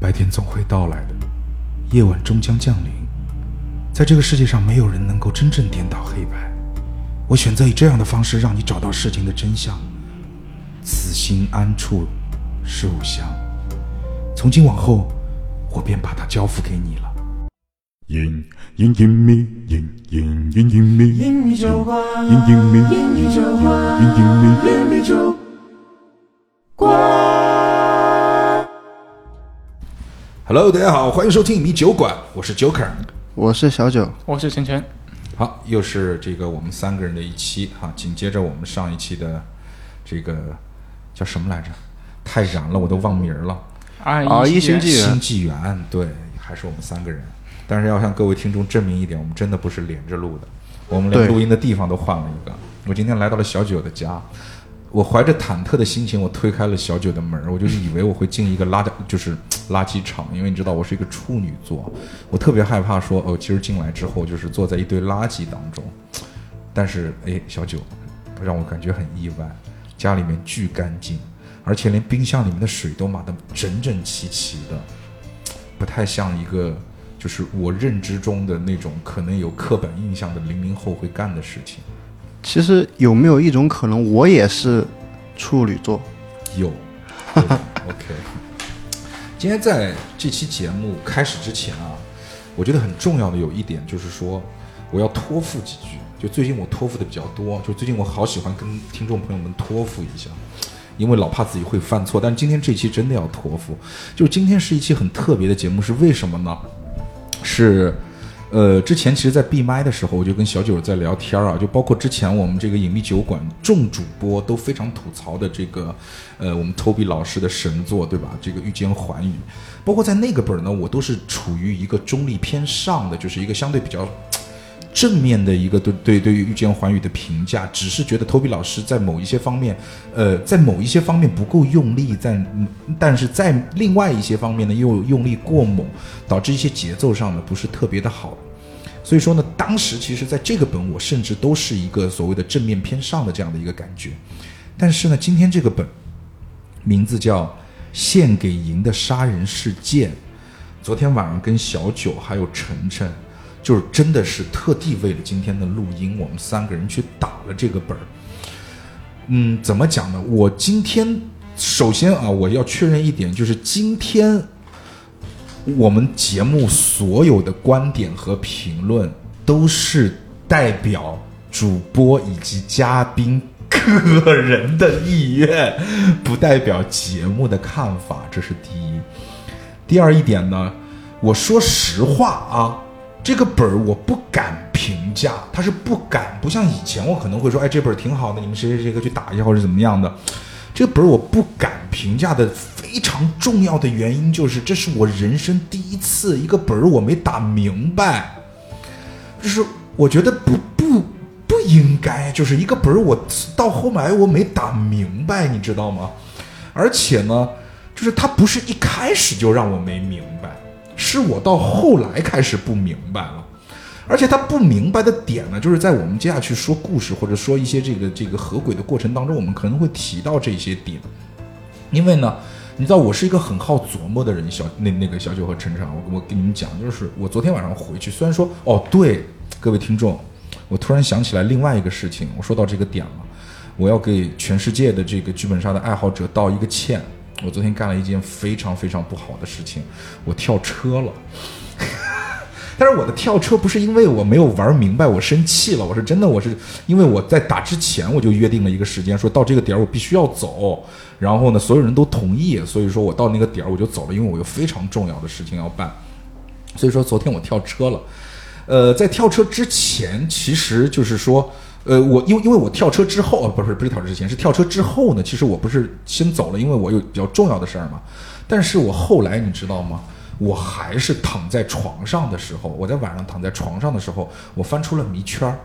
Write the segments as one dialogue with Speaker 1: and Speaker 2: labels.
Speaker 1: 白天总会到来的，夜晚终将降临。在这个世界上，没有人能够真正颠倒黑白。我选择以这样的方式让你找到事情的真相。此心安处是吾乡。从今往后，我便把它交付给你了。
Speaker 2: 隐隐隐秘，隐隐隐隐秘，隐
Speaker 3: 隐秘酒馆，
Speaker 2: 隐秘，
Speaker 3: 隐秘酒馆，
Speaker 2: 隐隐秘。
Speaker 3: 隐秘酒馆。
Speaker 1: Hello，大家好，欢迎收听米酒馆，我是 Joker。
Speaker 4: 我是小九，
Speaker 5: 我是晨晨，
Speaker 1: 好，又是这个我们三个人的一期哈、紧接着我们上一期的这个叫什么来着？太燃了，我都忘名儿了。
Speaker 5: 二
Speaker 4: 啊
Speaker 5: 一
Speaker 4: 一星纪元
Speaker 1: 新纪元，对，还是我们三个人。但是要向各位听众证明一点，我们真的不是连着录的，我们连
Speaker 4: 对
Speaker 1: 录音的地方都换了一个。我今天来到了小九的家，我怀着忐忑的心情，我推开了小九的门儿，我就是以为我会进一个垃圾，就是垃圾场，因为你知道我是一个处女座，我特别害怕说哦，其实进来之后就是坐在一堆垃圾当中。但是哎，小九让我感觉很意外，家里面巨干净，而且连冰箱里面的水都码得整整齐齐的，不太像一个就是我认知中的那种可能有刻板印象的零零后会干的事情。
Speaker 4: 其实有没有一种可能，我也是处女座？
Speaker 1: 有对的，OK。今天在这期节目开始之前啊，我觉得很重要的有一点就是说，我要托付几句。就最近我托付的比较多，就最近我好喜欢跟听众朋友们托付一下，因为老怕自己会犯错。但是今天这期真的要托付，就是今天是一期很特别的节目，是为什么呢？是，呃，之前其实，在闭麦的时候，我就跟小九在聊天儿啊，就包括之前我们这个隐秘酒馆众主播都非常吐槽的这个，呃，我们 Toby 老师的神作，对吧？这个《御剑寰宇》，包括在那个本儿呢，我都是处于一个中立偏上的，就是一个相对比较。正面的一个对对对于《遇见寰宇》的评价，只是觉得 Toby 老师在某一些方面，呃，在某一些方面不够用力，在嗯但是在另外一些方面呢又用力过猛，导致一些节奏上呢不是特别的好。所以说呢，当时其实在这个本我甚至都是一个所谓的正面偏上的这样的一个感觉，但是呢，今天这个本名字叫《献给银的杀人事件》。昨天晚上跟小九还有晨晨，就是真的是特地为了今天的录音，我们三个人去打了这个本儿。嗯，怎么讲呢？我今天首先啊，我要确认一点，就是今天我们节目所有的观点和评论都是代表主播以及嘉宾个人的意愿，不代表节目的看法，这是第一。第二一点呢，我说实话啊，这个本儿我不敢评价，它是不敢，不像以前我可能会说，哎，这本儿挺好的，你们谁谁谁可以去打一下或者怎么样的。这个本儿我不敢评价的非常重要的原因就是，这是我人生第一次一个本儿我没打明白，就是我觉得不不不应该，就是一个本儿我到后来我没打明白，你知道吗？而且呢，就是他不是一开始就让我没明白，是我到后来开始不明白了。而且他不明白的点呢，就是在我们接下去说故事或者说一些这个这个合轨的过程当中，我们可能会提到这些点。因为呢，你知道我是一个很好琢磨的人，小那那个小九和晨晨啊，我我跟你们讲，就是我昨天晚上回去，虽然说哦对，各位听众，我突然想起来另外一个事情，我说到这个点了，我要给全世界的这个剧本杀的爱好者道一个歉，我昨天干了一件非常非常不好的事情，我跳车了。但是我的跳车不是因为我没有玩明白，我生气了，我是真的，我是因为我在打之前我就约定了一个时间，说到这个点儿我必须要走，然后呢，所有人都同意，所以说我到那个点儿我就走了，因为我有非常重要的事情要办，所以说昨天我跳车了。呃，在跳车之前，其实就是说，呃，我因为因为我跳车之后，呃，不是不是跳车之前，是跳车之后呢，其实我不是先走了，因为我有比较重要的事儿嘛。但是我后来你知道吗？我还是躺在床上的时候，我在晚上躺在床上的时候，我翻出了迷圈儿，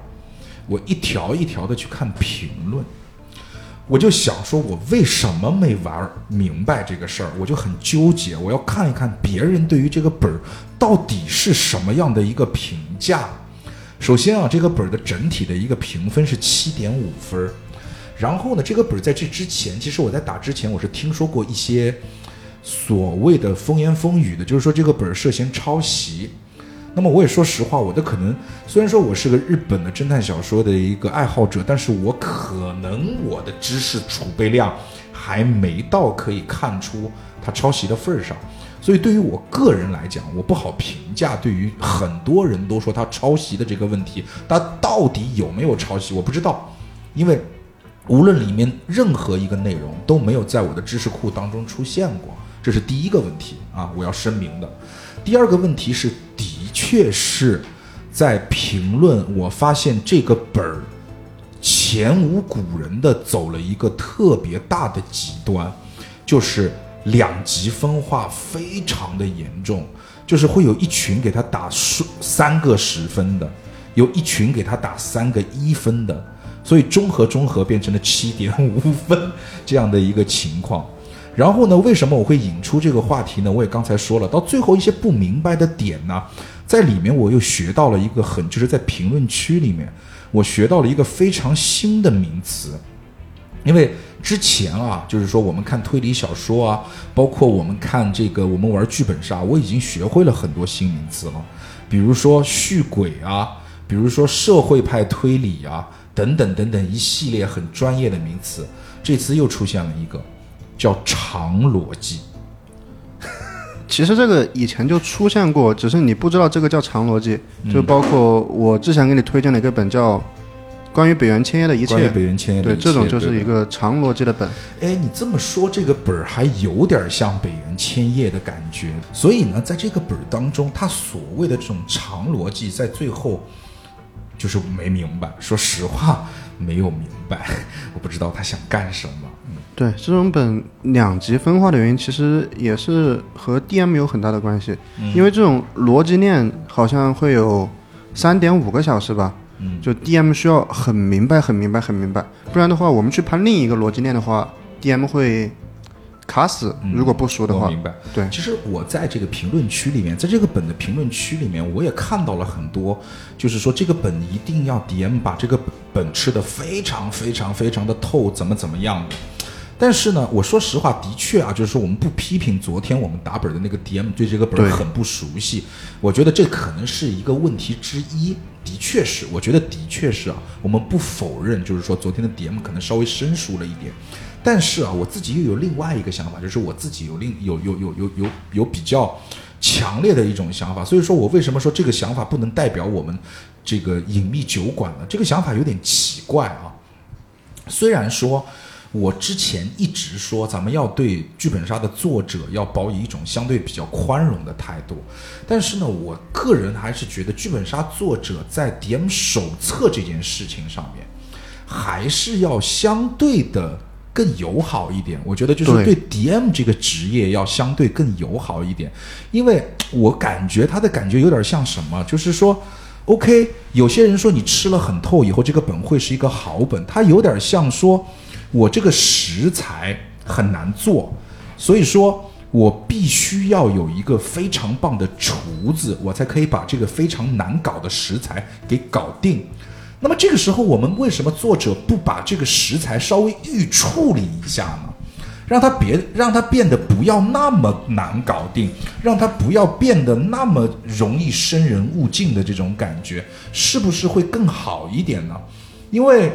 Speaker 1: 我一条一条的去看评论。我就想说，我为什么没玩明白这个事儿？我就很纠结，我要看一看别人对于这个本儿到底是什么样的一个评价。首先啊，这个本儿的整体的一个评分是七点五分儿。然后呢，这个本儿在这之前，其实我在打之前，我是听说过一些所谓的风言风语的，就是说这个本儿涉嫌抄袭。那么我也说实话，我的可能虽然说我是个日本的侦探小说的一个爱好者，但是我可能我的知识储备量还没到可以看出他抄袭的份儿上，所以对于我个人来讲，我不好评价。对于很多人都说他抄袭的这个问题，他到底有没有抄袭，我不知道，因为无论里面任何一个内容都没有在我的知识库当中出现过，这是第一个问题啊，我要声明的。第二个问题是，的确是在评论，我发现这个本儿前无古人的走了一个特别大的极端，就是两极分化非常的严重，就是会有一群给他打数三个十分的，有一群给他打三个一分的，所以综合综合变成了七点五分这样的一个情况。然后呢，为什么我会引出这个话题呢？我也刚才说了，到最后一些不明白的点呢，在里面我又学到了一个很，就是在评论区里面，我学到了一个非常新的名词，因为之前啊，就是说我们看推理小说啊，包括我们看这个我们玩剧本杀，我已经学会了很多新名词了，比如说续鬼啊，比如说社会派推理啊，等等等等一系列很专业的名词。这次又出现了一个叫长逻辑，
Speaker 4: 其实这个以前就出现过，只是你不知道这个叫长逻辑。
Speaker 1: 嗯
Speaker 4: 就包括我之前给你推荐了一个本叫《关于北原千叶的一切
Speaker 1: 关于》，北原千叶的
Speaker 4: 对，
Speaker 1: 一
Speaker 4: 这种
Speaker 1: 切对
Speaker 4: 就是
Speaker 1: 对
Speaker 4: 一个长逻辑的本。
Speaker 1: 哎，你这么说，这个本儿还有点像北原千叶的感觉。所以呢，在这个本儿当中，他所谓的这种长逻辑，在最后就是没明白。说实话，没有明白，我不知道他想干什 么。嗯，
Speaker 4: 对，这种本两极分化的原因，其实也是和 DM 有很大的关系，
Speaker 1: 嗯
Speaker 4: 因为这种逻辑链好像会有三点五个小时吧，
Speaker 1: 嗯
Speaker 4: 就 DM 需要很明白、很明白、很明白，不然的话，我们去盘另一个逻辑链的话，DM 会卡死，如果不熟的
Speaker 1: 嗯我
Speaker 4: 话，
Speaker 1: 明白。
Speaker 4: 对
Speaker 1: 其实我在这个评论区里面，在这个本的评论区里面，我也看到了很多，就是说这个本一定要 DM 把这个本吃的非常非常非常的透，怎么怎么样的。但是呢，我说实话，的确啊，就是说我们不批评昨天我们打本的那个 DM 对这个本
Speaker 4: 对
Speaker 1: 很不熟悉，我觉得这可能是一个问题之一。的确是，我觉得的确是啊，我们不否认，就是说昨天的 DM 可能稍微生疏了一点。但是啊，我自己又有另外一个想法，就是我自己有另有有有有有有比较强烈的一种想法，所以说我为什么说这个想法不能代表我们这个隐秘酒馆呢？这个想法有点奇怪啊。虽然说我之前一直说咱们要对剧本杀的作者要保以一种相对比较宽容的态度，但是呢，我个人还是觉得剧本杀作者在 DM 手册这件事情上面，还是要相对的更友好一点。我觉得就是对
Speaker 4: 对
Speaker 1: DM 这个职业要相对更友好一点，因为我感觉他的感觉有点像什么，就是说。OK，有些人说你吃了很透以后，这个本会是一个好本，它有点像说，我这个食材很难做，所以说我必须要有一个非常棒的厨子，我才可以把这个非常难搞的食材给搞定。那么这个时候，我们为什么作者不把这个食材稍微预处理一下呢？让它别让它变得不要那么难搞定，让它不要变得那么容易生人勿近的这种感觉，是不是会更好一点呢？因为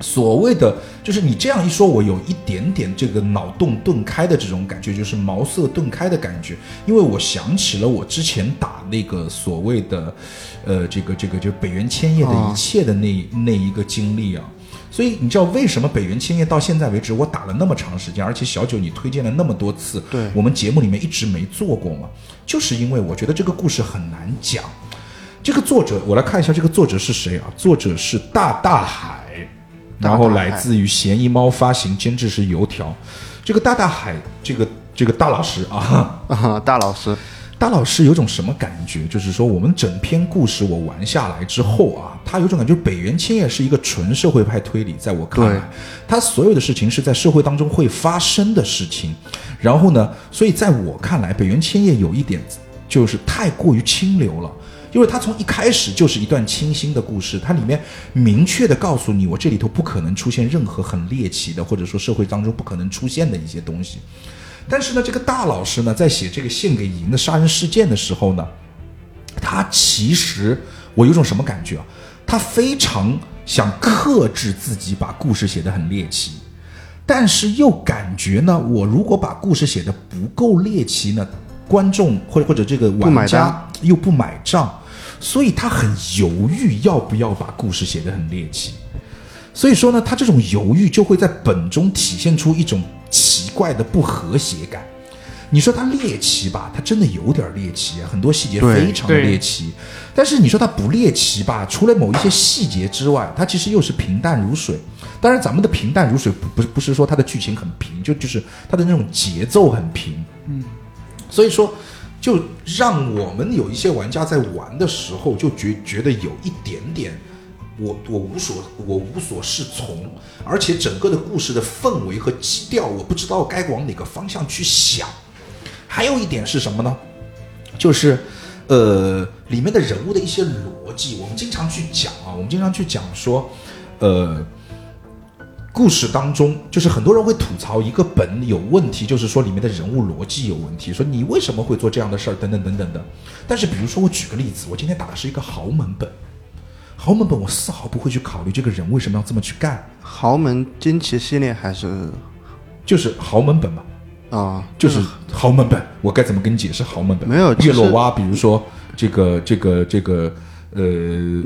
Speaker 1: 所谓的就是你这样一说，我有一点点这个脑洞顿开的这种感觉，就是茅塞顿开的感觉，因为我想起了我之前打那个所谓的，呃，这个这个就北原千叶的一切的那、那一个经历啊。所以你知道为什么北原千叶到现在为止我打了那么长时间，而且小九你推荐了那么多次，
Speaker 4: 对
Speaker 1: 我们节目里面一直没做过嘛？就是因为我觉得这个故事很难讲。这个作者，我来看一下这个作者是谁啊？作者是大大海，
Speaker 4: 大大海
Speaker 1: 然后来自于嫌疑猫发行，监制是油条。这个大大海，这个这个大老师啊，
Speaker 4: 啊，大老师，
Speaker 1: 大老师有种什么感觉？就是说，我们整篇故事我玩下来之后啊，他有种感觉，北原千叶是一个纯社会派推理，在我看
Speaker 4: 对
Speaker 1: 来，他所有的事情是在社会当中会发生的事情。然后呢，所以在我看来，北原千叶有一点就是太过于清流了。因为他从一开始就是一段清新的故事，它里面明确的告诉你，我这里头不可能出现任何很猎奇的，或者说社会当中不可能出现的一些东西。但是呢，这个大老师呢，在写这个献给银的杀人事件的时候呢，他其实我有种什么感觉啊？他非常想克制自己把故事写得很猎奇，但是又感觉呢，我如果把故事写得不够猎奇呢，观众或者或者这个
Speaker 4: 不
Speaker 1: 玩
Speaker 4: 买
Speaker 1: 家
Speaker 4: 单
Speaker 1: 又不买账，所以他很犹豫要不要把故事写得很猎奇。所以说呢，他这种犹豫就会在本中体现出一种奇怪的不和谐感。你说他猎奇吧，他真的有点猎奇，啊很多细节
Speaker 4: 对
Speaker 1: 非常的
Speaker 5: 对
Speaker 1: 猎奇。但是你说他不猎奇吧，除了某一些细节之外，他其实又是平淡如水。当然，咱们的平淡如水不不是不是说它的剧情很平，就就是它的那种节奏很平。所以说，就让我们有一些玩家在玩的时候，就觉觉得有一点点，我我无所我无所适从，而且整个的故事的氛围和基调，我不知道该往哪个方向去想。还有一点是什么呢？就是，呃，里面的人物的一些逻辑，我们经常去讲啊，我们经常去讲说，呃，故事当中，就是很多人会吐槽一个本有问题，就是说里面的人物逻辑有问题，说你为什么会做这样的事儿，等等等等的。但是，比如说我举个例子，我今天打的是一个豪门本，豪门本我丝毫不会去考虑这个人为什么要这么去干，
Speaker 4: 豪门惊奇系列还是
Speaker 1: 就是豪门本嘛，
Speaker 4: 啊，
Speaker 1: 就是豪门本，我该怎么跟你解释豪门本？
Speaker 4: 没有就是
Speaker 1: 叶落蛙，比如说这个这个这个呃，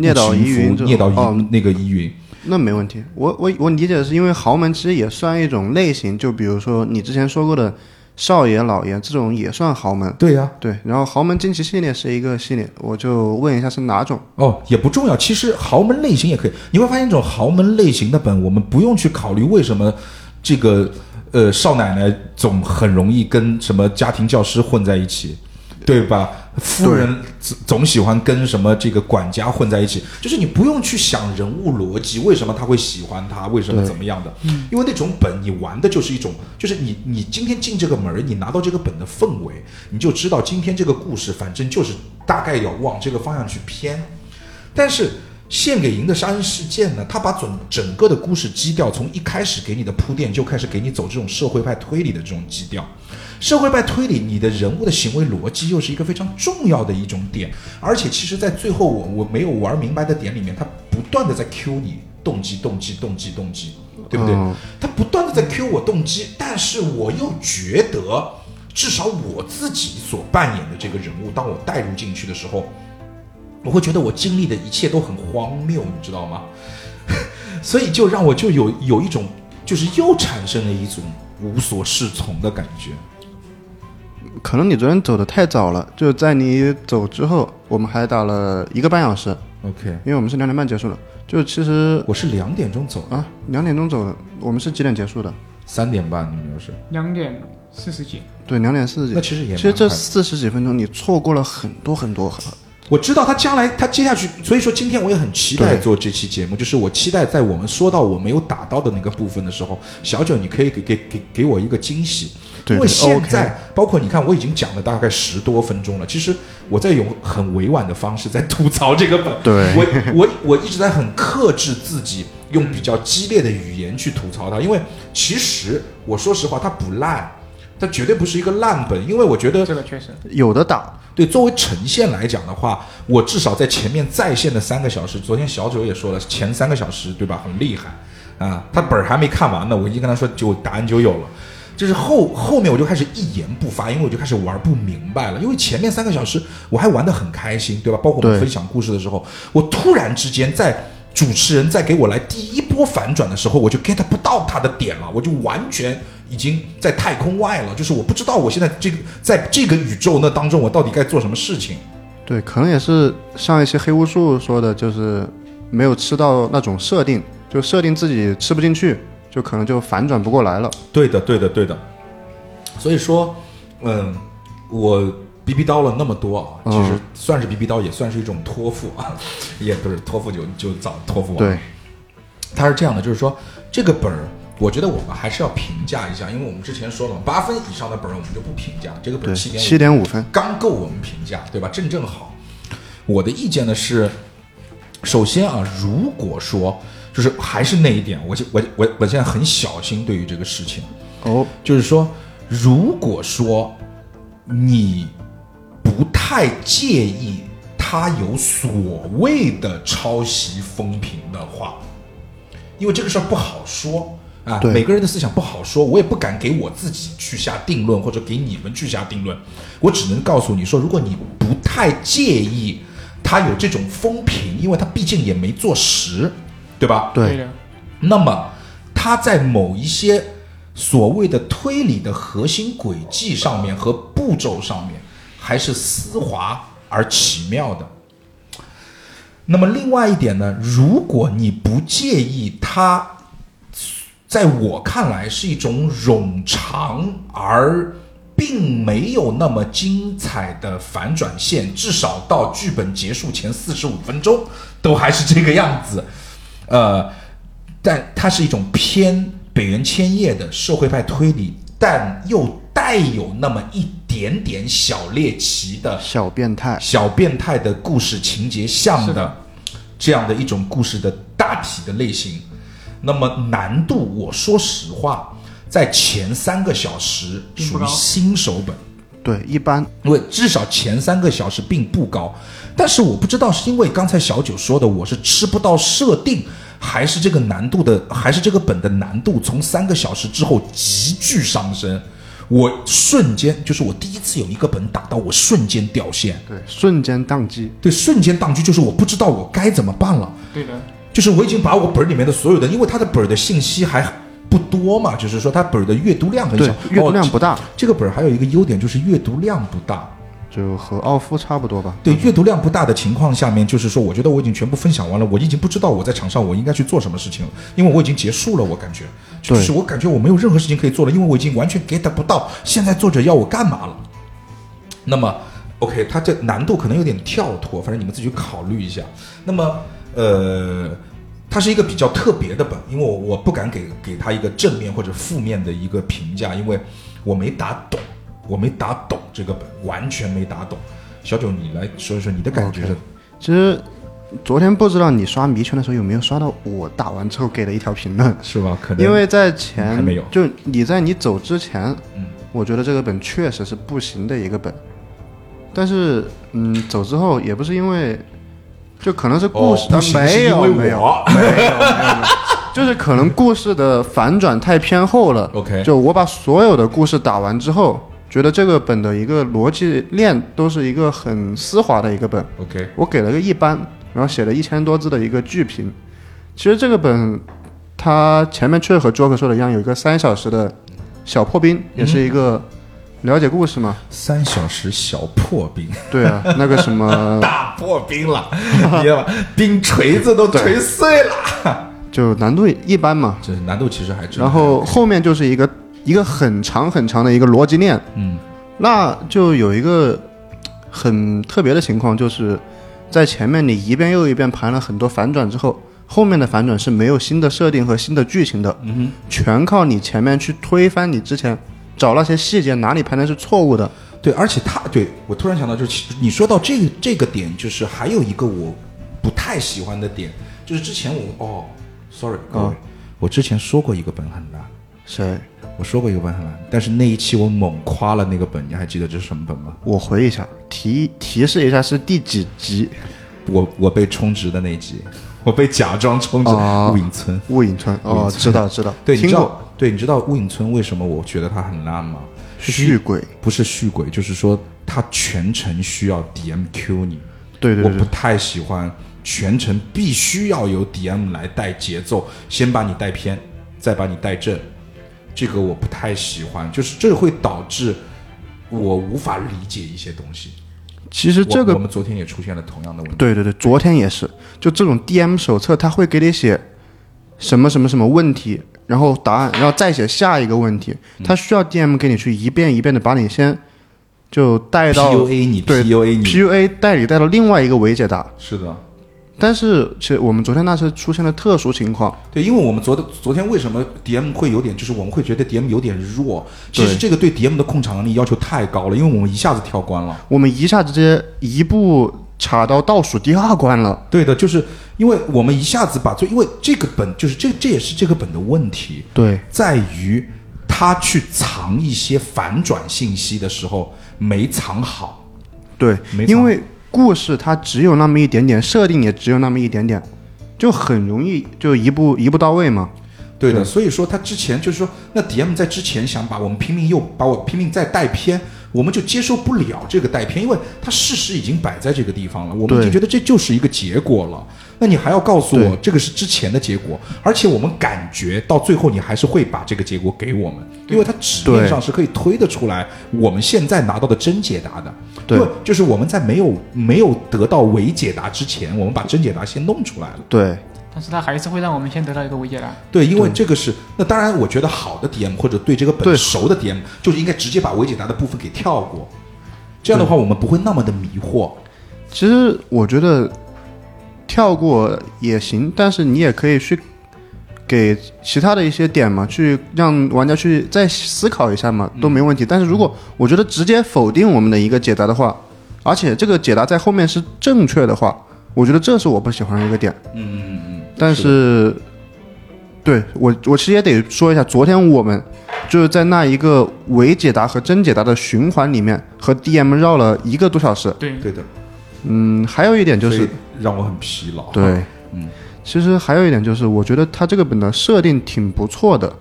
Speaker 4: 聂岛疑云
Speaker 1: 吴奇
Speaker 4: 这
Speaker 1: 夫聂岛疑、
Speaker 4: 哦
Speaker 1: 那个疑云，
Speaker 4: 那没问题。我我我理解的是，因为豪门其实也算一种类型，就比如说你之前说过的少爷、老爷这种也算豪门。
Speaker 1: 对呀、
Speaker 4: 对，然后豪门惊奇系列是一个系列，我就问一下是哪种？
Speaker 1: 哦，也不重要。其实豪门类型也可以，你会发现这种豪门类型的本，我们不用去考虑为什么这个呃少奶奶总很容易跟什么家庭教师混在一起，对吧？夫人总总喜欢跟什么这个管家混在一起，就是你不用去想人物逻辑，为什么他会喜欢他，为什么怎么样的？因为那种本你玩的就是一种，就是你你今天进这个门儿，你拿到这个本的氛围，你就知道今天这个故事反正就是大概要往这个方向去偏。但是献给银的杀人事件呢，他把整整个的故事基调从一开始给你的铺垫就开始给你走这种社会派推理的这种基调。社会派推理，你的人物的行为逻辑又是一个非常重要的一种点，而且其实，在最后我我没有玩明白的点里面，他不断的在 Q 你动机动机动机动机，对不对？
Speaker 4: 嗯
Speaker 1: 他不断的在 Q 我动机，但是我又觉得，至少我自己所扮演的这个人物，当我带入进去的时候，我会觉得我经历的一切都很荒谬，你知道吗？ 所以就让我就有有一种，就是又产生了一种无所适从的感觉。
Speaker 4: 可能你昨天走的太早了，就在你走之后，我们还打了一个半小时，
Speaker 1: OK，
Speaker 4: 因为我们是两点半结束的。就其实
Speaker 1: 我是两点钟走的，
Speaker 4: 啊，两点钟走的，我们是几点结束的？
Speaker 1: 三点半你们又是，
Speaker 5: 两点四十几，
Speaker 4: 对，两点四十
Speaker 1: 那
Speaker 4: 几。
Speaker 1: 其实也
Speaker 4: 其实这
Speaker 1: 蛮快的
Speaker 4: 四十几分钟，你错过了很多很多。
Speaker 1: 我知道他将来他接下去，所以说今天我也很期待
Speaker 4: 对
Speaker 1: 做这期节目，就是我期待在我们说到我没有打到的那个部分的时候，小九你可以给给给给我一个惊喜，
Speaker 4: 对
Speaker 1: 因为
Speaker 4: 对
Speaker 1: 现
Speaker 4: OK
Speaker 1: 在包括你看我已经讲了大概十多分钟了，其实我在用很委婉的方式在吐槽这个本，
Speaker 4: 对
Speaker 1: 我我我一直在很克制自己用比较激烈的语言去吐槽它，因为其实我说实话它不烂，它绝对不是一个烂本，因为我觉得
Speaker 5: 这个确实
Speaker 4: 有的打，
Speaker 1: 对，作为呈现来讲的话，我至少在前面在线的三个小时，昨天小九也说了，前三个小时对吧，很厉害啊，他本儿还没看完呢，我已经跟他说就答案就有了。就是后后面我就开始一言不发，因为我就开始玩不明白了。因为前面三个小时我还玩得很开心，对吧？包括我们
Speaker 4: 对
Speaker 1: 分享故事的时候，我突然之间在主持人在给我来第一波反转的时候，我就 get 不到他的点了，我就完全已经在太空外了，就是我不知道我现在这个在这个宇宙那当中我到底该做什么事情。
Speaker 4: 对，可能也是上一期黑巫术说的，就是没有吃到那种设定，就设定自己吃不进去，就可能就反转不过来了。
Speaker 1: 对的，对的，对的。所以说，嗯，我逼逼叨了那么多啊，其实算是逼逼叨，也算是一种托付啊， 也不是托付就就早托付完了
Speaker 4: 对，
Speaker 1: 他是这样的，就是说这个本儿，我觉得我们还是要评价一下，因为我们之前说了嘛，八分以上的本儿我们就不评价，这个本
Speaker 4: 对，
Speaker 1: 儿七点
Speaker 4: 七点五分。
Speaker 1: 刚够我们评价，对吧？正正好。我的意见呢是，首先啊，如果说就是还是那一点，我就我我我现在很小心对于这个事情，
Speaker 4: 哦，
Speaker 1: 就是说，如果说你不太介意他有所谓的抄袭风评的话，因为这个事儿不好说啊，
Speaker 4: 对
Speaker 1: 每个人的思想不好说，我也不敢给我自己去下定论，或者给你们去下定论，我只能告诉你说，如果你不太介意他有这种风评，因为他毕竟也没坐实，对吧？
Speaker 5: 对
Speaker 4: 对
Speaker 5: 的，
Speaker 1: 那么他在某一些所谓的推理的核心轨迹上面和步骤上面，还是丝滑而奇妙的。那么另外一点呢，如果你不介意它，在我看来是一种冗长而并没有那么精彩的反转线，至少到剧本结束前四十五分钟都还是这个样子。呃，但它是一种偏北原千叶的社会派推理，但又带有那么一点点小猎奇的
Speaker 4: 小变态，
Speaker 1: 小变态的故事情节像
Speaker 5: 是
Speaker 1: 的
Speaker 5: 的
Speaker 1: 这样的一种故事的大体的类型。那么难度，我说实话，在前三个小时
Speaker 5: 并不
Speaker 1: 属于
Speaker 5: 高
Speaker 1: 新手本，
Speaker 4: 对，一般
Speaker 1: 因为至少前三个小时并不高。但是我不知道是因为刚才小九说的，我是吃不到设定，还是这个难度的，还是这个本的难度从三个小时之后急剧上升。我瞬间就是我第一次有一个本打到我瞬间掉线，
Speaker 4: 对瞬间宕机，
Speaker 1: 对，瞬间宕机，就是我不知道我该怎么办了。
Speaker 5: 对的，
Speaker 1: 就是我已经把我本儿里面的所有的，因为它的本儿的信息还不多嘛，就是说它本儿的阅读量很
Speaker 4: 对
Speaker 1: 小，
Speaker 4: 阅读量
Speaker 1: 哦
Speaker 4: 不大，
Speaker 1: 这个本儿还有一个优点就是阅读量不大。
Speaker 4: 就和奥夫差不多吧。
Speaker 1: 对，阅读量不大的情况下面，就是说，我觉得我已经全部分享完了，我已经不知道我在场上我应该去做什么事情了，因为我已经结束了，我感觉，就
Speaker 4: 对
Speaker 1: 是我感觉我没有任何事情可以做了，因为我已经完全 get 不到现在作者要我干嘛了。那么，OK，它这难度可能有点跳脱，反正你们自己考虑一下。那么，呃，它是一个比较特别的本，因为我我不敢给给它一个正面或者负面的一个评价，因为我没打懂，我没打懂这个本，完全没打懂。小九，你来说一说你的感觉是
Speaker 4: OK 其实昨天不知道你刷迷圈的时候有没有刷到我打完之后给的一条评论，
Speaker 1: 是吧？可能
Speaker 4: 因为在
Speaker 1: 还
Speaker 4: 前
Speaker 1: 没有
Speaker 4: 就你在你走之前，
Speaker 1: 嗯
Speaker 4: 我觉得这个本确实是不行的一个本，但是嗯，走之后也不是因为，就可能是故
Speaker 1: 哦
Speaker 4: 事、，
Speaker 1: 不
Speaker 4: 啊
Speaker 1: 行是
Speaker 4: 没
Speaker 1: 因
Speaker 4: 有
Speaker 1: 为
Speaker 4: 没有，
Speaker 1: 我
Speaker 4: 就是可能故事的反转太偏后了。
Speaker 1: OK
Speaker 4: 就我把所有的故事打完之后，觉得这个本的一个逻辑链都是一个很丝滑的一个本，
Speaker 1: OK，
Speaker 4: 我给了个一般，然后写了一千多字的一个剧评。其实这个本，它前面确实和 Joker 说的一样，有一个三小时的小破冰，也是一个了解故事嘛。
Speaker 1: 三小时小破冰，
Speaker 4: 对啊，那个什么，
Speaker 1: 大破冰了，你知道吧？冰锤子都锤碎了。
Speaker 4: 就难度一般嘛。
Speaker 1: 这难度其实还真的
Speaker 4: 然后后面就是一个一个很长很长的一个逻辑链，
Speaker 1: 嗯，
Speaker 4: 那就有一个很特别的情况，就是在前面你一遍又一遍盘了很多反转之后，后面的反转是没有新的设定和新的剧情的，嗯、全靠你前面去推翻你之前找那些细节哪里盘的是错误的，
Speaker 1: 对，而且他对我突然想到，就是其你说到这个这个点，就是还有一个我不太喜欢的点，就是之前我哦，sorry 各位，
Speaker 4: 啊
Speaker 1: 我之前说过一个本很烂，
Speaker 4: 谁？
Speaker 1: 我说过一个本很烂，但是那一期我猛夸了那个本，你还记得这是什么本吗？
Speaker 4: 我回忆一下，提提示一下是第几集？
Speaker 1: 我我被充值的那一集，我被假装充值
Speaker 4: 哦
Speaker 1: 雾隐村。
Speaker 4: 雾隐村哦，知道知道，
Speaker 1: 对，你
Speaker 4: 听
Speaker 1: 知
Speaker 4: 过
Speaker 1: 道，对，你知道雾隐村为什么我觉得它很烂吗？
Speaker 4: 续鬼，
Speaker 1: 不是续鬼，就是说它全程需要 DMQ 你。
Speaker 4: 对对
Speaker 1: 我不
Speaker 4: 对对，
Speaker 1: 太喜欢全程必须要由 DM 来带节奏，先把你带偏，再把你带正，这个我不太喜欢，就是这会导致我无法理解一些东西。
Speaker 4: 其实这
Speaker 1: 我
Speaker 4: 个
Speaker 1: 我们昨天也出现了同样的问题。
Speaker 4: 对对对，昨天也是，就这种 DM 手册，它会给你写什么什么什么问题，然后答案，然后再写下一个问题，
Speaker 1: 嗯
Speaker 4: 它需要 DM 给你去一遍一遍的把你先就带到
Speaker 1: PUA 你
Speaker 4: 对
Speaker 1: ，PUA 你，
Speaker 4: PUA 带你带到另外一个伪解答。
Speaker 1: 是的。
Speaker 4: 但是其实我们昨天那是出现了特殊情况，
Speaker 1: 对，因为我们昨昨天为什么 DM 会有点，就是我们会觉得 DM 有点弱，其实
Speaker 4: 对
Speaker 1: 这个对 DM 的控场能力要求太高了，因为我们一下子跳关了。
Speaker 4: 我们一下直接一步查到倒数第二关了。
Speaker 1: 对的，就是因为我们一下子把最，因为这个本就是这这也是这个本的问题，
Speaker 4: 对
Speaker 1: 在于。他去藏一些反转信息的时候没藏好。
Speaker 4: 对
Speaker 1: 没，错
Speaker 4: 因为故事它只有那么一点点，设定也只有那么一点点，就很容易就一步一步到位嘛。
Speaker 1: 对
Speaker 4: 嗯
Speaker 1: 的，所以说他之前就是说，那 DM 在之前想把我们拼命又把我拼命再带偏，我们就接受不了这个带偏，因为他事实已经摆在这个地方了，我们
Speaker 4: 对
Speaker 1: 已经觉得这就是一个结果了。那你还要告诉我
Speaker 4: 对
Speaker 1: 这个是之前的结果，而且我们感觉到最后你还是会把这个结果给我们，因为它纸面
Speaker 4: 对
Speaker 1: 上是可以推得出来我们现在拿到的真解答的。
Speaker 4: 对
Speaker 1: 因为就是我们在没有没有得到伪解答之前，我们把真解答先弄出来了。
Speaker 4: 对，
Speaker 5: 但是他还是会让我们先得到一个微解答。
Speaker 1: 对，因为这个是那当然，我觉得好的 DM 或者对这个本
Speaker 4: 对
Speaker 1: 熟的 DM，就是应该直接把未解答的部分给跳过，这样的话我们不会那么的迷惑。
Speaker 4: 其实我觉得跳过也行，但是你也可以去给其他的一些点嘛，去让玩家去再思考一下嘛，都没问题。但是如果我觉得直接否定我们的一个解答的话，而且这个解答在后面是正确的话，我觉得这是我不喜欢的一个点。嗯嗯嗯。但是，对我我其实也得说一下，昨天我们。就是在那一个伪解答和真解答的循环里面，和 DM 绕了一个多小时。
Speaker 5: 对，
Speaker 1: 对的，
Speaker 4: 嗯，还有一点就
Speaker 1: 所
Speaker 4: 是
Speaker 1: 以，让我很疲劳。
Speaker 4: 对，
Speaker 1: 嗯，
Speaker 4: 其实还有一点就是，我觉得它这个本的设定挺不错的，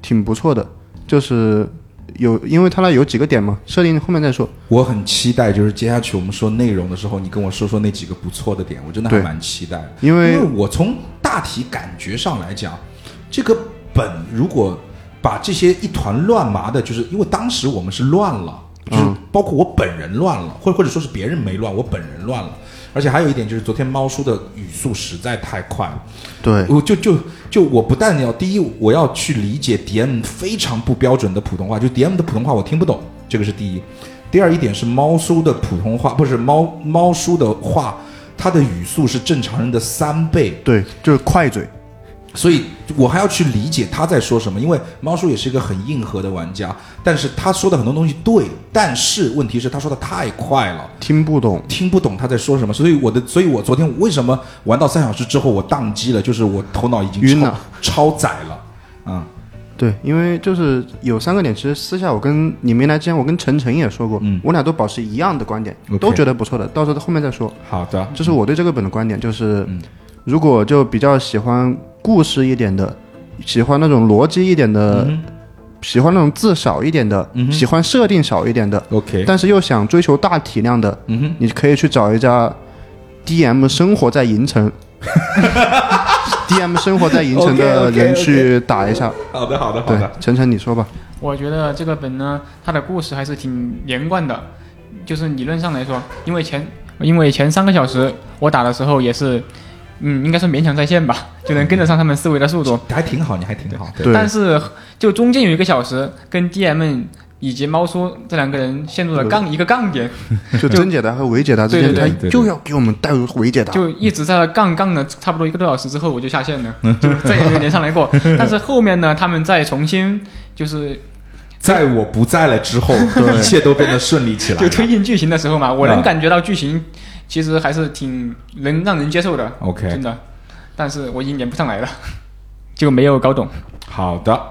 Speaker 4: 挺不错的，就是有，因为它那有几个点嘛，设定后面再说。
Speaker 1: 我很期待，就是接下去我们说内容的时候，你跟我说说那几个不错的点，我真的还
Speaker 4: 对
Speaker 1: 蛮期待的。
Speaker 4: 因为
Speaker 1: 因为我从大体感觉上来讲，这个本如果把这些一团乱麻的，就是因为当时我们是乱了，就
Speaker 4: 嗯
Speaker 1: 是包括我本人乱了，或或者说是别人没乱，我本人乱了。而且还有一点就是，昨天猫叔的语速实在太快了，
Speaker 4: 对，
Speaker 1: 我就就就我不但要第一，我要去理解 DM 非常不标准的普通话，就 DM 的普通话我听不懂，这个是第一。第二一点是猫叔的普通话，不是猫猫叔的话，他的语速是正常人的三倍，
Speaker 4: 对，就是快嘴，
Speaker 1: 所以我还要去理解他在说什么，因为猫叔也是一个很硬核的玩家，但是他说的很多东西对，但是问题是他说的太快了。
Speaker 4: 听不懂。
Speaker 1: 听不懂他在说什么，所以我的，所以我昨天为什么玩到三小时之后我宕机了，就是我头脑已经
Speaker 4: 晕
Speaker 1: 超
Speaker 4: 了
Speaker 1: 超载了，嗯，
Speaker 4: 对，因为就是有三个点，其实私下我跟你没来之前，我跟晨晨也说过，我俩都保持一样的观点
Speaker 1: OK
Speaker 4: 都觉得不错的，到时候后面再说。
Speaker 1: 好的，
Speaker 4: 这是我对这个本的观点，就是、如果就比较喜欢故事一点的，喜欢那种逻辑一点的，喜欢那种字少一点的，喜欢设定少一点的，
Speaker 1: OK，
Speaker 4: 但是又想追求大体量的，你可以去找一家 DM 生活在银城，DM 生活在银城的
Speaker 1: OK，OK，OK
Speaker 4: 人去打一下。
Speaker 1: 好的，好的，好
Speaker 4: 对
Speaker 1: 的，，
Speaker 4: 晨晨你说吧。
Speaker 5: 我觉得这个本呢，它的故事还是挺连贯的，就是理论上来说，因为前因为前三个小时我打的时候也是，嗯，应该说勉强在线吧， 就能跟得上他们思维的速度。
Speaker 1: 还挺好，你还挺好，
Speaker 4: 对
Speaker 5: 但是就中间有一个小时，跟 DM 以及猫叔这两个人陷入了杠一个杠点，
Speaker 4: 就真解答和伪解答之间，
Speaker 5: 对对
Speaker 4: 他
Speaker 5: 对
Speaker 1: 对对
Speaker 4: 就要给我们带入伪解答。
Speaker 5: 就一直在那杠杠了差不多一个多小时之后，我就下线了， 就再也没有连上来过。但是后面呢，他们再重新就是
Speaker 1: 在我不在了之后， 一切都变得顺利起来
Speaker 5: 就
Speaker 1: 了
Speaker 5: 推进剧情的时候嘛，我
Speaker 1: 啊
Speaker 5: 能感觉到剧情其实还是挺能让人接受的，
Speaker 1: ，OK，
Speaker 5: 真的。但是我已经连不上来了，就没有搞懂。
Speaker 1: 好的，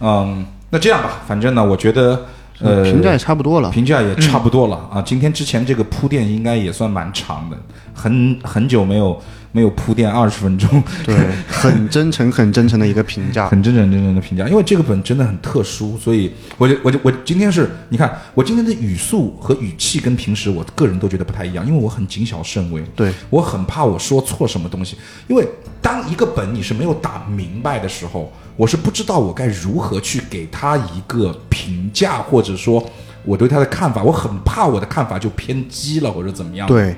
Speaker 1: 嗯，那这样吧，反正呢，我觉得，呃，
Speaker 4: 评价也差不多了，嗯
Speaker 1: 评价也差不多了啊。今天之前这个铺垫应该也算蛮长的，很很久没有没有铺垫二十分钟，
Speaker 4: 对，很真诚、很真诚的一个评价。
Speaker 1: 很真诚真诚的评价。因为这个本真的很特殊，所以我就我就我今天是，你看我今天的语速和语气跟平时我个人都觉得不太一样，因为我很谨小慎微。
Speaker 4: 对，
Speaker 1: 我很怕我说错什么东西，因为当一个本你是没有打明白的时候，我是不知道我该如何去给他一个评价，或者说我对他的看法，我很怕我的看法就偏激了或者怎么样。，
Speaker 4: 对，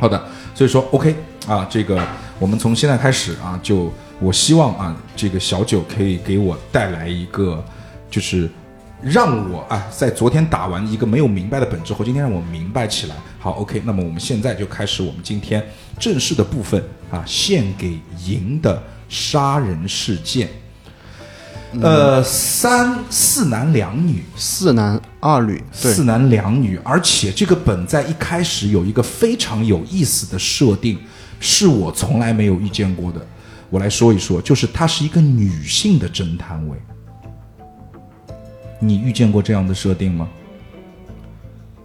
Speaker 1: 好的，所以说 OK 啊，这个我们从现在开始啊，就我希望啊，这个小九可以给我带来一个，就是让我啊，在昨天打完一个没有明白的本之后，今天让我明白起来。好，OK，那么我们现在就开始我们今天正式的部分啊，献给赢的杀人事件。呃，三四男两女，
Speaker 4: 四男二女，对
Speaker 1: 四，男两女，而且这个本在一开始有一个非常有意思的设定，是我从来没有遇见过的。我来说一说，就是她是一个女性的侦探位，你遇见过这样的设定吗？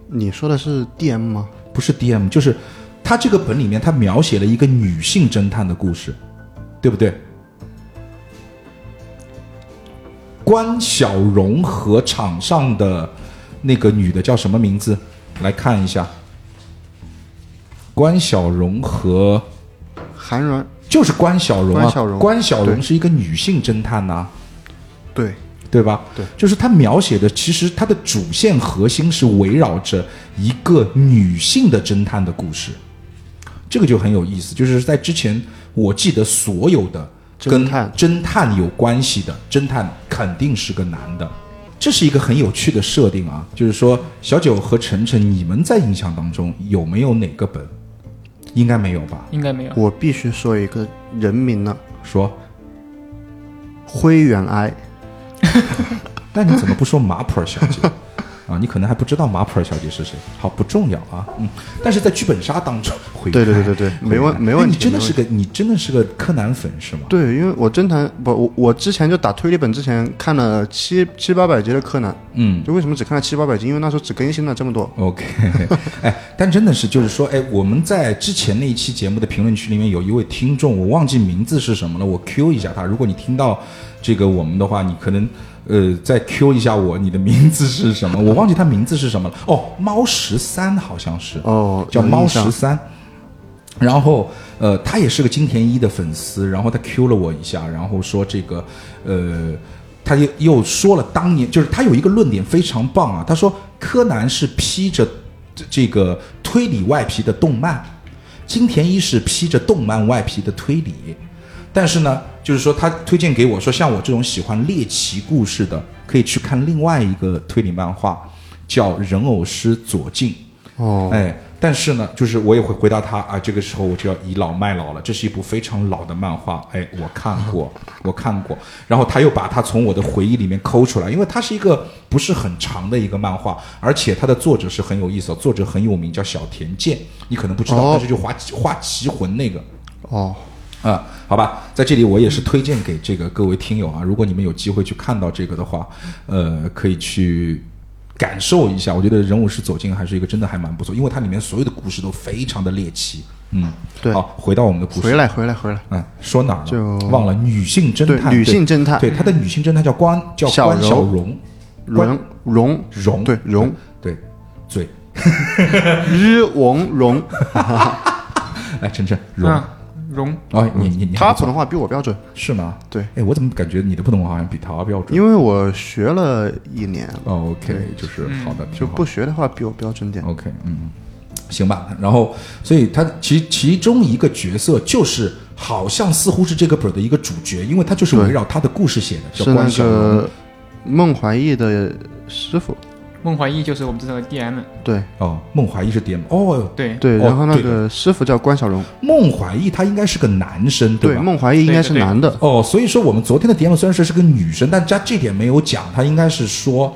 Speaker 4: 你说的是 DM 吗？
Speaker 1: 不是 DM，就是他这个本里面他描写了一个女性侦探的故事，对不对？关小荣和场上的那个女的叫什么名字？来看一下，关小荣和
Speaker 4: 韩软
Speaker 1: 就是关小荣啊，
Speaker 4: 关小荣
Speaker 1: 荣
Speaker 4: 对
Speaker 1: 是一个女性侦探呐、
Speaker 4: 对，
Speaker 1: 对吧？
Speaker 4: 对，
Speaker 1: 就是他描写的，其实他的主线核心是围绕着一个女性的侦探的故事，这个就很有意思。就是在之前，我记得所有的跟
Speaker 4: 侦探
Speaker 1: 侦探有关系的侦探肯定是个男的，这是一个很有趣的设定啊。就是说，小九和晨晨，你们在印象当中有没有哪个本？应该没有吧？
Speaker 5: 应该没有。
Speaker 4: 我必须说一个人名了，
Speaker 1: 说，
Speaker 4: 灰原哀，
Speaker 1: 那你怎么不说马普尔小 姐？啊，你可能还不知道马普尔小姐是谁，好不重要啊，嗯，但是在剧本杀当中，回
Speaker 4: 对对
Speaker 1: 看
Speaker 4: 对对对
Speaker 1: 回
Speaker 4: 没问
Speaker 1: 看
Speaker 4: 没问
Speaker 1: 哎你
Speaker 4: 题
Speaker 1: 真的
Speaker 4: 没
Speaker 1: 是个你真的是个柯南粉是吗？
Speaker 4: 对，因为我侦探不，我我之前就打推理本之前看了七七八百集的柯南，
Speaker 1: 嗯
Speaker 4: 就为什么只看了七八百集？因为那时候只更新了这么多。
Speaker 1: ，OK，哎， 但真的是就是说，哎，我们在之前那一期节目的评论区里面有一位听众，我忘记名字是什么了，我 Q 一下他，如果你听到这个我们的话，你可能呃再 Q 一下我，你的名字是什么？我忘记他名字是什么了，哦，猫十三好像是，
Speaker 4: 哦，
Speaker 1: 叫
Speaker 4: 有
Speaker 1: 猫
Speaker 4: 印
Speaker 1: 十
Speaker 4: 象
Speaker 1: 三。然后，呃，他也是个金田一的粉丝，然后他 Q 了我一下，然后说这个，呃，他又又说了当年，就是他有一个论点非常棒啊，他说柯南是披着这这个推理外皮的动漫，金田一是披着动漫外皮的推理，但是呢，就是说他推荐给我说，像我这种喜欢猎奇故事的，可以去看另外一个推理漫画，叫《人偶师左近》。
Speaker 4: 哦，
Speaker 1: 哎，但是呢，就是我也会回答他啊，这个时候我就要倚老卖老了，这是一部非常老的漫画，哎，我看过，我看过。然后他又把它从我的回忆里面抠出来，因为它是一个不是很长的一个漫画，而且它的作者是很有意思的，作者很有名，叫小田健，你可能不知道，
Speaker 4: 哦
Speaker 1: 但是就画画棋魂那个。
Speaker 4: 哦，
Speaker 1: 啊、好吧，在这里我也是推荐给这个各位听友啊，如果你们有机会去看到这个的话，呃，可以去感受一下。我觉得《人物是走进》还是一个真的还蛮不错，因为它里面所有的故事都非常的猎奇。嗯，
Speaker 4: 对
Speaker 1: 好，回到我们的故事，
Speaker 4: 回来回来回来，
Speaker 1: 嗯，说哪儿了？
Speaker 4: 就
Speaker 1: 忘了女性侦探，
Speaker 4: 对女性侦探
Speaker 1: 对她的女性侦探叫关叫
Speaker 4: 小
Speaker 1: 关小
Speaker 4: 柔
Speaker 1: 荣，关
Speaker 4: 荣荣
Speaker 1: 荣
Speaker 4: 对 荣
Speaker 1: 对嘴，
Speaker 4: 日王荣，
Speaker 1: 哎，晨晨荣，
Speaker 5: 嗯，荣
Speaker 1: 哦，你你你还
Speaker 4: 他
Speaker 1: 不错
Speaker 4: 普通话比我标准，
Speaker 1: 是吗？
Speaker 4: 对，
Speaker 1: 哎，我怎么感觉你的普通话好像比他标准？
Speaker 4: 因为我学了一年，
Speaker 1: 哦 OK，就是好的，
Speaker 4: 嗯就
Speaker 1: 挺好的
Speaker 4: 不学的话比我标准点。
Speaker 1: OK，嗯，行吧。然后，所以他其其中一个角色就是好像似乎是这个本儿的一个主角，因为他就是围绕他的故事写的，叫
Speaker 4: 是那
Speaker 1: 关晓彤。
Speaker 4: 个孟怀义的师傅，
Speaker 5: 孟怀义就是我们这个 DM，
Speaker 4: 对
Speaker 1: 哦，孟怀义是 DM 哦，
Speaker 5: 对
Speaker 4: 对，
Speaker 1: 哦
Speaker 4: 然后那
Speaker 1: 对
Speaker 4: 个师傅叫关小荣，
Speaker 1: 孟怀义他应该是个男生
Speaker 4: 对，
Speaker 1: 吧？
Speaker 4: 孟怀义应该是
Speaker 5: 对对对
Speaker 4: 男的，
Speaker 1: 哦，所以说我们昨天的 DM 虽然说是个女生，但加这点没有讲，他应该是说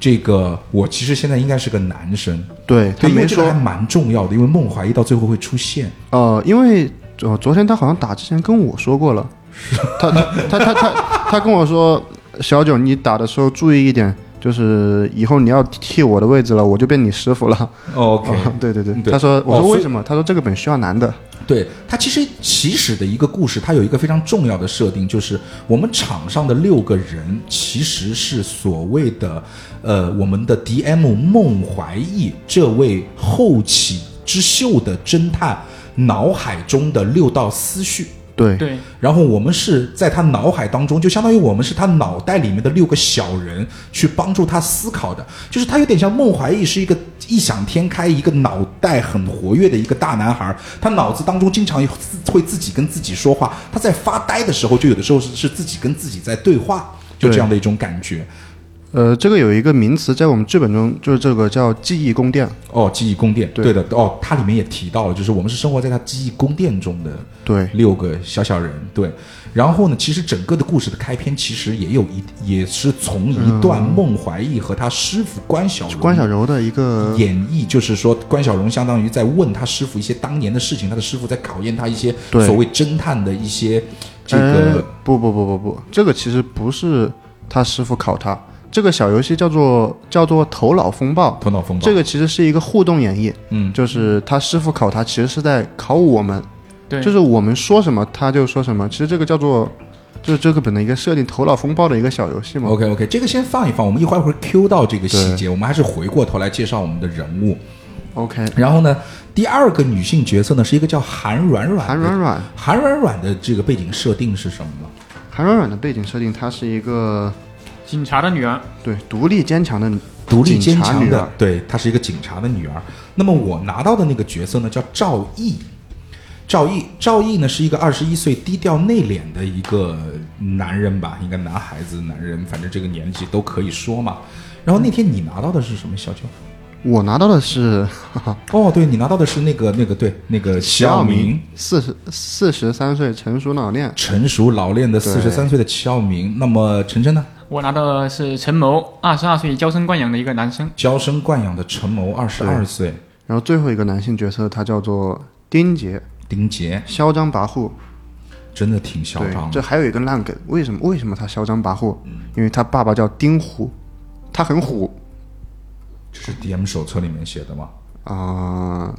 Speaker 1: 这个我其实现在应该是个男生，
Speaker 4: 对他
Speaker 1: 对，因为
Speaker 4: 没
Speaker 1: 这个
Speaker 4: 说
Speaker 1: 还，蛮重要的，因为孟怀义到最后会出现。
Speaker 4: 呃，因为呃，昨天他好像打之前跟我说过了，他他他他他他跟我说，小九，你打的时候注意一点，就是以后你要替我的位置了，我就变你师傅了。
Speaker 1: 哦 OK，
Speaker 4: 对对对
Speaker 1: 对，
Speaker 4: 他说，我
Speaker 1: 哦
Speaker 4: 说
Speaker 1: 所以
Speaker 4: 为什么？他说这个本需要男的，
Speaker 1: 对它其实起始的一个故事，它有一个非常重要的设定，就是我们场上的六个人其实是所谓的，呃，我们的 DM 孟怀义这位后起之秀的侦探脑海中的六道思绪。
Speaker 4: 对
Speaker 5: 对
Speaker 1: 然后我们是在他脑海当中，就相当于我们是他脑袋里面的六个小人，去帮助他思考的。就是他有点像孟怀义，是一个异想天开、一个脑袋很活跃的一个大男孩儿。他脑子当中经常有自会自己跟自己说话，他在发呆的时候，就有的时候是是自己跟自己在对话，就这样的一种感觉。
Speaker 4: 呃，这个有一个名词在我们剧本中，就是这个叫记忆宫殿，
Speaker 1: 哦，记忆宫殿，
Speaker 4: 对
Speaker 1: 对的，哦，它里面也提到了，就是我们是生活在他记忆宫殿中的
Speaker 4: 对
Speaker 1: 六个小小人，对。然后呢，其实整个的故事的开篇其实也有一，也是从一段孟怀义和他师傅关晓荣
Speaker 4: 关小柔的一个
Speaker 1: 演绎，就是说关晓荣相当于在问他师傅一些当年的事情，他的师傅在考验他一些
Speaker 4: 对
Speaker 1: 所谓侦探的一些这
Speaker 4: 呃
Speaker 1: 个
Speaker 4: 不不不不不，这个其实不是他师傅考他，这个小游戏叫做叫做头脑风暴，
Speaker 1: 头脑风暴。
Speaker 4: 呃这个其实是一个互动演绎，
Speaker 1: 嗯，
Speaker 4: 就是他师傅考他，其实是在考我们，
Speaker 5: 对，
Speaker 4: 就是我们说什么他就说什么。其实这个叫做就是这个本的一个设定，头脑风暴的一个小游戏嘛。
Speaker 1: OK OK，这个先放一放，我们一会儿会 Q 到这个细节，我们还是回过头来介绍我们的人物。
Speaker 4: OK，
Speaker 1: 然后呢，第二个女性角色呢是一个叫韩软软的，
Speaker 4: 韩软软，
Speaker 1: 韩软软的这个背景设定是什么呢？
Speaker 4: 韩软软的背景设定，她是一个
Speaker 5: 警察的女儿，
Speaker 4: 对独立坚强的
Speaker 1: 独立坚
Speaker 4: 警察
Speaker 1: 强
Speaker 4: 女
Speaker 1: 的
Speaker 4: 儿，，
Speaker 1: 对，她是一个警察的女儿。那么我拿到的那个角色呢，叫赵毅。赵毅，赵毅呢是一个二十一岁低调内敛的一个男人吧，应该男孩子、男人，反正这个年纪都可以说嘛。然后那天你拿到的是什么小球？
Speaker 4: 我拿到的是 哈哈，
Speaker 1: 哦，对你拿到的是那个那个对那个齐
Speaker 4: 奥
Speaker 1: 奥
Speaker 4: 明
Speaker 1: 明，
Speaker 4: 四十四十三岁成熟老练，
Speaker 1: 成熟老练的四十三岁的齐奥明。那么晨晨呢？
Speaker 5: 我拿到的是陈谋，二十二岁娇生惯养的一个男生，
Speaker 1: 娇生惯养的陈谋，二十二岁，
Speaker 4: 然后最后一个男性角色他叫做丁杰，
Speaker 1: 丁杰，
Speaker 4: 嚣张跋扈。
Speaker 1: 真的挺嚣
Speaker 4: 对
Speaker 1: 张，嗯的
Speaker 4: 这。还有一个烂梗，为什么为什么他嚣张跋扈？因为他爸爸叫丁虎，他很虎
Speaker 1: 这是 DM 手册里面写的吗？
Speaker 4: 啊、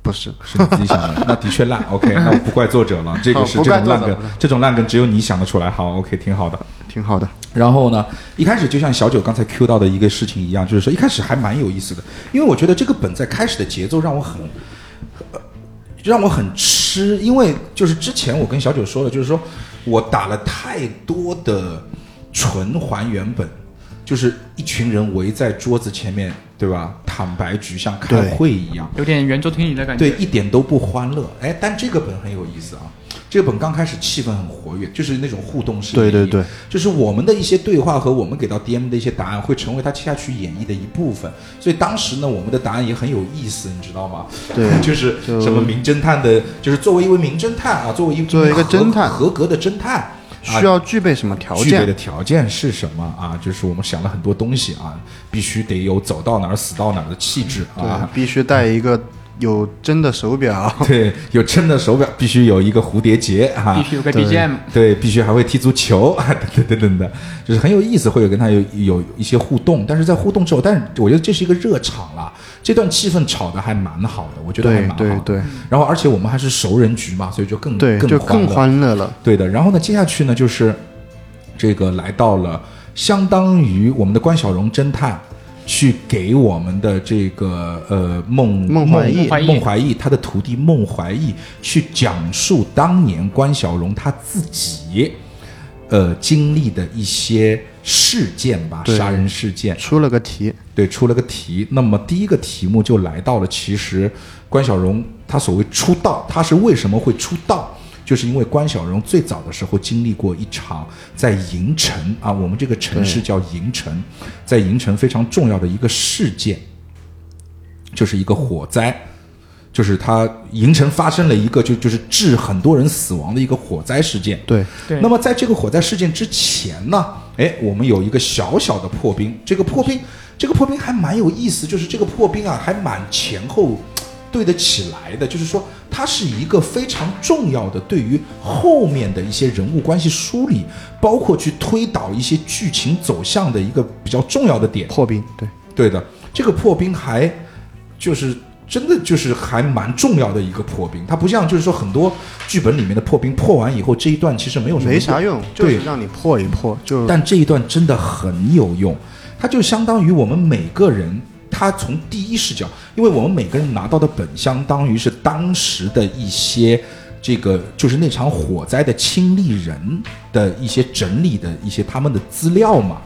Speaker 4: 不是，
Speaker 1: 是你自己想的，那的确 烂。OK，那我不怪作者了，这个是
Speaker 4: 好不
Speaker 1: 这
Speaker 4: 怪
Speaker 1: 种烂
Speaker 4: 作者
Speaker 1: 梗
Speaker 4: 不，
Speaker 1: 这种烂梗只有你想得出来。好，OK，挺好的。
Speaker 4: 挺好的。
Speaker 1: 然后呢，一开始就像小九刚才 Q 到的一个事情一样，就是说一开始还蛮有意思的，因为我觉得这个本在开始的节奏让我很，呃让我很吃，因为就是之前我跟小九说了，就是说我打了太多的纯还原本，就是一群人围在桌子前面，对吧？坦白局像开
Speaker 4: 对
Speaker 1: 会一样，
Speaker 5: 有点圆桌推理的感觉。
Speaker 1: 对，一点都不欢乐。哎，但这个本很有意思啊，这个本刚开始气氛很活跃，就是那种互动式。
Speaker 4: 对对对，
Speaker 1: 就是我们的一些对话和我们给到 DM 的一些答案，会成为他接下去演绎的一部分。所以当时呢，我们的答案也很有意思，你知道吗？
Speaker 4: 对
Speaker 1: 就是
Speaker 4: 就
Speaker 1: 什么名侦探的，就是作为一位名侦探啊，作为一
Speaker 4: 作为一个
Speaker 1: 合
Speaker 4: 侦探
Speaker 1: 合格的侦探。啊
Speaker 4: 需要具备什么条
Speaker 1: 具备的
Speaker 4: 件？
Speaker 1: 条件是什么啊？就是我们想了很多东西啊，必须得有走到哪儿死到哪儿的气质啊
Speaker 4: 对，，必须戴一个有针的手表。
Speaker 1: 对，有真的手表，必须有一个蝴蝶结哈，
Speaker 5: 必须有个
Speaker 4: 对
Speaker 5: BGM，
Speaker 1: 啊对，必须还会踢足球 啊，等等等等的，就是很有意思，会有跟他有有一些互动。但是在互动之后，但是我觉得这是一个热场啦，这段气氛炒的还蛮好的，我觉得还
Speaker 4: 对
Speaker 1: 蛮好
Speaker 4: 对
Speaker 1: 的。
Speaker 4: 对
Speaker 1: 然后而且我们还是熟人局嘛，所以就嗯更
Speaker 4: 对，就更
Speaker 1: 更乐。
Speaker 4: 欢乐了。
Speaker 1: 对的，然后呢，接下去呢就是这个来到了相当于我们的关晓蓉侦探去给我们的这个呃孟
Speaker 4: 孟怀义
Speaker 1: 孟怀孟怀义他的徒弟孟怀义去讲述当年关晓蓉她自己呃经历的一些事件吧，
Speaker 4: 对
Speaker 1: 杀人事件。
Speaker 4: 出了个题，
Speaker 1: 对，出了个题。那么第一个题目就来到了，其实关晓蓉她所谓出道，她是为什么会出道？就是因为关晓蓉最早的时候经历过一场在银城啊，我们这个城市叫银城，在银城非常重要的一个事件，就是一个火灾，就是它银城发生了一个就就是致很多人死亡的一个火灾事件。
Speaker 4: 对
Speaker 5: 对
Speaker 1: 那么在这个火灾事件之前呢，哎，我们有一个小小的破冰，这个破冰，这个破冰还蛮有意思，就是这个破冰啊，还蛮前后对得起来的，就是说它是一个非常重要的对于后面的一些人物关系梳理，包括去推导一些剧情走向的一个比较重要的点。
Speaker 4: 破冰，对
Speaker 1: 对的，这个破冰还就是真的就是还蛮重要的一个破冰，它不像就是说很多剧本里面的破冰破完以后这一段其实没有什么
Speaker 4: 没啥用，就
Speaker 1: 对
Speaker 4: 是让你破一破，就
Speaker 1: 但这一段真的很有用，它就相当于我们每个人，他从第一视角，因为我们每个人拿到的本，相当于是当时的一些。这个就是那场火灾的亲历人的一些整理的一些他们的资料嘛。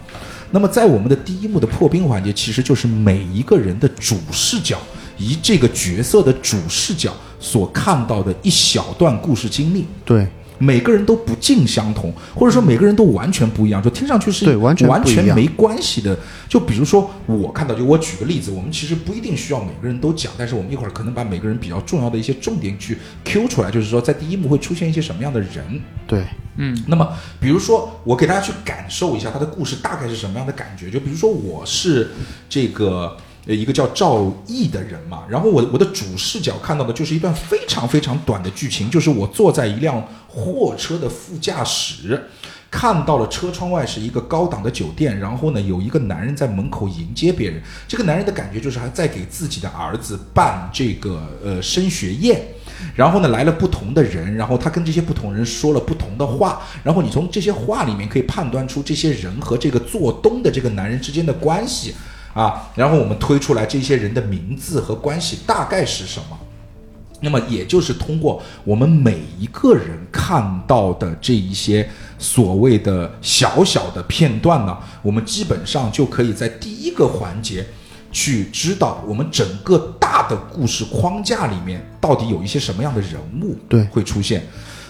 Speaker 1: 那么在我们的第一幕的破冰环节，其实就是每一个人的主视角，以这个角色的主视角所看到的一小段故事经历。
Speaker 4: 对
Speaker 1: 每个人都不尽相同，或者说每个人都完全不一样，就听上去是
Speaker 4: 对完全
Speaker 1: 完
Speaker 4: 不一样
Speaker 1: 全没关系的。就比如说我看到，就我举个例子，我们其实不一定需要每个人都讲，但是我们一会儿可能把每个人比较重要的一些重点去 Q 出来，就是说在第一幕会出现一些什么样的人。
Speaker 4: 对
Speaker 5: 嗯，
Speaker 1: 那么，比如说，我给大家去感受一下他的故事大概是什么样的感觉。就比如说，我是这个呃一个叫赵毅的人嘛，然后我我的主视角看到的就是一段非常非常短的剧情，就是我坐在一辆货车的副驾驶，看到了车窗外是一个高档的酒店，然后呢，有一个男人在门口迎接别人。这个男人的感觉就是还在给自己的儿子办这个呃升学宴。然后呢，来了不同的人，然后他跟这些不同人说了不同的话，然后你从这些话里面可以判断出这些人和这个做东的这个男人之间的关系啊。然后我们推出来这些人的名字和关系大概是什么。那么也就是通过我们每一个人看到的这一些所谓的小小的片段呢，我们基本上就可以在第一个环节去知道我们整个大的故事框架里面到底有一些什么样的人物
Speaker 4: 对
Speaker 1: 会出现。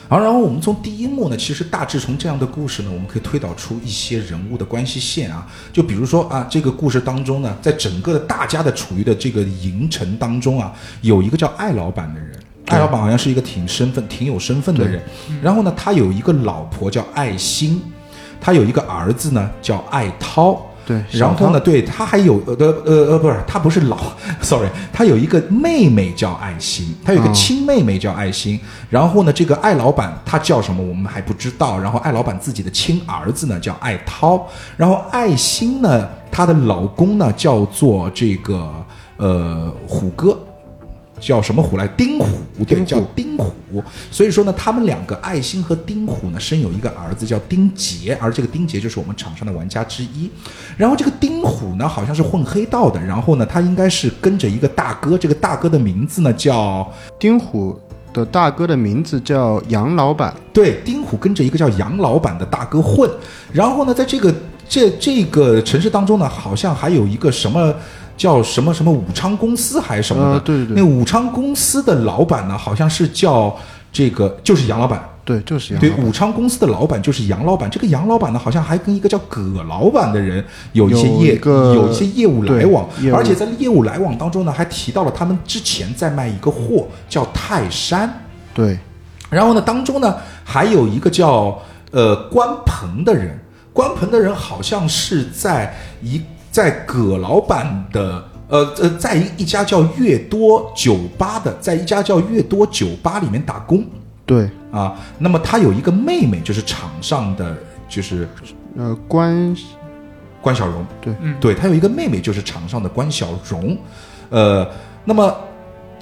Speaker 1: 好，然后我们从第一幕呢，其实大致从这样的故事呢，我们可以推导出一些人物的关系线啊。就比如说啊，这个故事当中呢，在整个的大家的处于的这个营城当中啊，有一个叫艾老板的人。艾老板好像是一个挺身份、挺有身份的人，然后呢，他有一个老婆叫艾欣，他有一个儿子呢叫艾涛，
Speaker 4: 对
Speaker 1: 然后呢，对他还有呃呃呃不是，他不是老 ，sorry，他有一个妹妹叫爱心，他有一个
Speaker 4: 哦
Speaker 1: 亲妹妹叫爱心。然后呢，这个艾老板他叫什么我们还不知道。然后艾老板自己的亲儿子呢叫艾涛，然后爱心呢，她的老公呢叫做这个呃虎哥。叫什么虎来？丁虎，对，叫丁虎。所以说呢，他们两个爱心和丁虎呢，生有一个儿子叫丁杰，而这个丁杰就是我们场上的玩家之一。然后这个丁虎呢，好像是混黑道的，然后呢，他应该是跟着一个大哥，这个大哥的名字呢叫
Speaker 4: 丁虎的大哥的名字叫杨老板，
Speaker 1: 对，丁虎跟着一个叫杨老板的大哥混，然后呢，在这个这这个城市当中呢，好像还有一个什么。叫什么什么武昌公司还是什么的？
Speaker 4: 呃对对对
Speaker 1: 那武昌公司的老板呢，好像是叫这个，就是杨老板。
Speaker 4: 对，就是杨
Speaker 1: 对
Speaker 4: 老，板。
Speaker 1: 武昌公司的老板就是杨老板。这个杨老板呢，好像还跟一个叫葛老板的人有一些
Speaker 4: 有
Speaker 1: 业
Speaker 4: 一个
Speaker 1: 一些业务来
Speaker 4: 对
Speaker 1: 往，
Speaker 4: 业务
Speaker 1: 而且在业务来往当中呢，还提到了他们之前在卖一个货叫泰山。
Speaker 4: 对，
Speaker 1: 然后呢，当中呢还有一个叫呃关鹏的人，关鹏的人好像是在一在葛老板的呃呃，在一一家叫越多酒吧的，在一家叫越多酒吧里面打工
Speaker 4: 对，
Speaker 1: 啊。那么他有一个妹妹，就是场上的就是
Speaker 4: 呃，关
Speaker 1: 关小荣，
Speaker 4: 对
Speaker 5: 嗯
Speaker 1: 对他有一个妹妹，就是场上的关小荣，呃，那么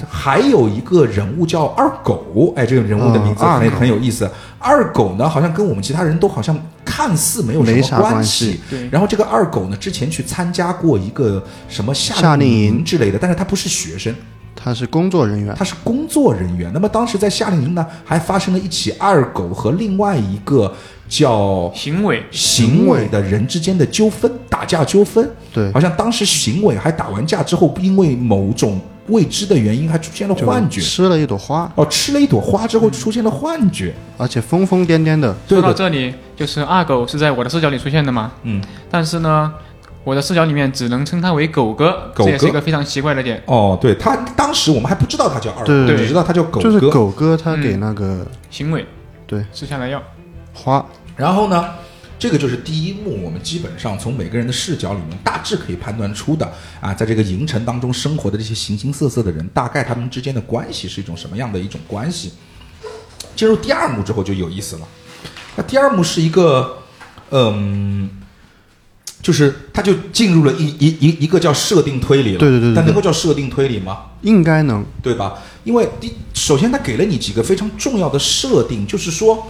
Speaker 1: 还有一个人物叫二狗，哎，这个人物的名字
Speaker 4: 啊
Speaker 1: 很、
Speaker 4: 二狗
Speaker 1: 很有意思。二狗呢，好像跟我们其他人都好像看似没有什
Speaker 4: 没
Speaker 1: 么
Speaker 4: 啥
Speaker 1: 关
Speaker 4: 关
Speaker 1: 系
Speaker 4: 系，
Speaker 5: 对
Speaker 1: 然后这个二狗呢，之前去参加过一个什么夏
Speaker 4: 夏令营啊
Speaker 1: 之类的，但是他不是学生，
Speaker 4: 他是工作人员，
Speaker 1: 他是工作人员。那么当时在夏令营呢，还发生了一起二狗和另外一个叫
Speaker 5: 行为
Speaker 1: 行为的人之间的纠纷，打架纠纷。
Speaker 4: 对
Speaker 1: 好像当时行为还打完架之后，因为某种未知的原因，还出现了
Speaker 4: 就
Speaker 1: 幻觉。
Speaker 4: 吃了一朵花，
Speaker 1: 哦，吃了一朵花之后出现了幻觉。
Speaker 4: 而且疯疯癫癫的，
Speaker 1: 对
Speaker 5: 说到
Speaker 1: 的，
Speaker 5: 这里，就是二狗是在我的视角里出现的嘛，
Speaker 1: 嗯，
Speaker 5: 但是呢，我的视角里面只能称他为狗哥，
Speaker 1: 狗哥
Speaker 5: 这也是一个非常奇怪的点。
Speaker 1: 哦，对他当时我们还不知道他叫二狗，
Speaker 4: 对
Speaker 1: 只知道他叫狗
Speaker 4: 就是
Speaker 1: 哥。
Speaker 4: 狗哥嗯他给
Speaker 5: 嗯
Speaker 4: 那个
Speaker 5: 行为
Speaker 4: 对
Speaker 5: 吃下来药，
Speaker 4: 花，
Speaker 1: 然后呢，这个就是第一幕，我们基本上从每个人的视角里面大致可以判断出的啊，在这个营城当中生活的这些形形色色的人，大概他们之间的关系是一种什么样的一种关系。进入第二幕之后就有意思了，那第二幕是一个，嗯。就是，他就进入了一一一一个叫设定推理了，
Speaker 4: 对对对对
Speaker 1: 但能
Speaker 4: 对
Speaker 1: 够叫设定推理吗？
Speaker 4: 应该能
Speaker 1: 对吧？因为第首先他给了你几个非常重要的设定，就是说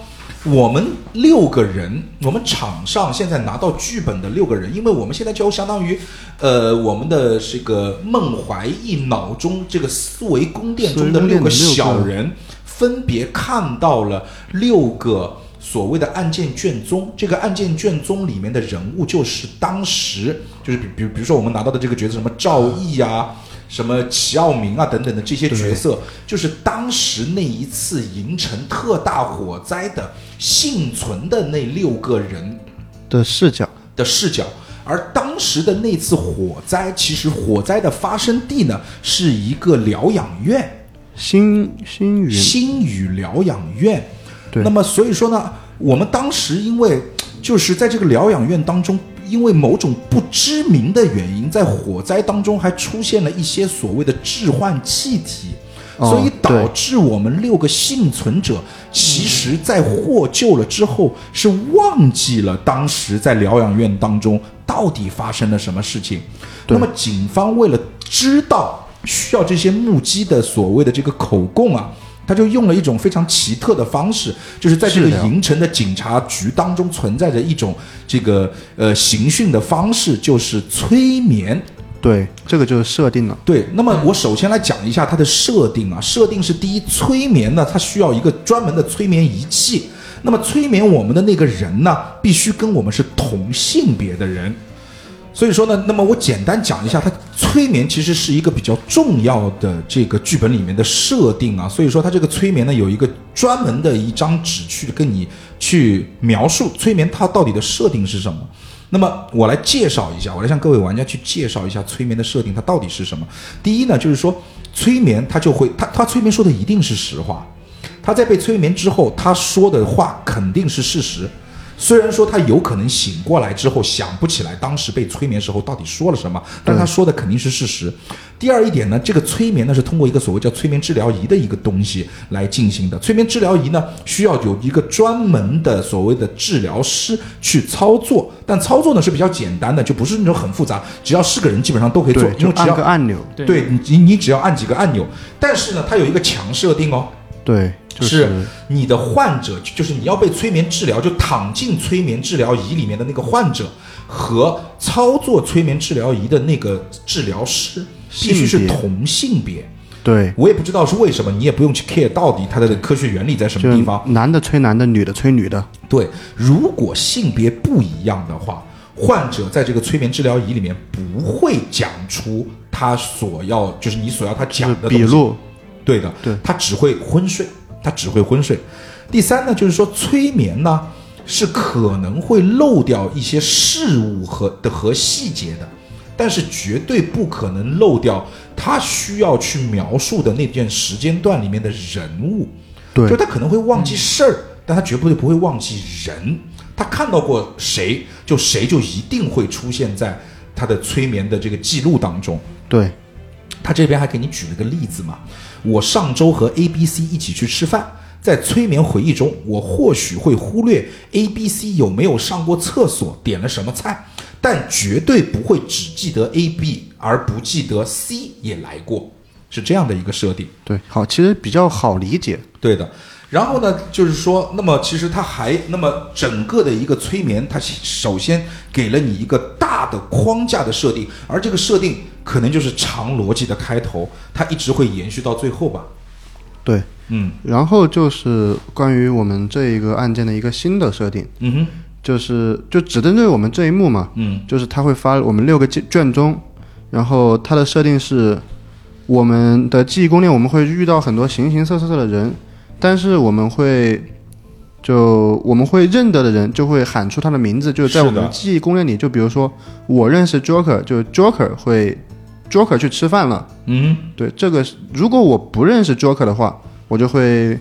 Speaker 1: 我们六个人，我们场上现在拿到剧本的六个人，因为我们现在就相当于呃我们的这个孟怀义脑中这个思维宫殿中的
Speaker 4: 思维宫
Speaker 1: 六
Speaker 4: 殿
Speaker 1: 个
Speaker 4: 的六个
Speaker 1: 小人，分别看到了六个。所谓的案件卷宗，这个案件卷宗里面的人物就是当时就是比比比如说我们拿到的这个角色什么赵毅啊，什么齐奥明啊等等的这些角色，就是当时那一次营城特大火灾的幸存的那六个人
Speaker 4: 的视角，
Speaker 1: 的视角。而当时的那次火灾，其实火灾的发生地呢是一个疗养院，
Speaker 4: 星星云
Speaker 1: 新宇疗养院。
Speaker 4: 对
Speaker 1: 那么所以说呢，我们当时因为就是在这个疗养院当中，因为某种不知名的原因，在火灾当中还出现了一些所谓的致幻气体。
Speaker 4: 哦
Speaker 1: 所以导
Speaker 4: 对
Speaker 1: 致我们六个幸存者，其实在获救了之后，是忘记了当时在疗养院当中到底发生了什么事情。那么警方为了知道需要这些目击的所谓的这个口供啊。他就用了一种非常奇特的方式，就是在这个
Speaker 4: 是的
Speaker 1: 营城的警察局当中存在着一种这个呃刑讯的方式，就是催眠。
Speaker 4: 对，这个就是设定了，
Speaker 1: 对，那么我首先来讲一下它的设定啊。设定是第一，催眠呢，它需要一个专门的催眠仪器。那么催眠我们的那个人呢，必须跟我们是同性别的人。所以说呢，那么我简单讲一下，它催眠其实是一个比较重要的这个剧本里面的设定啊。所以说，它这个催眠呢，有一个专门的一张纸去跟你去描述催眠它到底的设定是什么。那么我来介绍一下，我来向各位玩家去介绍一下催眠的设定，它到底是什么。第一呢，就是说催眠它就会，它它催眠说的一定是实话，他在被催眠之后，他说的话肯定是事实。虽然说他有可能醒过来之后想不起来当时被催眠时候到底说了什么，但他说的肯定是事实。第二一点呢，这个催眠呢是通过一个所谓叫催眠治疗仪的一个东西来进行的。催眠治疗仪呢需要有一个专门的所谓的治疗师去操作，但操作呢是比较简单的，就不是那种很复杂，只要是个人基本上都可以做
Speaker 4: 对，，
Speaker 1: 因
Speaker 4: 就
Speaker 1: 为只
Speaker 4: 按个
Speaker 1: 要
Speaker 4: 按钮，
Speaker 5: 对
Speaker 1: 对你你你只要按几个按钮，但是呢它有一个强设定哦，
Speaker 4: 对，就是
Speaker 1: 你的患者，就是你要被催眠治疗，就躺进催眠治疗仪里面的那个患者和操作催眠治疗仪的那个治疗师必须是
Speaker 4: 性别
Speaker 1: 同性别。
Speaker 4: 对，
Speaker 1: 我也不知道是为什么，你也不用去 care 到底它的科学原理在什么
Speaker 4: 就
Speaker 1: 地方。
Speaker 4: 男的吹男的，女的吹女的，
Speaker 1: 对，如果性别不一样的话，患者在这个催眠治疗仪里面不会讲出他所要，就是你所要他
Speaker 4: 就
Speaker 1: 讲
Speaker 4: 是
Speaker 1: 的
Speaker 4: 笔
Speaker 1: 东西
Speaker 4: 录，
Speaker 1: 对的，
Speaker 4: 对
Speaker 1: 他只会昏睡，他只会昏睡。第三呢，就是说催眠呢是可能会漏掉一些事物和的和细节的，但是绝对不可能漏掉他需要去描述的那段时间段里面的人物。
Speaker 4: 对嗯
Speaker 1: 就他可能会忘记事儿，但他绝不会不会忘记人。他看到过谁，就谁就一定会出现在他的催眠的这个记录当中。
Speaker 4: 对，
Speaker 1: 他这边还给你举了个例子嘛，我上周和 A、B、C 一起去吃饭，在催眠回忆中，我或许会忽略 A、B、C 有没有上过厕所，点了什么菜，但绝对不会只记得 A、B 而不记得 C 也来过，是这样的一个设定。
Speaker 4: 对，好，其实比较好理解，
Speaker 1: 对的。然后呢，就是说，那么其实它还，那么整个的一个催眠，它首先给了你一个大的框架的设定，而这个设定可能就是长逻辑的开头，它一直会延续到最后吧。
Speaker 4: 对，
Speaker 1: 嗯
Speaker 4: 然后就是关于我们这一个案件的一个新的设定，
Speaker 1: 嗯哼
Speaker 4: 就是就只针对我们这一幕嘛，
Speaker 1: 嗯
Speaker 4: 就是他会发我们六个卷卷宗，然后它的设定是我们的记忆攻略，我们会遇到很多形形色色的人，但是我们会就我们会认得的人就会喊出他的名字，就是在
Speaker 1: 是
Speaker 4: 我们
Speaker 1: 的
Speaker 4: 记忆攻略里，就比如说我认识 Joker，就 Joker 会 Joker 去吃饭了，
Speaker 1: 嗯，
Speaker 4: 对这个是如果我不认识 Joker 的话，我就会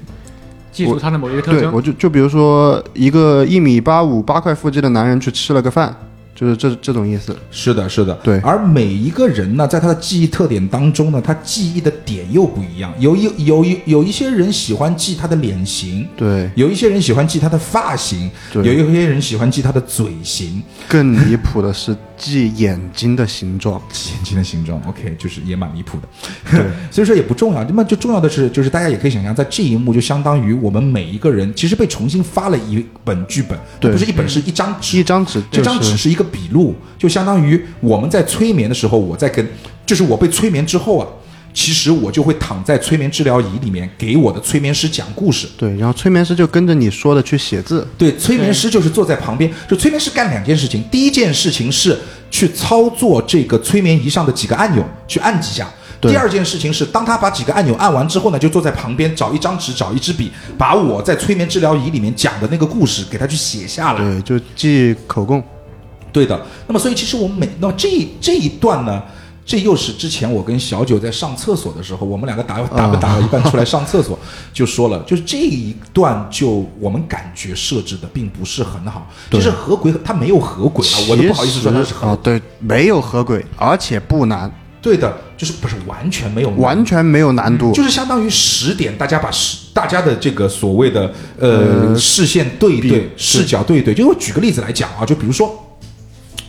Speaker 5: 记住他的某一个特
Speaker 4: 对，
Speaker 5: 征。
Speaker 4: 我就就比如说一个一米八五八块腹肌的男人去吃了个饭，就是这这种意思。
Speaker 1: 是的，是的，
Speaker 4: 对
Speaker 1: 而每一个人呢，在他的记忆特点当中呢，他记忆的点又不一样。有一有一有一些人喜欢记他的脸型，
Speaker 4: 对，
Speaker 1: 有一些人喜欢记他的发型，有
Speaker 4: 对
Speaker 1: 一些人喜欢记他的嘴型。
Speaker 4: 更离谱的是记眼睛的形状。
Speaker 1: 眼睛的形状，OK，就是也蛮离谱的，
Speaker 4: 对
Speaker 1: 所以说也不重要。那么就重要的是，就是大家也可以想象，在这一幕就相当于我们每一个人其实被重新发了一本剧本，
Speaker 4: 对
Speaker 1: 不是一本是一张纸，
Speaker 4: 一张纸、就是，
Speaker 1: 这张纸是一个笔录，就相当于我们在催眠的时候，我在跟，就是我被催眠之后啊，其实我就会躺在催眠治疗仪里面给我的催眠师讲故事。
Speaker 4: 对，然后催眠师就跟着你说的去写字。
Speaker 1: 对，催眠师就是坐在旁边。就催眠师干两件事情，第一件事情是去操作这个催眠仪上的几个按钮，去按几下。
Speaker 4: 对
Speaker 1: 第二件事情是，当他把几个按钮按完之后呢，就坐在旁边找一张纸，找一支笔，把我在催眠治疗仪里面讲的那个故事给他去写下来。
Speaker 4: 对，就记口供。
Speaker 1: 对的。那么，所以其实我们每那么这一这一段呢，这又是之前我跟小九在上厕所的时候，我们两个打打打到一半出来上厕所，就说了，就是这一段就我们感觉设置的并不是很好。其实合轨它没有合轨啊，我都不好意思说它是合
Speaker 4: 啊、哦，对，没有合轨，而且不难。
Speaker 1: 对的，就是不是完全没有难嗯
Speaker 4: 完全没有难度，
Speaker 1: 就是相当于十点，大家把十大家的这个所谓的呃视线对一对，视角对一对。就我举个例子来讲啊，就比如说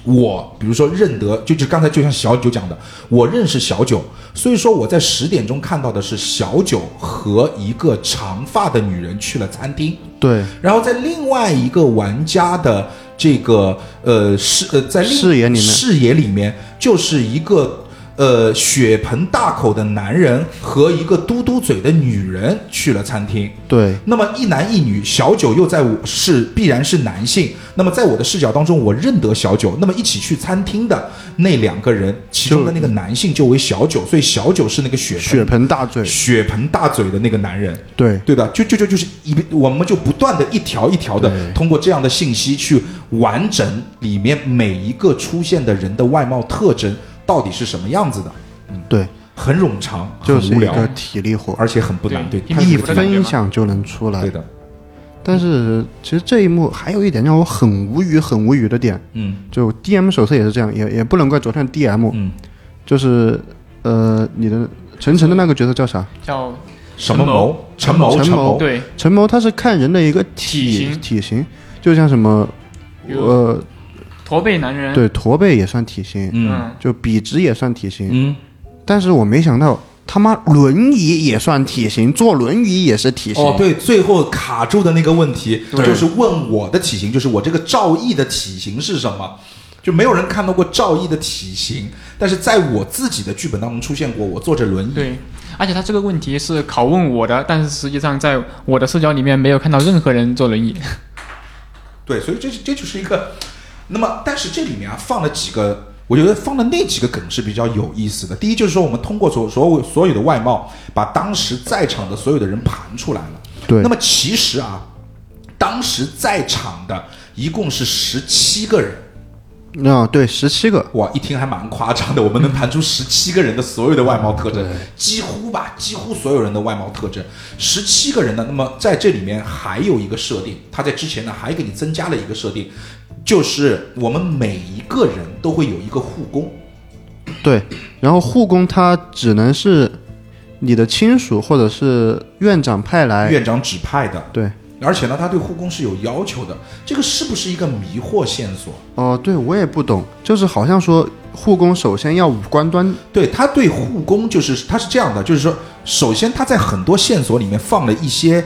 Speaker 1: 我，比如说认得，就就刚才就像小九讲的，我认识小九，所以说我在十点钟看到的是小九和一个长发的女人去了餐厅。
Speaker 4: 对，
Speaker 1: 然后在另外一个玩家的这个呃视呃在另
Speaker 4: 视野里面
Speaker 1: 视野里面就是一个呃血盆大口的男人和一个嘟嘟嘴的女人去了餐厅。
Speaker 4: 对，
Speaker 1: 那么一男一女，小九又在我是必然是男性。那么在我的视角当中，我认得小九。那么一起去餐厅的那两个人，其中的那个男性就为小九，所以小九是那个血盆
Speaker 4: 血盆大嘴，
Speaker 1: 血盆大嘴的那个男人。
Speaker 4: 对，
Speaker 1: 对的，就就就就是一，我们就不断的一条一条的
Speaker 4: 对
Speaker 1: 通过这样的信息去完整里面每一个出现的人的外貌特征到底是什么样子的，
Speaker 4: 对，
Speaker 1: 很冗长，嗯
Speaker 4: 就
Speaker 1: 很
Speaker 4: 是
Speaker 1: 无
Speaker 4: 一
Speaker 1: 聊，
Speaker 4: 个体力活，
Speaker 1: 而且很不难，对，
Speaker 5: 对
Speaker 1: 它是
Speaker 5: 一
Speaker 4: 一
Speaker 1: 个
Speaker 5: 分
Speaker 1: 难
Speaker 4: 分享就能出来
Speaker 1: 对。的，
Speaker 4: 但是其实这一幕还有一点让我很无语、很无语的点，
Speaker 1: 嗯
Speaker 4: 就 DM 手册也是这样，也也不能怪昨天的 DM，
Speaker 1: 嗯，
Speaker 4: 就是呃，你的陈晨的那个角色叫啥？
Speaker 5: 叫
Speaker 1: 什么谋？陈谋，
Speaker 4: 陈
Speaker 1: 陈
Speaker 4: 谋
Speaker 1: 谋，
Speaker 5: 对，
Speaker 4: 陈谋他是看人的一个
Speaker 5: 体
Speaker 4: 体
Speaker 5: 型
Speaker 4: 体型，就像什么，
Speaker 5: 有
Speaker 4: 呃，
Speaker 5: 驼背男人，
Speaker 4: 对，驼背也算体型，
Speaker 1: 嗯
Speaker 5: 嗯，
Speaker 4: 就笔直也算体型，
Speaker 1: 嗯，
Speaker 4: 但是我没想到他妈轮椅也算体型，坐轮椅也是体型。
Speaker 1: 哦，对，最后卡住的那个问题
Speaker 5: 对
Speaker 1: 就是问我的体型，就是我这个赵毅的体型是什么？就没有人看到过赵毅的体型，但是在我自己的剧本当中出现过，我坐着轮椅。
Speaker 5: 对，而且他这个问题是拷问我的，但是实际上在我的视角里面没有看到任何人坐轮椅。
Speaker 1: 对，所以这这就是一个，那么但是这里面啊放了几个，我觉得放的那几个梗是比较有意思的。第一就是说，我们通过所所有所有的外貌，把当时在场的所有的人盘出来了。
Speaker 4: 对
Speaker 1: 那么其实啊，当时在场的一共是十七个人。
Speaker 4: 啊、对，十七个，
Speaker 1: 哇，一听还蛮夸张的，我们能盘出十七个人的所有的外貌特征，几乎吧，几乎所有人的外貌特征，十七个人呢。那么在这里面还有一个设定，他在之前呢还给你增加了一个设定，就是我们每一个人都会有一个护工，
Speaker 4: 对。然后护工他只能是你的亲属或者是院长派来，
Speaker 1: 院长指派的，
Speaker 4: 对。
Speaker 1: 而且呢，他对护工是有要求的。这个是不是一个迷惑线索？
Speaker 4: 哦、对我也不懂，就是好像说护工首先要五官端，
Speaker 1: 对他对护工就是他是这样的，就是说，首先他在很多线索里面放了一些，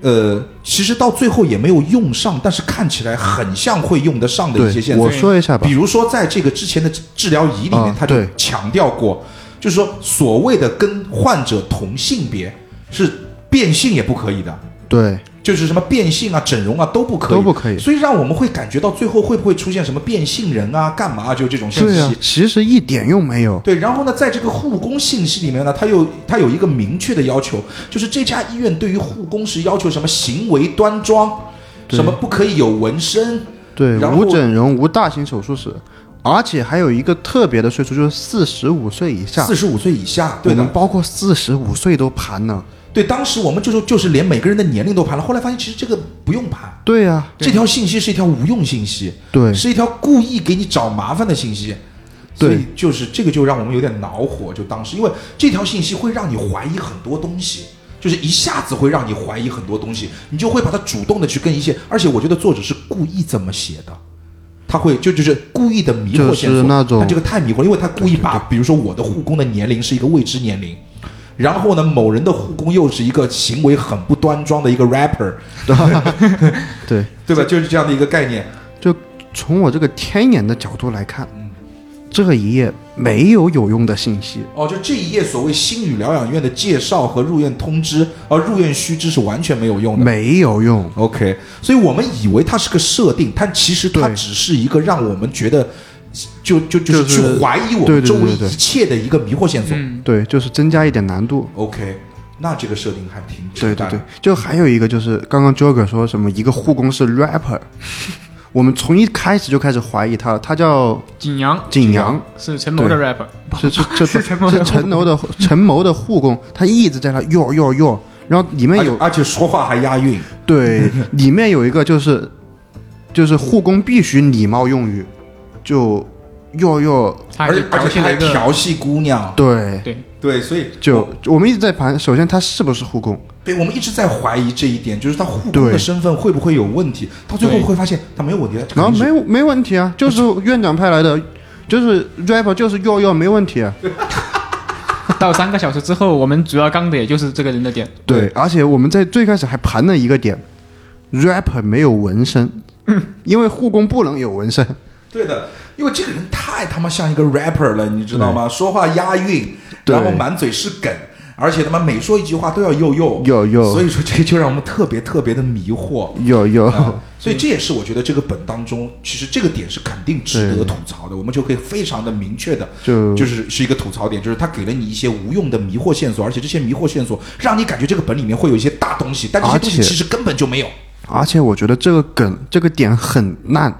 Speaker 1: 呃，其实到最后也没有用上，但是看起来很像会用得上的一些
Speaker 4: 对，
Speaker 1: 线索
Speaker 4: 我。说一下吧
Speaker 1: 比，如说，在这个之前的治治疗仪里面，
Speaker 4: 啊
Speaker 1: 他就
Speaker 4: 对
Speaker 1: 强调过，就是说，所谓的跟患者同性别是变性也不可以的。
Speaker 4: 对，
Speaker 1: 就是什么变性啊、整容啊都不可以，
Speaker 4: 都不可以
Speaker 1: 所以让我们会感觉到最后会不会出现什么变性人啊、干嘛啊，就这种信
Speaker 4: 对
Speaker 1: 息。
Speaker 4: 啊，其实一点用没有，
Speaker 1: 对，然后呢，在这个护工信息里面呢，它有它有一个明确的要求，就是这家医院对于护工是要求什么行为端庄，
Speaker 4: 对
Speaker 1: 什么不可以有纹身，
Speaker 4: 对，
Speaker 1: 然后
Speaker 4: 无整容、无大型手术室，而且还有一个特别的岁数，就是四十五岁以下。
Speaker 1: 四十五岁以下，对
Speaker 4: 我
Speaker 1: 的
Speaker 4: 们，包括四十五岁都盘呢。
Speaker 1: 对，当时我们就是就是连每个人的年龄都盘了，后来发现其实这个不用盘，
Speaker 4: 对呀、
Speaker 1: 这条信息是一条无用信息，
Speaker 4: 对
Speaker 1: 是一条故意给你找麻烦的信息。所
Speaker 4: 对
Speaker 1: 以就是这个就让我们有点恼火，就当时因为这条信息会让你怀疑很多东西，就是一下子会让你怀疑很多东西，你就会把它主动的去跟一些，而且我觉得作者是故意这么写的。他会就就是故意的迷惑线索，
Speaker 4: 就是那种
Speaker 1: 但这个太迷惑了，因为他故意把，比如说我的护工的年龄是一个未知年龄，然后呢，某人的护工又是一个行为很不端庄的一个 rapper，
Speaker 4: 对，
Speaker 1: 对吧？就是这样的一个概念。
Speaker 4: 就从我这个天眼的角度来看，
Speaker 1: 嗯
Speaker 4: 这一页没有有用的信息。
Speaker 1: 哦，就这一页所谓心理疗养院的介绍和入院通知，而入院须知是完全没有用的。
Speaker 4: 没有用，
Speaker 1: OK，所以我们以为它是个设定，但其实它
Speaker 4: 对
Speaker 1: 只是一个让我们觉得，就就就
Speaker 4: 就是
Speaker 1: 去怀疑我
Speaker 4: 对
Speaker 1: 们
Speaker 4: 对
Speaker 1: 周围
Speaker 4: 对对
Speaker 1: 一切的一个迷惑线索。
Speaker 5: 嗯，
Speaker 4: 对，就是增加一点难度。
Speaker 1: OK，那这个设定还挺扯
Speaker 4: 对对
Speaker 1: 淡
Speaker 4: 对，就还有一个就是刚刚 Joker 说什么一个护工是 rapper，我们从一开始就开始怀疑他，他叫
Speaker 5: 景阳
Speaker 4: 景阳，
Speaker 5: 是陈谋的 rap，
Speaker 4: 是是是是
Speaker 5: 陈谋的护
Speaker 4: 陈谋的陈谋的护工，他一直在那哟哟哟，然后里面
Speaker 1: 而且
Speaker 5: 哎
Speaker 4: 有
Speaker 1: 而且说话还押韵。
Speaker 4: 对里面有一个就是就是护工必须礼貌用语，就哟哟，
Speaker 5: 他
Speaker 1: 而
Speaker 5: 还
Speaker 1: 且而且
Speaker 5: 调戏
Speaker 1: 他
Speaker 5: 了
Speaker 1: 还
Speaker 5: 一个，
Speaker 1: 调戏姑娘，
Speaker 4: 对，
Speaker 5: 对，
Speaker 1: 对，所以
Speaker 4: 就我们一直在盘，首先他是不是护工？
Speaker 1: 对我们一直在怀疑这一点，就是他护工
Speaker 4: 对
Speaker 1: 的身份会不会有问题？到最后
Speaker 5: 对
Speaker 1: 会发现他没有问题，他肯定
Speaker 4: 然后没
Speaker 1: 是
Speaker 4: 有没问题啊，就是院长派来的，就是 rapper 就是哟哟没问题啊。
Speaker 5: 到三个小时之后，我们主要刚的也就是这个人的点，
Speaker 4: 对，而且我们在最开始还盘了一个点，rapper 没有纹身，
Speaker 1: 嗯
Speaker 4: 因为护工不能有纹身。
Speaker 1: 对的，因为这个人太他妈像一个 rapper 了，你知道吗？说话押韵，
Speaker 4: 对
Speaker 1: 然后满嘴是梗，而且他妈每说一句话都要又又
Speaker 4: 又又
Speaker 1: 所以说这就让我们特别特别的迷惑。
Speaker 4: 哟 哟，
Speaker 1: 啊，所以这也是我觉得这个本当中，其实这个点是肯定值得吐槽的，我们就可以非常的明确的，
Speaker 4: 就
Speaker 1: 就是是一个吐槽点，就是他给了你一些无用的迷惑线索，而且这些迷惑线索让你感觉这个本里面会有一些大东西，但这些东西
Speaker 4: 而且
Speaker 1: 其实根本就没有，
Speaker 4: 而且我觉得这个梗这个点很烂，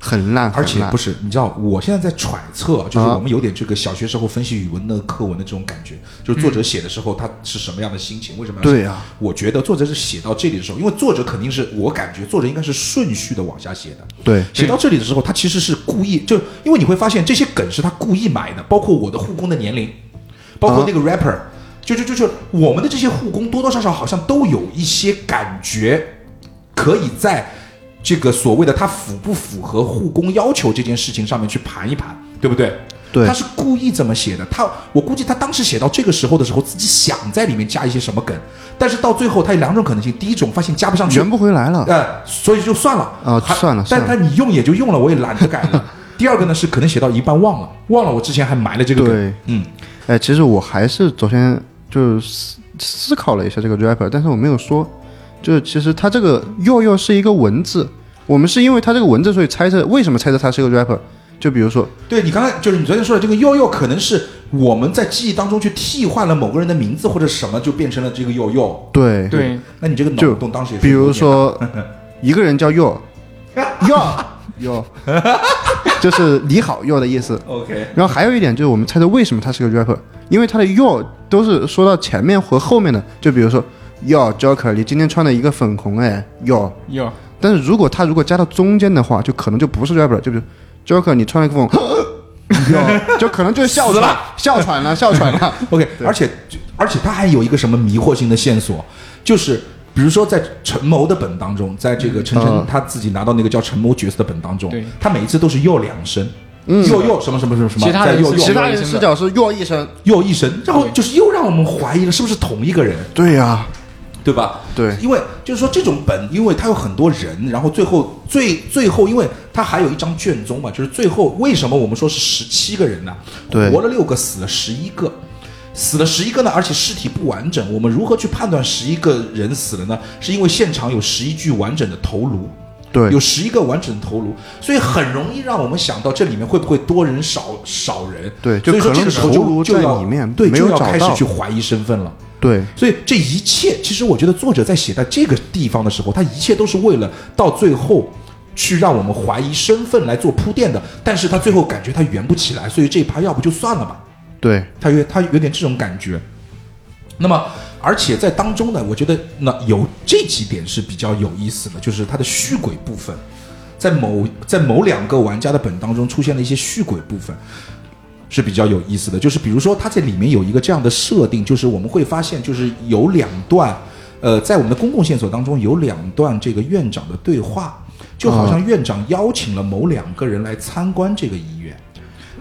Speaker 4: 很烂，
Speaker 1: 而且
Speaker 4: 很烂
Speaker 1: 不是，你知道，我现在在揣测，就是
Speaker 4: 啊
Speaker 1: 我们有点这个小学时候分析语文的课文的这种感觉，就是作者写的时候他是什么样的心情，为什么要写
Speaker 4: 嗯对啊
Speaker 1: 我觉得作者是写到这里的时候，因为作者肯定是我感觉作者应该是顺序的往下写的，
Speaker 4: 对
Speaker 1: 写到这里的时候，他其实是故意，就因为你会发现这些梗是他故意埋的，包括我的护工的年龄，包括那个 rapper，、就就就就我们的这些护工多多少少好像都有一些感觉，可以在这个所谓的他符不符合护工要求这件事情上面去盘一盘，对不对？
Speaker 4: 对
Speaker 1: 他是故意这么写的。他，我估计他当时写到这个时候的时候，自己想在里面加一些什么梗，但是到最后他有两种可能性：第一种发现加不上去，
Speaker 4: 圆不回来了。
Speaker 1: 呃，所以就算了
Speaker 4: 啊
Speaker 1: 还
Speaker 4: 算了
Speaker 1: 但
Speaker 4: 算了
Speaker 1: 但你用也就用了，我也懒得改 了。第二个呢是可能写到一半忘了，忘了我之前还埋了这个梗
Speaker 4: 对，
Speaker 1: 嗯，
Speaker 4: 哎，其实我还是昨天就是思思考了一下这个 rapper，但是我没有说，就是其实他这个又又是一个文字，我们是因为他这个文字，所以猜测为什么猜测他是个 rapper。就比如说，
Speaker 1: 对你刚才就是你昨天说的这个佑佑，可能是我们在记忆当中去替换了某个人的名字或者什么，就变成了这个佑佑。
Speaker 4: 对，
Speaker 5: 对，
Speaker 1: 那你这个脑
Speaker 4: 就
Speaker 1: 洞当时也是
Speaker 4: 比
Speaker 1: 有
Speaker 4: 如
Speaker 1: 点
Speaker 4: 说 一个人叫 又又又， 就是你好又的意思。
Speaker 1: OK，
Speaker 4: 然后还有一点就是，我们猜测为什么他是个 rapper，因为他的 your 都是说到前面和后面的，就比如说 yo Joker，你今天穿了一个粉红哎 yo，
Speaker 5: 有
Speaker 4: 但是如果他如果加到中间的话，就可能就不是 rapper，了，就比如 Joker 你穿了一个粉红 yo，就可能就是哮喘哮喘了哮喘了，
Speaker 1: OK，而且而且他还有一个什么迷惑性的线索，就是比如说在陈谋的本当中，在这个陈晨
Speaker 4: 嗯
Speaker 1: 他自己拿到那个叫陈谋角色的本当中
Speaker 5: 对，
Speaker 1: 他每一次都是又两声，又又什么什么什么什么，
Speaker 5: 其他
Speaker 1: 再
Speaker 5: 人
Speaker 1: 又
Speaker 5: 是
Speaker 1: 又
Speaker 4: 其他人视角是 yo 一声，
Speaker 1: 又一声，然后就是又让我们怀疑了是不是同一个人，
Speaker 4: 对呀、
Speaker 1: 对吧？
Speaker 4: 对
Speaker 1: 因为就是说这种本，因为它有很多人，然后最后最最后，因为它还有一张卷宗嘛，就是最后为什么我们说是十七个人呢？
Speaker 4: 对
Speaker 1: 活了六个，死了十一个。死了十一个呢，而且尸体不完整，我们如何去判断十一个人死了呢？是因为现场有十一具完整的头颅，
Speaker 4: 对
Speaker 1: 有十一个完整的头颅，所以很容易让我们想到这里面会不会多人少少人？
Speaker 4: 对
Speaker 1: 所以说
Speaker 4: 就可能
Speaker 1: 这个时候
Speaker 4: 头
Speaker 1: 就
Speaker 4: 颅
Speaker 1: 就要
Speaker 4: 在里面
Speaker 1: 对，
Speaker 4: 没有
Speaker 1: 就要
Speaker 4: 找
Speaker 1: 开始
Speaker 4: 到
Speaker 1: 去怀疑身份了。
Speaker 4: 对
Speaker 1: 所以这一切，其实我觉得作者在写在这个地方的时候，他一切都是为了到最后去让我们怀疑身份来做铺垫的。但是他最后感觉他圆不起来，所以这一趴要不就算了吧。
Speaker 4: 对
Speaker 1: 他有他有点这种感觉。那么，而且在当中呢，我觉得那有这几点是比较有意思的，就是它的续鬼部分，在某在某两个玩家的本当中出现了一些续鬼部分，是比较有意思的。就是比如说，它在里面有一个这样的设定，就是我们会发现，就是有两段，呃，在我们的公共线索当中有两段这个院长的对话，就好像院长邀请了某两个人来参观这个医院。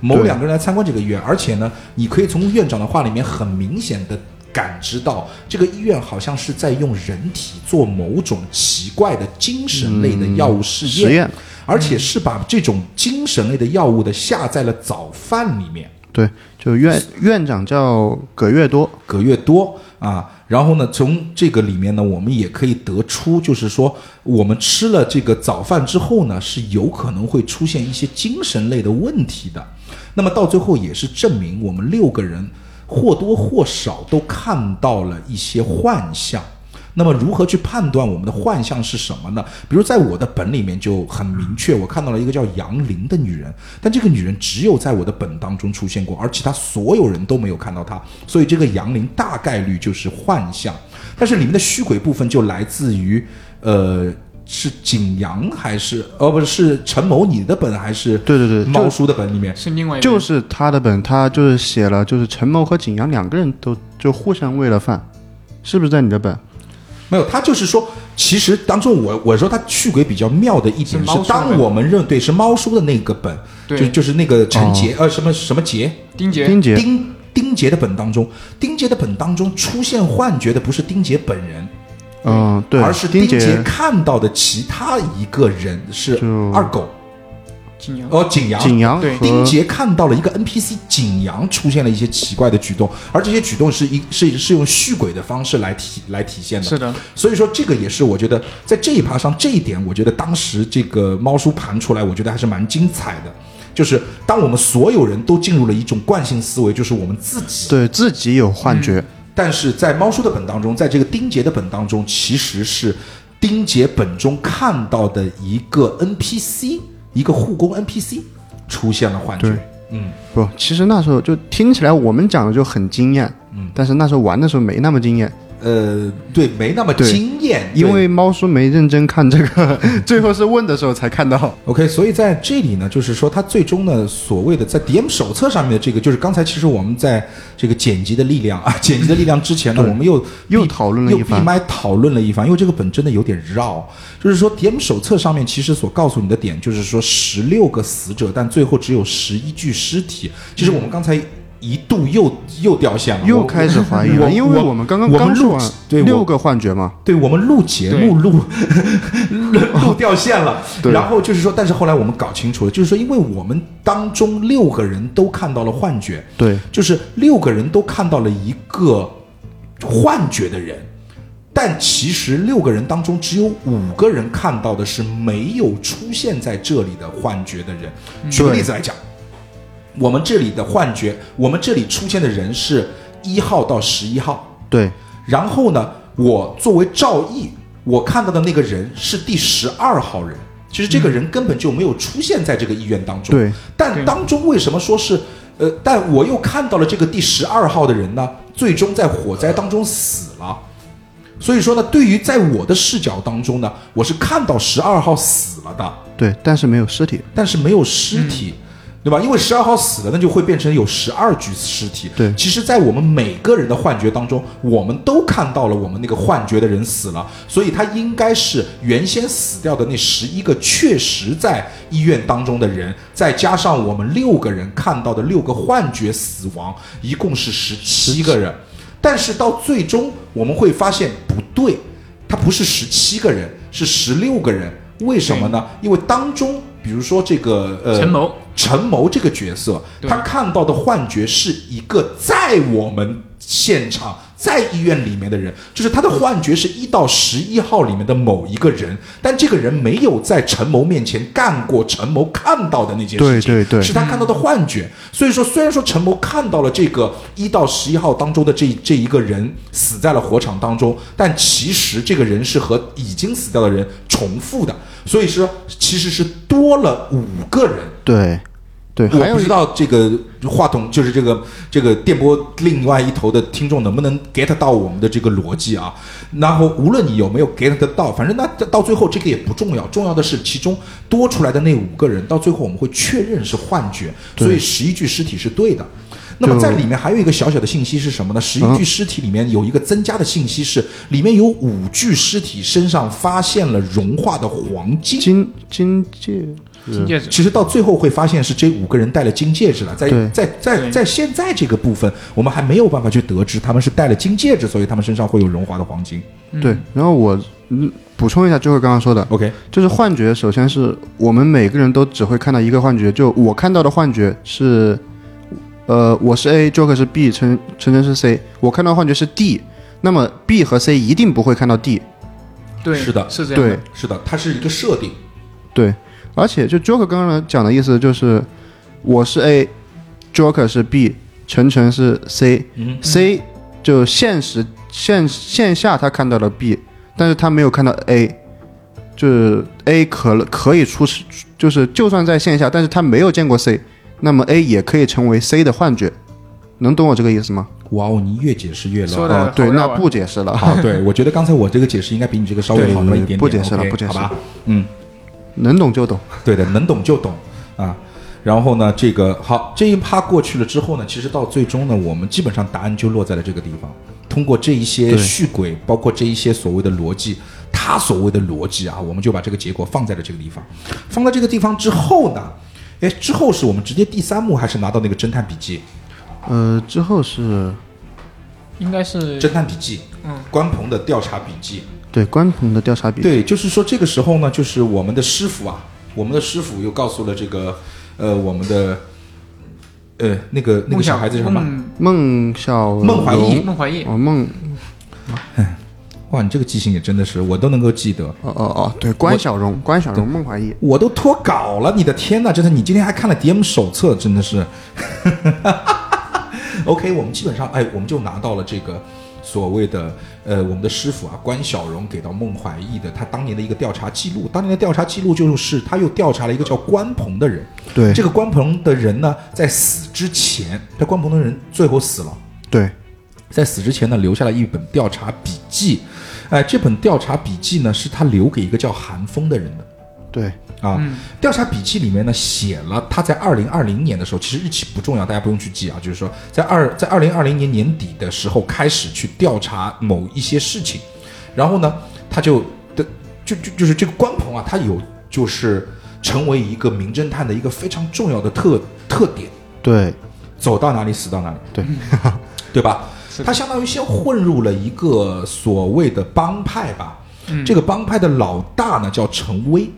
Speaker 1: 某
Speaker 4: 对
Speaker 1: 两个人来参观这个医院，而且呢，你可以从院长的话里面很明显的感知到，这个医院好像是在用人体做某种奇怪的精神类的药物试验，
Speaker 4: 实验
Speaker 1: 而且是把这种精神类的药物的下在了早饭里面。
Speaker 4: 对，就院院长叫葛月多，
Speaker 1: 葛越多啊。然后呢，从这个里面呢，我们也可以得出，就是说，我们吃了这个早饭之后呢，是有可能会出现一些精神类的问题的。那么到最后也是证明我们六个人或多或少都看到了一些幻象。那么如何去判断我们的幻象是什么呢？比如在我的本里面就很明确，我看到了一个叫杨玲的女人，但这个女人只有在我的本当中出现过，而其他所有人都没有看到她，所以这个杨玲大概率就是幻象。但是里面的虚鬼部分就来自于，呃，是景阳还是哦不是是陈某你的本还是
Speaker 4: 对对对，
Speaker 1: 猫
Speaker 4: 就
Speaker 1: 叔的本里面？
Speaker 5: 是另外一个
Speaker 4: 就是他的本，他就是写了，就是陈某和景阳两个人都就互相喂了饭，是不是在你的本？
Speaker 1: 没有，他就是说，其实当中我我说他去轨比较妙的一点
Speaker 5: 是
Speaker 1: 是
Speaker 5: 猫叔，的
Speaker 1: 当
Speaker 5: 本
Speaker 1: 我们认对是猫叔的那个本，就
Speaker 5: 对哦
Speaker 1: 就是那个陈杰、呃什么什么杰
Speaker 5: 丁杰
Speaker 4: 丁杰，
Speaker 1: 丁丁杰的本当中，丁杰的本当中出现幻觉的不是丁杰本人，
Speaker 4: 嗯，对，
Speaker 1: 而是
Speaker 4: 丁
Speaker 1: 丁杰
Speaker 4: 杰，
Speaker 1: 看到的其他一个人是
Speaker 4: 就
Speaker 1: 二狗
Speaker 5: 景阳，
Speaker 1: 哦景阳。
Speaker 4: 景阳
Speaker 5: 对
Speaker 1: 丁
Speaker 4: 和
Speaker 1: 杰看到了一个 NPC 景阳出现了一些奇怪的举动，而这些举动是一是是用续轨的方式来体来体现的。
Speaker 5: 是的，
Speaker 1: 所以说，这个也是我觉得在这一趴上这一点，我觉得当时这个猫叔盘出来，我觉得还是蛮精彩的。就是当我们所有人都进入了一种惯性思维，就是我们自己。
Speaker 4: 对自己有幻觉，
Speaker 1: 但是在猫叔的本当中，在这个丁杰的本当中，其实是丁杰本中看到的一个 NPC，一个护工 NPC 出现了幻觉
Speaker 4: 对。不，其实那时候就听起来我们讲的就很惊艳，嗯，但是那时候玩的时候没那么惊艳，
Speaker 1: 呃，对，没那么
Speaker 4: 对
Speaker 1: 惊艳，
Speaker 4: 因
Speaker 1: 对
Speaker 4: 为猫叔没认真看这 个，最后是问的时候才看到。
Speaker 1: OK，所以在这里呢，就是说它最终呢，所谓的在 DM 手册上面的这个，就是刚才其实我们在这个剪辑的力量啊，剪辑的力量之 前呢，我们又
Speaker 4: 又
Speaker 1: 闭
Speaker 4: 讨论了一番
Speaker 1: 又闭麦讨论了一番，因为这个本真的有点绕，就是说 DM 手册上面其实所告诉你的点，就是说十六个死者，但最后只有十一具尸体。其实我们刚才一度又又掉线了，
Speaker 4: 又
Speaker 1: 我
Speaker 4: 开始怀疑了，
Speaker 1: 我
Speaker 4: 因为我们刚刚
Speaker 1: 我们
Speaker 4: 刚说
Speaker 1: 录
Speaker 4: 完
Speaker 1: 对我
Speaker 4: 六个幻觉嘛，
Speaker 1: 对我们录节目录录 录掉线了，
Speaker 4: 对
Speaker 1: 然后就是说，但是后来我们搞清楚了，就是说，因为我们当中六个人都看到了幻觉，
Speaker 4: 对，
Speaker 1: 就是六个人都看到了一个幻觉的人，但其实六个人当中只有五个人看到的是没有出现在这里的幻觉的人。举个例子来讲，我们这里的幻觉，我们这里出现的人是一号到十一号。
Speaker 4: 对，
Speaker 1: 然后呢，我作为赵毅，我看到的那个人是第十二号人。其实这个人根本就没有出现在这个医院当中。
Speaker 4: 对。
Speaker 1: 但
Speaker 5: 对
Speaker 1: 当中为什么说是呃？但我又看到了这个第十二号的人呢，最终在火灾当中死了。所以说呢，对于在我的视角当中呢，我是看到十二号死了的，
Speaker 4: 对，但是没有尸体，
Speaker 1: 但是没有尸体，对吧？因为十二号死了，那就会变成有十二具尸体。
Speaker 4: 对
Speaker 1: 其实，在我们每个人的幻觉当中，我们都看到了我们那个幻觉的人死了，所以他应该是原先死掉的那十一个确实在医院当中的人，再加上我们六个人看到的六个幻觉死亡，一共是十七个人。但是到最终，我们会发现不对，他不是十七个人，是十六个人。为什么呢？因为当中，比如说这个呃，
Speaker 5: 陈谋，
Speaker 1: 陈谋这个角色，
Speaker 5: 对
Speaker 1: 他看到的幻觉是一个在我们现场。在医院里面的人，就是他的幻觉是一到十一号里面的某一个人，但这个人没有在陈谋面前干过陈谋看到的那件事情，
Speaker 4: 对对对
Speaker 1: 是他看到的幻觉。所以说，虽然说陈谋看到了这个一到十一号当中的这这一个人死在了火场当中，但其实这个人是和已经死掉的人重复的，所以说其实是多了五个人。
Speaker 4: 对，对，还
Speaker 1: 我
Speaker 4: 有
Speaker 1: 不
Speaker 4: 一
Speaker 1: 知道这个话筒就是这个这个电波另外一头的听众能不能 get 到我们的这个逻辑啊？然后无论你有没有 get 得到，反正那到最后这个也不重要，重要的是其中多出来的那五个人，到最后我们会确认是幻觉，所以十一具尸体是对的。那么在里面还有一个小小的信息是什么呢？十
Speaker 4: 嗯
Speaker 1: 一具尸体里面有一个增加的信息是，里面有五具尸体身上发现了融化的黄金。
Speaker 4: 金金戒
Speaker 5: 金戒指，
Speaker 1: 其实到最后会发现是这五个人戴了金戒指了，在
Speaker 4: 对
Speaker 1: 在在
Speaker 5: 对
Speaker 1: 在现在这个部分，我们还没有办法去得知他们是戴了金戒指，所以他们身上会有融化的黄金。
Speaker 4: 对，然后我嗯补充一下，就是刚刚说的，
Speaker 1: OK，
Speaker 4: 就是幻觉，首先是我们每个人都只会看到一个幻觉，就我看到的幻觉是，呃，我是 A，Joker 是 B，陈陈晨是 C，我看到的幻觉是 D，那么 B 和 C 一定不会看到 D，
Speaker 5: 对，
Speaker 1: 是的
Speaker 5: 是这样
Speaker 4: 对
Speaker 5: 的，
Speaker 1: 是的，它是一个设定。
Speaker 4: 对，而且就 Joker 刚刚讲的意思就是，我是 A，Joker 是 B，晨晨是 C，C、
Speaker 1: 嗯
Speaker 4: C 就现实线线下他看到了 B，但是他没有看到 A，就是 A 可可以出示，就是就算在线下，但是他没有见过 C，那么 A 也可以成为 C 的幻觉，能懂我这个意思吗？
Speaker 1: 哇哦，你越解释越
Speaker 5: 说
Speaker 1: 乱。哦
Speaker 5: 的
Speaker 4: 啊，对，那不
Speaker 5: 不
Speaker 4: 解释了。
Speaker 1: 好，对我觉得刚才我这个解释应该比你这个稍微
Speaker 4: 对
Speaker 1: 好那么一点点。
Speaker 4: 不解释了
Speaker 1: OK，
Speaker 4: 不解释
Speaker 1: 好吧
Speaker 4: 了？
Speaker 1: 嗯，
Speaker 4: 能懂就懂。
Speaker 1: 对的，能懂就懂啊。然后呢，这个好，这一趴过去了之后呢，其实到最终呢，我们基本上答案就落在了这个地方。通过这一些
Speaker 4: 对
Speaker 1: 续轨，包括这一些所谓的逻辑，他所谓的逻辑啊，我们就把这个结果放在了这个地方。放在这个地方之后呢，哎，之后是我们直接第三幕还是拿到那个侦探笔记？
Speaker 4: 呃，之后是
Speaker 5: 应该是
Speaker 1: 侦探笔记，
Speaker 5: 嗯，
Speaker 1: 关鹏的调查笔记，
Speaker 4: 对关鹏的调查笔记，
Speaker 1: 对，就是说这个时候呢，就是我们的师傅啊，我们的师傅又告诉了这个，呃，我们的，呃，那个那
Speaker 5: 孟
Speaker 1: 个小
Speaker 5: 小
Speaker 1: 孩子叫什么？
Speaker 5: 孟
Speaker 4: 孟小
Speaker 1: 孟怀
Speaker 4: 龙
Speaker 1: 义
Speaker 5: 孟怀义，
Speaker 4: 哦，孟
Speaker 1: 哇，你这个记性也真的是，我都能够记得，
Speaker 4: 哦哦哦，对，关小荣，关小荣，孟怀义，
Speaker 1: 我都脱稿了，你的天呐，真的，你今天还看了 DM 手册，真的是。OK，我们基本上，哎，我们就拿到了这个所谓的，呃，我们的师傅啊，关小荣给到孟怀义的他当年的一个调查记录，当年的调查记录就是他又调查了一个叫关鹏的人，
Speaker 4: 对
Speaker 1: 这个关鹏的人呢，在死之前，这关鹏的人最后死了，
Speaker 4: 对
Speaker 1: 在死之前呢，留下了一本调查笔记。哎，这本调查笔记呢，是他留给一个叫韩风的人的
Speaker 4: 对
Speaker 1: 啊。调查笔记里面呢，写了他在二零二零年的时候，其实日期不重要，大家不用去记啊。就是说，在二在二零二零年年底的时候开始去调查某一些事情，然后呢，他就的就就就是这个关鹏啊，他有就是成为一个名侦探的一个非常重要的特特点。
Speaker 4: 对
Speaker 1: 走到哪里死到哪里，
Speaker 4: 对
Speaker 1: 对吧？他相当于先混入了一个所谓的帮派吧，这个帮派的老大呢叫陈威，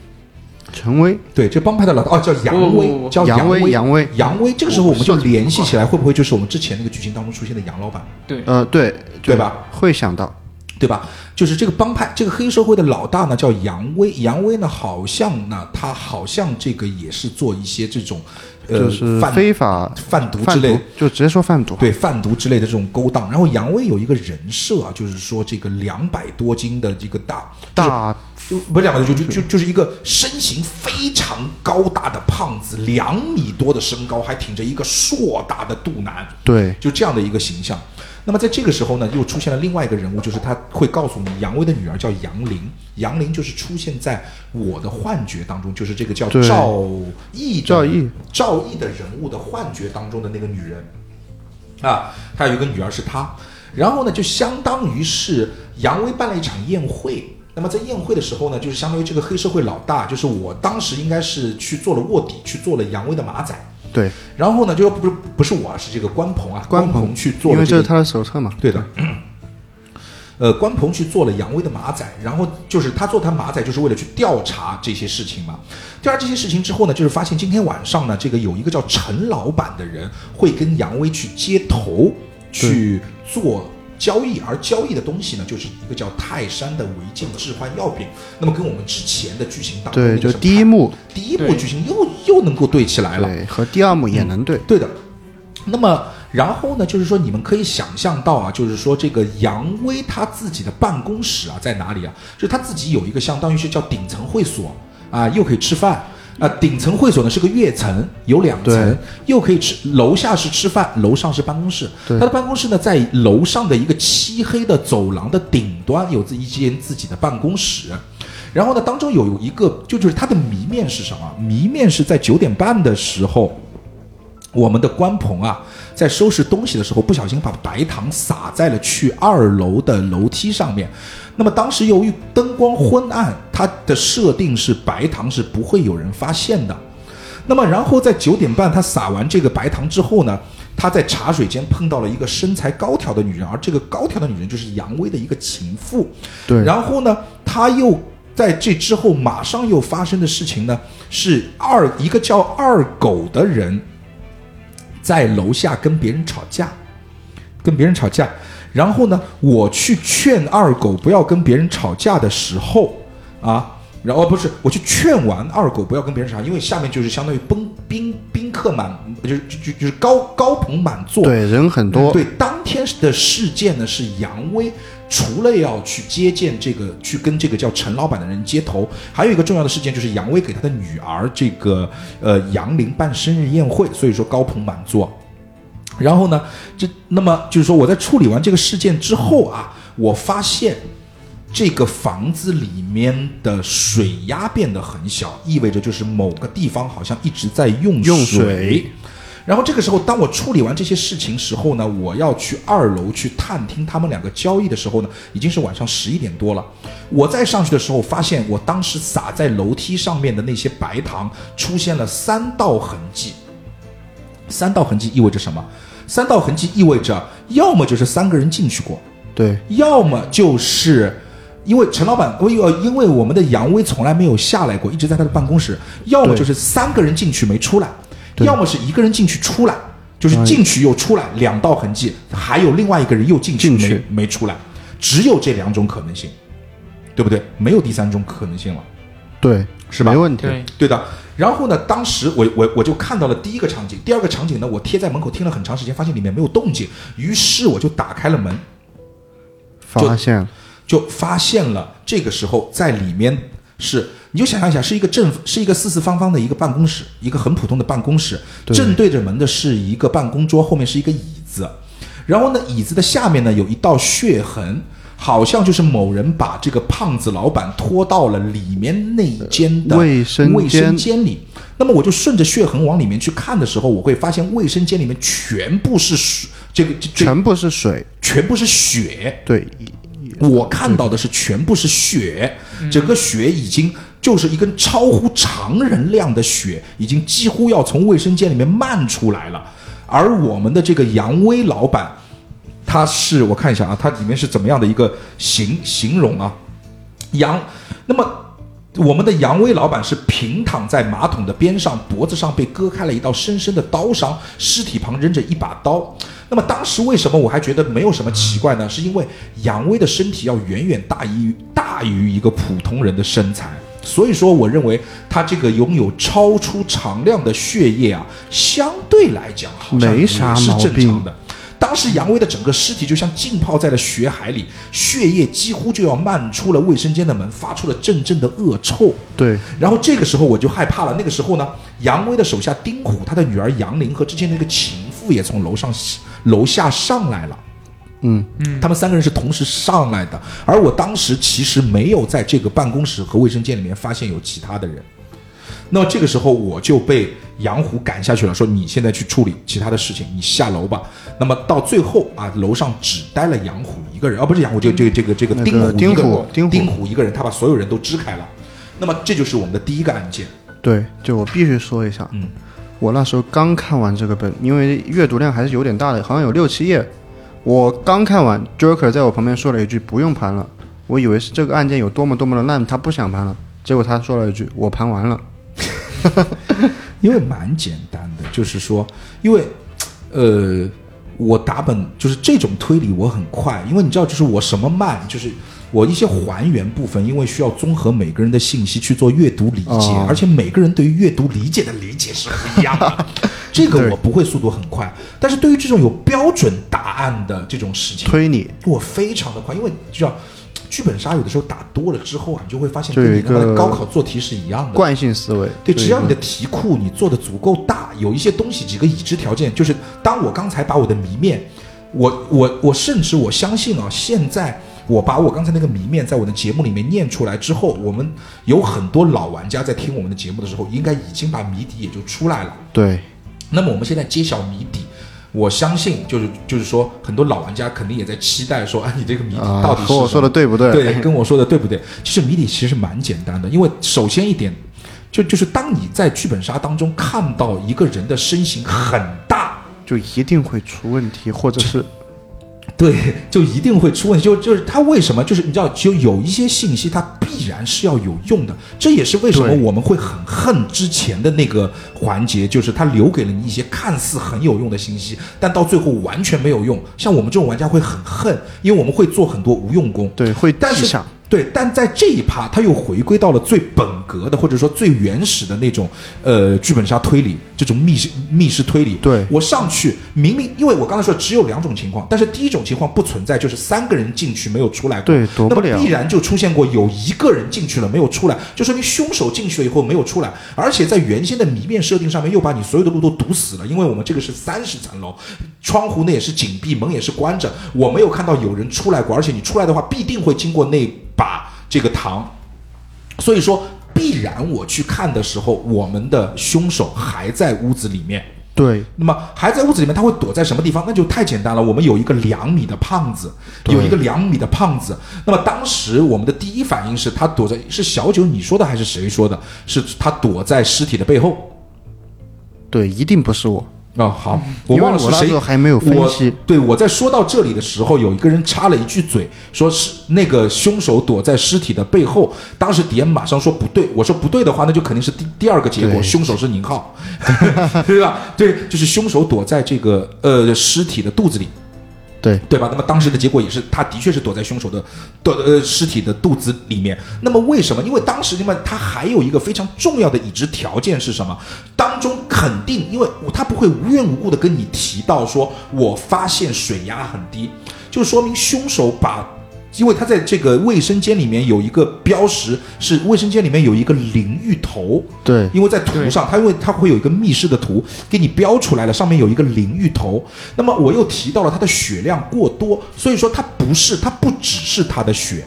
Speaker 4: 陈威，
Speaker 1: 对，这帮派的老大哦叫杨
Speaker 5: 不不
Speaker 1: 威，
Speaker 5: 不
Speaker 1: 叫
Speaker 4: 杨
Speaker 1: 威，
Speaker 4: 威杨威
Speaker 1: 杨威。这个时候我们就联系起来，会不会就是我们之前那个剧情当中出现的杨老板，
Speaker 5: 对，
Speaker 4: 呃，对
Speaker 1: 对吧？
Speaker 4: 会想到，
Speaker 1: 对吧？就是这个帮派，这个黑社会的老大呢叫杨威，杨威呢好像呢他好像这个也是做一些这种呃
Speaker 4: 就是
Speaker 1: 贩
Speaker 4: 非法
Speaker 1: 贩毒之
Speaker 4: 贩
Speaker 1: 类
Speaker 4: 毒，就直接说贩毒，
Speaker 1: 对贩毒之类的这种勾当。然后杨威有一个人设啊，就是说这个两百多斤的这个大
Speaker 4: 大
Speaker 1: 就不是两百多，就就就就是一个身形非常高大的胖子，两米多的身高，还挺着一个硕大的肚腩，
Speaker 4: 对
Speaker 1: 就这样的一个形象。那么在这个时候呢，又出现了另外一个人物，就是他会告诉你，杨威的女儿叫杨玲，杨玲就是出现在我的幻觉当中，就是这个叫
Speaker 4: 对
Speaker 1: 赵毅的
Speaker 4: 赵毅
Speaker 1: 赵毅的人物的幻觉当中的那个女人。啊，他有一个女儿是他，然后呢，就相当于是杨威办了一场宴会。那么在宴会的时候呢，就是相当于这个黑社会老大，就是我当时应该是去做了卧底，去做了杨威的马仔。
Speaker 4: 对
Speaker 1: 然后呢，就不是不是我啊，是这个关鹏啊，关
Speaker 4: 鹏
Speaker 1: 去做
Speaker 4: 因
Speaker 1: 了
Speaker 4: 为这
Speaker 1: 这
Speaker 4: 是
Speaker 1: 个
Speaker 4: 他的手册嘛，
Speaker 1: 对的。 呃，关鹏去做了杨威的马仔，然后就是他做他马仔，就是为了去调查这些事情嘛。调查这些事情之后呢，就是发现今天晚上呢，这个有一个叫陈老板的人会跟杨威去接头去做交易，而交易的东西呢，就是一个叫泰山的违禁置换药品。那么跟我们之前的剧情当中那
Speaker 4: 对，
Speaker 1: 个
Speaker 4: 就
Speaker 1: 什么
Speaker 4: 第一幕
Speaker 1: 第一幕
Speaker 5: 对
Speaker 1: 剧情又又能够对起来了。嗯
Speaker 4: 对和第二幕也能对，
Speaker 1: 对的。那么，然后呢，就是说你们可以想象到啊，就是说这个杨威他自己的办公室啊在哪里啊？就是他自己有一个相当于是叫顶层会所啊，又可以吃饭。啊，顶层会所呢是个跃层，有两层
Speaker 4: 对，
Speaker 1: 又可以吃，楼下是吃饭，楼上是办公室。
Speaker 4: 对
Speaker 1: 他的办公室呢，在楼上的一个漆黑的走廊的顶端有自一间自己的办公室。然后呢，当中有一个，就就是它的谜面是什么？谜面是在九点半的时候，我们的关鹏啊，在收拾东西的时候，不小心把白糖洒在了去二楼的楼梯上面。那么当时由于灯光昏暗，它的设定是白糖是不会有人发现的。那么然后在九点半，他撒完这个白糖之后呢，他在茶水间碰到了一个身材高挑的女人，而这个高挑的女人就是杨威的一个情妇。
Speaker 4: 对
Speaker 1: 然后呢，他又在这之后马上又发生的事情呢，是二一个叫二狗的人在楼下跟别人吵架，跟别人吵架。然后呢，我去劝二狗不要跟别人吵架的时候，啊，然后不是我去劝完二狗不要跟别人吵架，因为下面就是相当于宾宾宾客满，就是就就就是高高朋满座，
Speaker 4: 对人很多，
Speaker 1: 对，当天的事件呢是杨威除了要去接见这个去跟这个叫陈老板的人接头，还有一个重要的事件就是杨威给他的女儿这个呃杨玲办生日宴会，所以说高朋满座。然后呢，这那么就是说，我在处理完这个事件之后啊，我发现这个房子里面的水压变得很小，意味着就是某个地方好像一直在用
Speaker 4: 用水
Speaker 1: 然后这个时候，当我处理完这些事情时候呢，我要去二楼去探听他们两个交易的时候呢，已经是晚上十一点多了。我再上去的时候，发现我当时撒在楼梯上面的那些白糖出现了三道痕迹。三道痕迹意味着什么？三道痕迹意味着要么就是三个人进去过，
Speaker 4: 对，
Speaker 1: 要么就是因为陈老板，呃，因为我们的杨威从来没有下来过，一直在他的办公室，要么就是三个人进去没出来，
Speaker 4: 对
Speaker 1: 要么是一个人进去出来，就是进去又出来，两道痕迹，还有另外一个人又进去
Speaker 4: 进
Speaker 1: 没
Speaker 4: 去
Speaker 1: 没出来，只有这两种可能性，对不对？没有第三种可能性了。
Speaker 4: 对，
Speaker 1: 是吧
Speaker 4: 没问题。
Speaker 5: 对，
Speaker 1: 对的。然后呢，当时我我我就看到了第一个场景，第二个场景呢，我贴在门口听了很长时间，发现里面没有动静，于是我就打开了门，
Speaker 4: 发现了，
Speaker 1: 就发现了这个时候在里面是，你就想象一下，是一个正是一个四四方方的一个办公室，一个很普通的办公室，
Speaker 4: 对
Speaker 1: 正对着门的是一个办公桌，后面是一个椅子，然后呢，椅子的下面呢有一道血痕。好像就是某人把这个胖子老板拖到了里面那一间的
Speaker 4: 呃卫生间
Speaker 1: 卫生间里。那么我就顺着血痕往里面去看的时候，我会发现卫生间里面全部是水，这个这这
Speaker 4: 全部是水，
Speaker 1: 全部是血。
Speaker 4: 对，
Speaker 1: 我看到的是全部是血，整个血已经就是一根超乎常人量的血，已经几乎要从卫生间里面漫出来了。而我们的这个杨威老板，他是我看一下啊，他里面是怎么样的一个形形容啊？杨，那么我们的杨威老板是平躺在马桶的边上，脖子上被割开了一道深深的刀伤，尸体旁扔着一把刀。那么当时为什么我还觉得没有什么奇怪呢？是因为杨威的身体要远远大于大于一个普通人的身材。所以说，我认为他这个拥有超出常量的血液啊，相对来讲好像
Speaker 4: 没啥
Speaker 1: 也是
Speaker 4: 毛
Speaker 1: 正
Speaker 4: 病
Speaker 1: 常的。当时杨威的整个尸体就像浸泡在了血海里，血液几乎就要漫出了卫生间的门，发出了阵阵的恶臭。
Speaker 4: 对，
Speaker 1: 然后这个时候我就害怕了。那个时候呢，杨威的手下丁虎，他的女儿杨玲和之前那个情妇也从楼上楼下上来了。
Speaker 4: 嗯，
Speaker 1: 他们三个人是同时上来的，而我当时其实没有在这个办公室和卫生间里面发现有其他的人。那么这个时候我就被杨虎赶下去了，说你现在去处理其他的事情，你下楼吧。那么到最后啊，楼上只待了杨虎一个人，啊，不是杨虎，这个这个这个这个
Speaker 4: 嗯那个
Speaker 1: 丁虎一
Speaker 4: 丁
Speaker 1: 个
Speaker 4: 虎
Speaker 1: 丁
Speaker 4: 丁虎
Speaker 1: 虎一个人，他把所有人都支开了。那么这就是我们的第一个案件。
Speaker 4: 对，就我必须说一下，
Speaker 1: 嗯，
Speaker 4: 我那时候刚看完这个本，因为阅读量还是有点大的，好像有六七页。我刚看完，Joker 在我旁边说了一句“不用盘了”，我以为是这个案件有多么多么的烂，他不想盘了。结果他说了一句：“我盘完了。
Speaker 1: 因为蛮简单的，就是说，因为，呃，我打本就是这种推理我很快，因为你知道，就是我什么慢，就是我一些还原部分，因为需要综合每个人的信息去做阅读理解，
Speaker 4: 哦
Speaker 1: 而且每个人对于阅读理解的理解是不一样的。 这个我不会速度很快，但是对于这种有标准答案的这种事”情，
Speaker 4: 推理
Speaker 1: 我非常的快，因为你知道。剧本杀有的时候打多了之后啊，你就会发现
Speaker 4: 就有
Speaker 1: 跟你
Speaker 4: 一
Speaker 1: 他妈的
Speaker 4: 个
Speaker 1: 高考做题是一样的。
Speaker 4: 惯性思维，
Speaker 1: 对，只要你的
Speaker 4: 对嗯
Speaker 1: 题库你做的足够大，有一些东西几个已知条件，就是当我刚才把我的谜面，我我我甚至我相信啊，现在我把我刚才那个谜面在我的节目里面念出来之后，我们有很多老玩家在听我们的节目的时候，应该已经把谜底也就出来了。
Speaker 4: 对
Speaker 1: 那么我们现在揭晓谜底，我相信就是就是说，很多老玩家肯定也在期待说，啊，你这个谜底
Speaker 4: 啊，
Speaker 1: 到底是
Speaker 4: 和我
Speaker 1: 什么
Speaker 4: 说的对不对？
Speaker 1: 对，跟我说的对不对？其实谜底其实蛮简单的，因为首先一点，就就是当你在剧本杀当中看到一个人的身形很大，
Speaker 4: 就一定会出问题，或者是
Speaker 1: 对，就一定会出问题。就就是他为什么？就是你知道，就有一些信息它必然是要有用的，这也是为什么
Speaker 4: 对
Speaker 1: 我们会很恨之前的那个环节，就是他留给了你一些看似很有用的信息，但到最后完全没有用。像我们这种玩家会很恨，因为我们会做很多无用功。
Speaker 4: 对会
Speaker 1: 但
Speaker 4: 记
Speaker 1: 是
Speaker 4: 下，
Speaker 1: 对，但在这一趴，他又回归到了最本格的，或者说最原始的那种，呃，剧本杀推理这种密室密室推理。
Speaker 4: 对
Speaker 1: 我上去明明，因为我刚才说只有两种情况，但是第一种情况不存在，就是三个人进去没有出来过，
Speaker 4: 对躲不了
Speaker 1: 那么必然就出现过有一个人进去了没有出来，就说明凶手进去了以后没有出来，而且在原先的谜面设定上面又把你所有的路都堵死了，因为我们这个是三十层楼，窗户呢也是紧闭，门也是关着，我没有看到有人出来过，而且你出来的话必定会经过那把这个堂，所以说必然我去看的时候，我们的凶手还在屋子里面。
Speaker 4: 对，
Speaker 1: 那么还在屋子里面，他会躲在什么地方？那就太简单了。我们有一个两米的胖子，有一个两米的胖子。那么当时我们的第一反应是他躲在，是小九你说的还是谁说的？是他躲在尸体的背后。
Speaker 4: 对，一定不是我。
Speaker 1: 哦，好，我忘了是
Speaker 4: 嗯因为我那
Speaker 1: 谁，
Speaker 4: 时候还没有分析
Speaker 1: 我对，我在说到这里的时候，有一个人插了一句嘴，说是那个凶手躲在尸体的背后。当时迪恩马上说不对，我说不对的话，那就肯定是第第二个结果，
Speaker 4: 对
Speaker 1: 凶手是宁浩， 对吧？对，就是凶手躲在这个呃尸体的肚子里。
Speaker 4: 对，
Speaker 1: 对吧？那么当时的结果也是，他的确是躲在凶手的躲呃尸体的肚子里面。那么为什么？因为当时那么他还有一个非常重要的已知条件是什么？当中肯定，因为我他不会无缘无故的跟你提到说我发现水压很低，就说明凶手把。因为他在这个卫生间里面有一个标识，是卫生间里面有一个淋浴头，
Speaker 4: 对，
Speaker 1: 因为在图上，它因为它会有一个密室的图给你标出来了，上面有一个淋浴头。那么我又提到了它的血量过多，所以说它不是，它不只是它的血。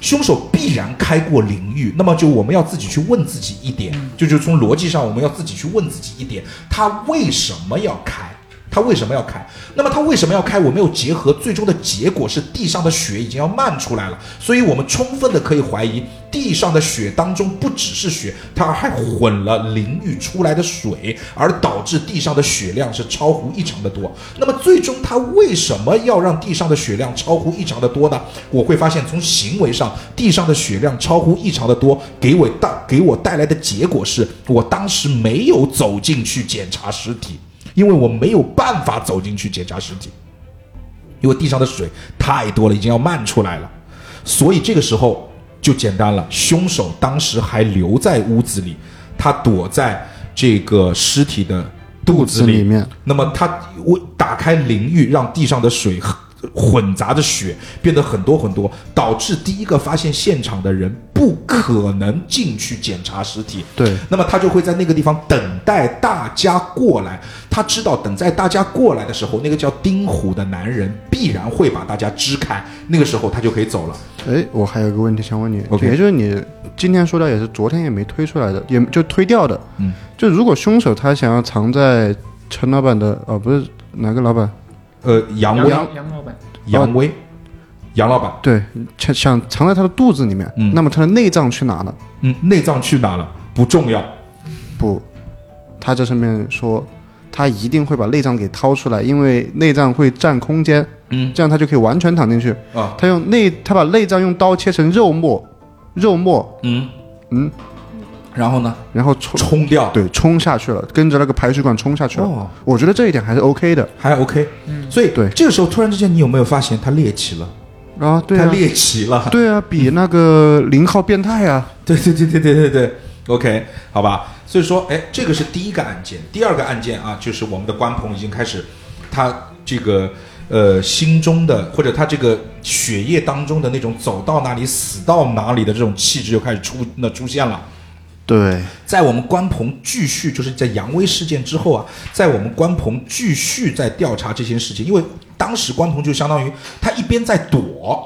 Speaker 1: 凶手必然开过淋浴，那么就我们要自己去问自己一点，就就从逻辑上我们要自己去问自己一点，他为什么要开？他为什么要开？那么他为什么要开？我没有结合最终的结果是地上的血已经要漫出来了，所以我们充分的可以怀疑呃地上的血当中不只是血，它还混了淋浴出来的水，而导致地上的血量是超乎异常的多。那么最终他为什么要让地上的血量超乎异常的多呢？我会发现从行为上，地上的血量超乎异常的多，给我带给我带来的结果是我当时没有走进去检查尸体。因为我没有办法走进去检查尸体，因为地上的水太多了，已经要漫出来了，所以这个时候就简单了。凶手当时还留在屋子里，他躲在这个尸体的肚子
Speaker 4: 肚子里面
Speaker 1: 那么他我打开淋浴，让地上的水混杂着血变得很多很多，导致第一个发现现场的人不可能进去检查尸体。
Speaker 4: 对
Speaker 1: 那么他就会在那个地方等待大家过来。他知道等在大家过来的时候，那个叫丁虎的男人必然会把大家支开，那个时候他就可以走了。
Speaker 4: 哎，我还有个问题想问你
Speaker 1: OK
Speaker 4: 也就是你今天说的也是昨天也没推出来的，也就推掉的。
Speaker 1: 嗯，
Speaker 4: 就如果凶手他想要藏在陈老板的，哦，不是哪个老板，
Speaker 1: 呃，杨
Speaker 5: 杨
Speaker 1: 威，
Speaker 5: 杨杨老板，
Speaker 1: 杨威，杨老板，
Speaker 4: 对，想想藏在他的肚子里面，
Speaker 1: 嗯
Speaker 4: 那么他的内脏去哪了？
Speaker 1: 嗯，内脏去哪了？不重要。
Speaker 4: 不，他这上面说他一定会把内脏给掏出来，因为内脏会占空间，
Speaker 1: 嗯
Speaker 4: 这样他就可以完全躺进去。
Speaker 1: 啊，
Speaker 4: 他用内，他把内脏用刀切成肉末，肉末，
Speaker 1: 嗯
Speaker 4: 嗯，
Speaker 1: 然后呢？
Speaker 4: 然后冲，
Speaker 1: 冲掉，
Speaker 4: 对，冲下去了，跟着那个排水管冲下去了。
Speaker 1: 哦
Speaker 4: 我觉得这一点还是 OK 的
Speaker 1: 还 OK。所以
Speaker 4: 对
Speaker 1: 这个时候突然之间，你有没有发现他猎奇了？
Speaker 4: 啊，对
Speaker 1: 他
Speaker 4: 啊，
Speaker 1: 猎奇了。
Speaker 4: 对啊，比那个零号变态啊，
Speaker 1: 对对对对对对对，OK，好吧。所以说，哎，这个是第一个案件，第二个案件啊，就是我们的关鹏已经开始，他这个呃心中的或者他这个血液当中的那种走到哪里死到哪里的这种气质就开始出那出现了。
Speaker 4: 对，
Speaker 1: 在我们关鹏继续就是在杨威事件之后啊，在我们关鹏继续在调查这件事情，因为当时关鹏就相当于他一边在躲，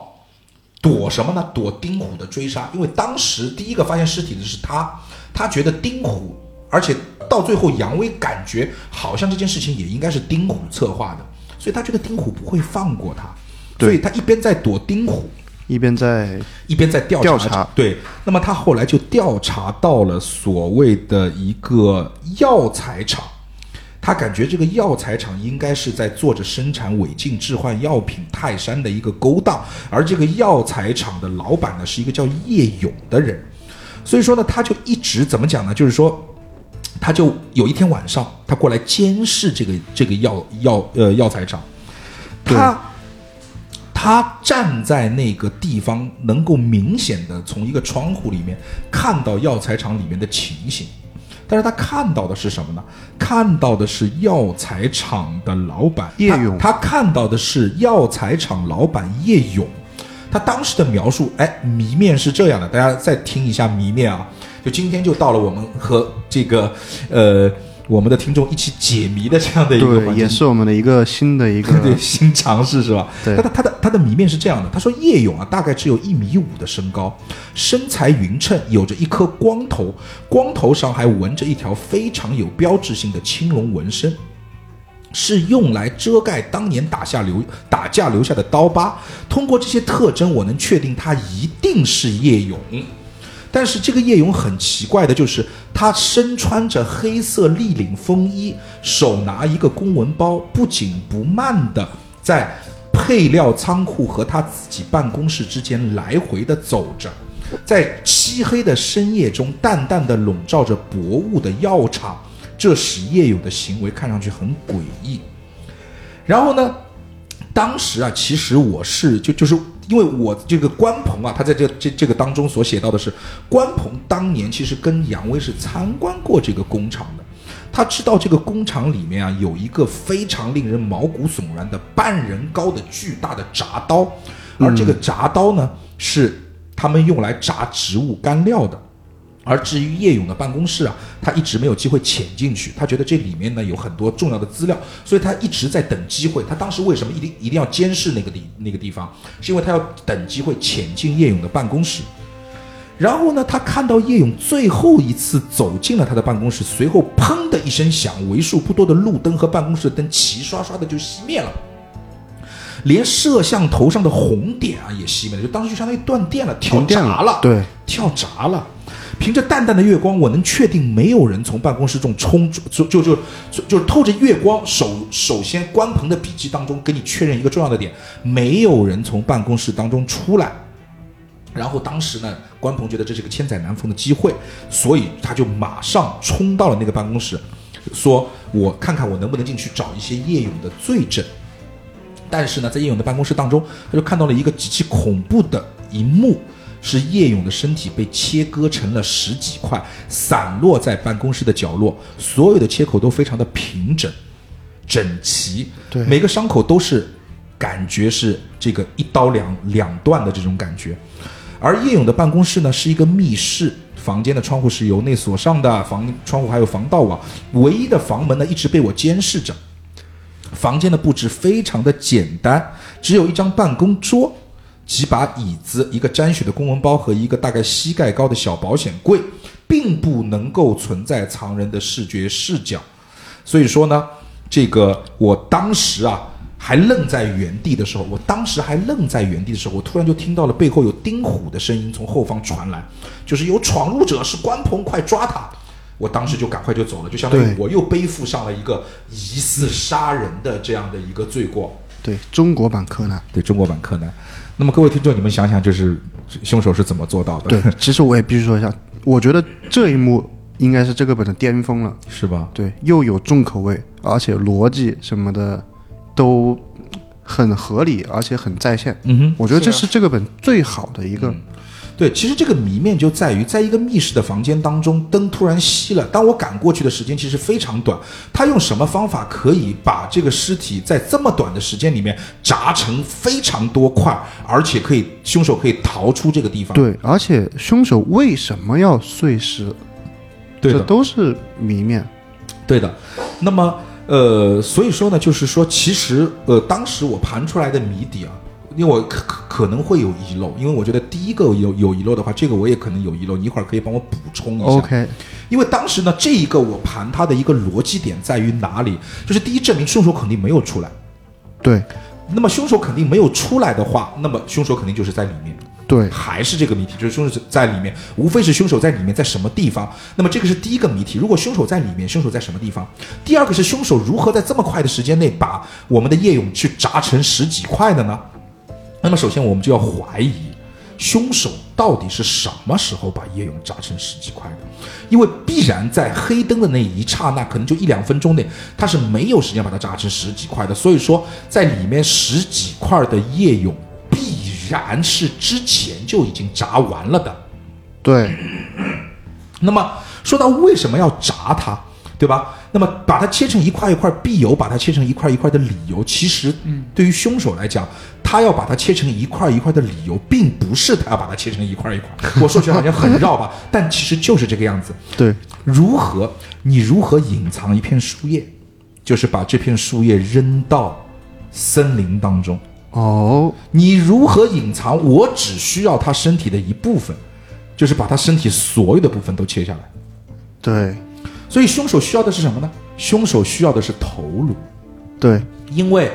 Speaker 1: 躲什么呢？躲丁虎的追杀，因为当时第一个发现尸体的是他，他觉得丁虎，而且到最后杨威感觉好像这件事情也应该是丁虎策划的，所以他觉得丁虎不会放过他，
Speaker 4: 对
Speaker 1: 所以他一边在躲丁虎，
Speaker 4: 一边在
Speaker 1: 一边在调查
Speaker 4: 调查
Speaker 1: 对，那么他后来就调查到了所谓的一个药材厂，他感觉这个药材厂应该是在做着生产违禁置换药品泰山的一个勾当，而这个药材厂的老板呢是一个叫叶勇的人，所以说呢，他就一直怎么讲呢？就是说，他就有一天晚上，他过来监视这个这个药药呃药材厂，他他站在那个地方，能够明显的从一个窗户里面看到药材厂里面的情形。但是他看到的是什么呢？看到的是药材厂的老板
Speaker 4: 叶
Speaker 1: 他
Speaker 4: 勇
Speaker 1: 他看到的是药材厂老板叶勇，他当时的描述，哎，谜面是这样的，大家再听一下谜面啊。就今天就到了我们和这个呃我们的听众一起解谜的这样的一个
Speaker 4: 对，
Speaker 1: 环
Speaker 4: 也
Speaker 1: 节，
Speaker 4: 是我们的 一个新的一
Speaker 1: 对
Speaker 4: 个
Speaker 1: 新尝试是吧？
Speaker 4: 对
Speaker 1: 他的他的他的谜面是这样的，他说叶勇啊，大概只有一米五的身高，身材匀称，有着一颗光头，光头上还纹着一条非常有标志性的青龙纹身。是用来遮盖当年打下留打架留下的刀疤。通过这些特征，我能确定他一定是叶勇。但是这个叶勇很奇怪的就是，他身穿着黑色立领风衣，手拿一个公文包，不紧不慢的在配料仓库和他自己办公室之间来回的走着。在漆黑的深夜中，淡淡的笼罩着薄雾的药厂，这使叶勇的行为看上去很诡异。然后呢，当时啊，其实我是就就是因为我这个关鹏啊，他在这这这个当中所写到的是，关鹏当年其实跟杨威是参观过这个工厂的。他知道这个工厂里面啊有一个非常令人毛骨悚然的半人高的巨大的铡刀，而这个铡刀呢是他们用来铡植物干料的。而至于叶勇的办公室啊，他一直没有机会潜进去，他觉得这里面呢有很多重要的资料，所以他一直在等机会。他当时为什么一定一定要监视那个地那个地方，是因为他要等机会潜进叶勇的办公室。然后呢，他看到叶勇最后一次走进了他的办公室，随后砰的一声响，为数不多的路灯和办公室的灯齐刷刷的就熄灭了。连摄像头上的红点啊也熄灭了，就当时就相当于断电了，跳
Speaker 4: 停电
Speaker 1: 闸了，
Speaker 4: 对，
Speaker 1: 跳闸了。凭着淡淡的月光，我能确定没有人从办公室中冲出，就就就就就是透着月光。首首先，关鹏的笔记当中跟你确认一个重要的点，没有人从办公室当中出来。然后当时呢，关鹏觉得这是个千载难逢的机会，所以他就马上冲到了那个办公室，说：“我看看我能不能进去找一些叶勇的罪证。”但是呢，在叶勇的办公室当中，他就看到了一个极其恐怖的一幕，是叶勇的身体被切割成了十几块，散落在办公室的角落，所有的切口都非常的平整、整齐，
Speaker 4: 对
Speaker 1: 每个伤口都是感觉是这个一刀两两断的这种感觉。而叶勇的办公室呢是一个密室，房间的窗户是由内锁上的，房窗户还有防盗网，唯一的房门呢一直被我监视着。房间的布置非常的简单，只有一张办公桌、几把椅子、一个沾血的公文包和一个大概膝盖高的小保险柜，并不能够存在常人的视觉视角。所以说呢，这个我当时啊还愣在原地的时候，我当时还愣在原地的时候，我突然就听到了背后有丁虎的声音从后方传来，就是有闯入者，是关鹏，快抓他！我当时就赶快就走了，就相当于
Speaker 4: 对
Speaker 1: 我又背负上了一个疑似杀人的这样的一个罪过。
Speaker 4: 对中国版柯南。
Speaker 1: 对中国版柯南，那么各位听众，你们想想，就是凶手是怎么做到的？
Speaker 4: 对，其实我也必须说一下，我觉得这一幕应该是这个本的巅峰了。
Speaker 1: 是吧？
Speaker 4: 对，又有重口味，而且逻辑什么的都很合理，而且很在线。
Speaker 1: 嗯哼。嗯
Speaker 4: 我觉得这
Speaker 5: 是
Speaker 4: 是这个本最好的一个，
Speaker 1: 对，其实这个谜面就在于，在一个密室的房间当中，灯突然熄了。当我赶过去的时间其实非常短，他用什么方法可以把这个尸体在这么短的时间里面炸成非常多块，而且可以凶手可以逃出这个地方？
Speaker 4: 对，而且凶手为什么要碎尸，
Speaker 1: 对
Speaker 4: 这
Speaker 1: 的，
Speaker 4: 都是谜面。
Speaker 1: 对的。那么，呃，所以说呢，就是说，其实呃，当时我盘出来的谜底啊，因为我可可可能会有遗漏，因为我觉得第一个有有遗漏的话，这个我也可能有遗漏，你一会儿可以帮我补充一下。
Speaker 4: OK，
Speaker 1: 因为当时呢，这一个我盘它的一个逻辑点在于哪里？就是第一，证明凶手肯定没有出来。
Speaker 4: 对
Speaker 1: 那么凶手肯定没有出来的话，那么凶手肯定就是在里面，
Speaker 4: 对
Speaker 1: 还是这个谜题，就是凶手在里面，无非是凶手在里面在什么地方。那么这个是第一个谜题，如果凶手在里面，凶手在什么地方？第二个是凶手如何在这么快的时间内把我们的叶勇去炸成十几块的呢？那么首先我们就要怀疑，凶手到底是什么时候把叶勇炸成十几块的？因为必然在黑灯的那一刹那，可能就一两分钟内，他是没有时间把它炸成十几块的。所以说，在里面十几块的叶勇然是之前就已经炸完了的。
Speaker 4: 对，
Speaker 1: 那么说到为什么要炸它，对吧？那么把它切成一块一块必有把它切成一块一块的理由，其实，对于凶手来讲，他要把它切成一块一块的理由，并不是他要把它切成一块一块。我说起来好像很绕吧， 但其实就是这个样子。
Speaker 4: 对，
Speaker 1: 如何你如何隐藏一片树叶，就是把这片树叶扔到森林当中。
Speaker 4: 哦，
Speaker 1: 你如何隐藏？我只需要他身体的一部分，就是把他身体所有的部分都切下来。
Speaker 4: 对，
Speaker 1: 所以凶手需要的是什么呢？凶手需要的是头颅，
Speaker 4: 对，
Speaker 1: 因为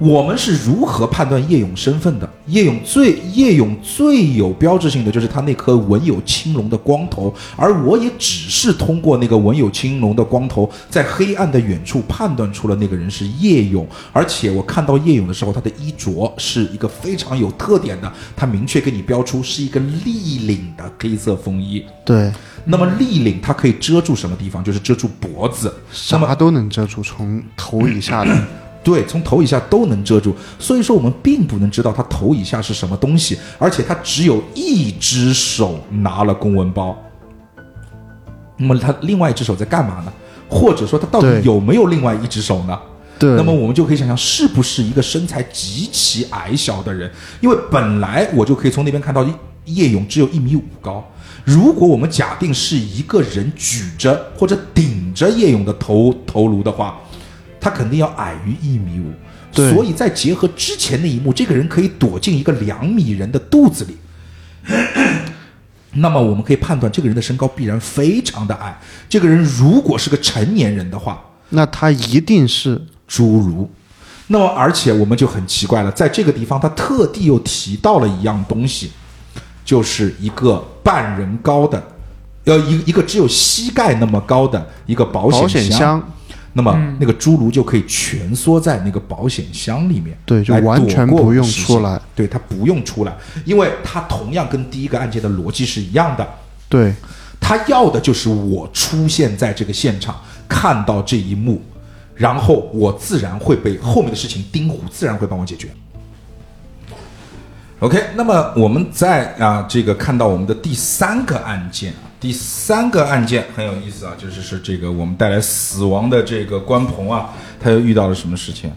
Speaker 1: 我们是如何判断叶勇身份的？叶勇最叶勇最有标志性的就是他那颗纹有青龙的光头，而我也只是通过那个纹有青龙的光头，在黑暗的远处判断出了那个人是叶勇，而且我看到叶勇的时候，他的衣着是一个非常有特点的，他明确给你标出是一个立领的黑色风衣。
Speaker 4: 对，
Speaker 1: 那么立领它可以遮住什么地方？就是遮住脖子。那么
Speaker 4: 啥都能遮住，从头以下的。
Speaker 1: 对，从头以下都能遮住，所以说我们并不能知道他头以下是什么东西，而且他只有一只手拿了公文包，那么他另外一只手在干嘛呢？或者说他到底
Speaker 4: 对
Speaker 1: 有没有另外一只手呢？
Speaker 4: 对，
Speaker 1: 那么我们就可以想象，是不是一个身材极其矮小的人？因为本来我就可以从那边看到叶勇只有一米五高。如果我们假定是一个人举着或者顶着叶勇的头头颅的话，他肯定要矮于一米五。
Speaker 4: 对
Speaker 1: 所以再结合之前那一幕，这个人可以躲进一个两米人的肚子里。 那么我们可以判断，这个人的身高必然非常的矮。这个人如果是个成年人的话，
Speaker 4: 那他一定是
Speaker 1: 侏儒。那么，而且我们就很奇怪了，在这个地方，他特地又提到了一样东西，就是一个半人高的，呃，一一个只有膝盖那么高的一个保
Speaker 4: 保
Speaker 1: 险
Speaker 4: 险
Speaker 1: 箱。
Speaker 4: 箱，
Speaker 1: 那么，那个侏儒就可以蜷缩在那个保险箱里面，
Speaker 4: 对就
Speaker 1: 来
Speaker 4: 完
Speaker 1: 躲
Speaker 4: 全
Speaker 1: 过
Speaker 4: 不用
Speaker 1: 视
Speaker 4: 出
Speaker 1: 线
Speaker 4: 来。
Speaker 1: 对他不用出来，因为他同样跟第一个案件的逻辑是一样的。
Speaker 4: 对，
Speaker 1: 他要的就是我出现在这个现场，看到这一幕，然后我自然会被后面的事情丁虎自然会帮我解决。OK，那么我们在啊、这个看到我们的第三个案件啊，第三个案件很有意思啊，就是是这个我们带来死亡的这个关鹏啊，他又遇到了什么事情？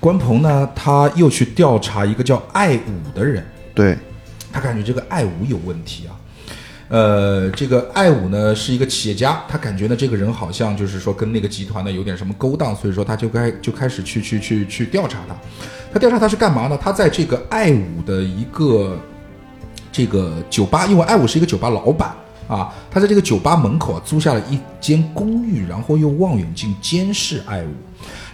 Speaker 1: 关鹏呢，他又去调查一个叫艾武的人，
Speaker 4: 对，
Speaker 1: 他感觉这个爱武有问题啊。呃，这个爱武呢是一个企业家，他感觉呢这个人好像就是说跟那个集团呢有点什么勾当，所以说他就该就开始去去去去调查他。他调查他是干嘛呢？他在这个爱武的一个这个酒吧，因为爱武是一个酒吧老板啊，他在这个酒吧门口啊租下了一间公寓，然后用望远镜监视爱武。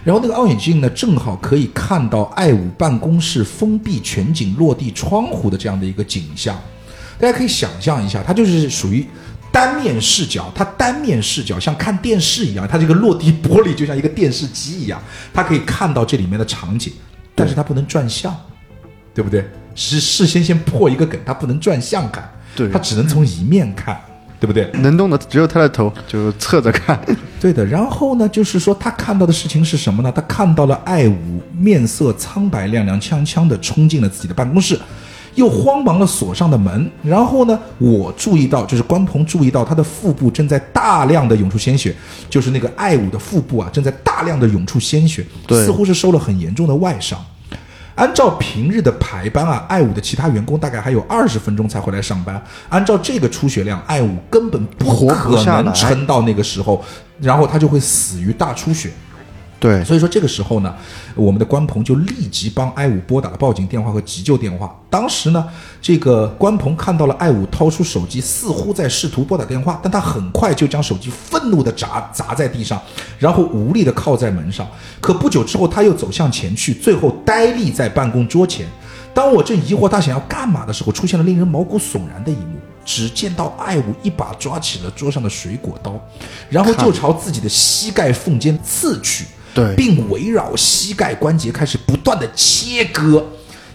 Speaker 1: 然后那个望远镜呢，正好可以看到爱武办公室封闭全景落地窗户的这样的一个景象。大家可以想象一下，它就是属于单面视角，它单面视角像看电视一样，它这个落地玻璃就像一个电视机一样，它可以看到这里面的场景，但是它不能转向，对不对？是事先先破一个梗，它不能转向看，
Speaker 4: 对
Speaker 1: 它只能从一面看，对不对？
Speaker 4: 能动的只有他的头，就侧着 看。
Speaker 1: 对的，然后呢，就是说他看到的事情是什么呢？他看到了爱武面色苍白、踉踉跄跄地冲进了自己的办公室，又慌忙地锁上的门。然后呢，我注意到，就是关鹏注意到他的腹部正在大量的涌出鲜血，就是那个爱武的腹部啊，正在大量的涌出鲜血，
Speaker 4: 对
Speaker 1: 似乎是受了很严重的外伤。按照平日的排班啊，爱武的其他员工大概还有二十分钟才回来上班。按照这个出血量，爱武根本不
Speaker 4: 活不
Speaker 1: 可
Speaker 4: 下
Speaker 1: 能
Speaker 4: 来
Speaker 1: 撑到那个时候，然后他就会死于大出血。
Speaker 4: 对，
Speaker 1: 所以说这个时候呢，我们的关鹏就立即帮艾武拨打了报警电话和急救电话。当时呢，这个关鹏看到了艾武掏出手机，似乎在试图拨打电话，但他很快就将手机愤怒地砸砸在地上，然后无力地靠在门上。可不久之后，他又走向前去，最后呆立在办公桌前。当我正疑惑他想要干嘛的时候，出现了令人毛骨悚然的一幕。只见到艾武一把抓起了桌上的水果刀，然后就朝自己的膝盖缝间刺去。
Speaker 4: 对
Speaker 1: 并围绕膝盖关节开始不断的切割，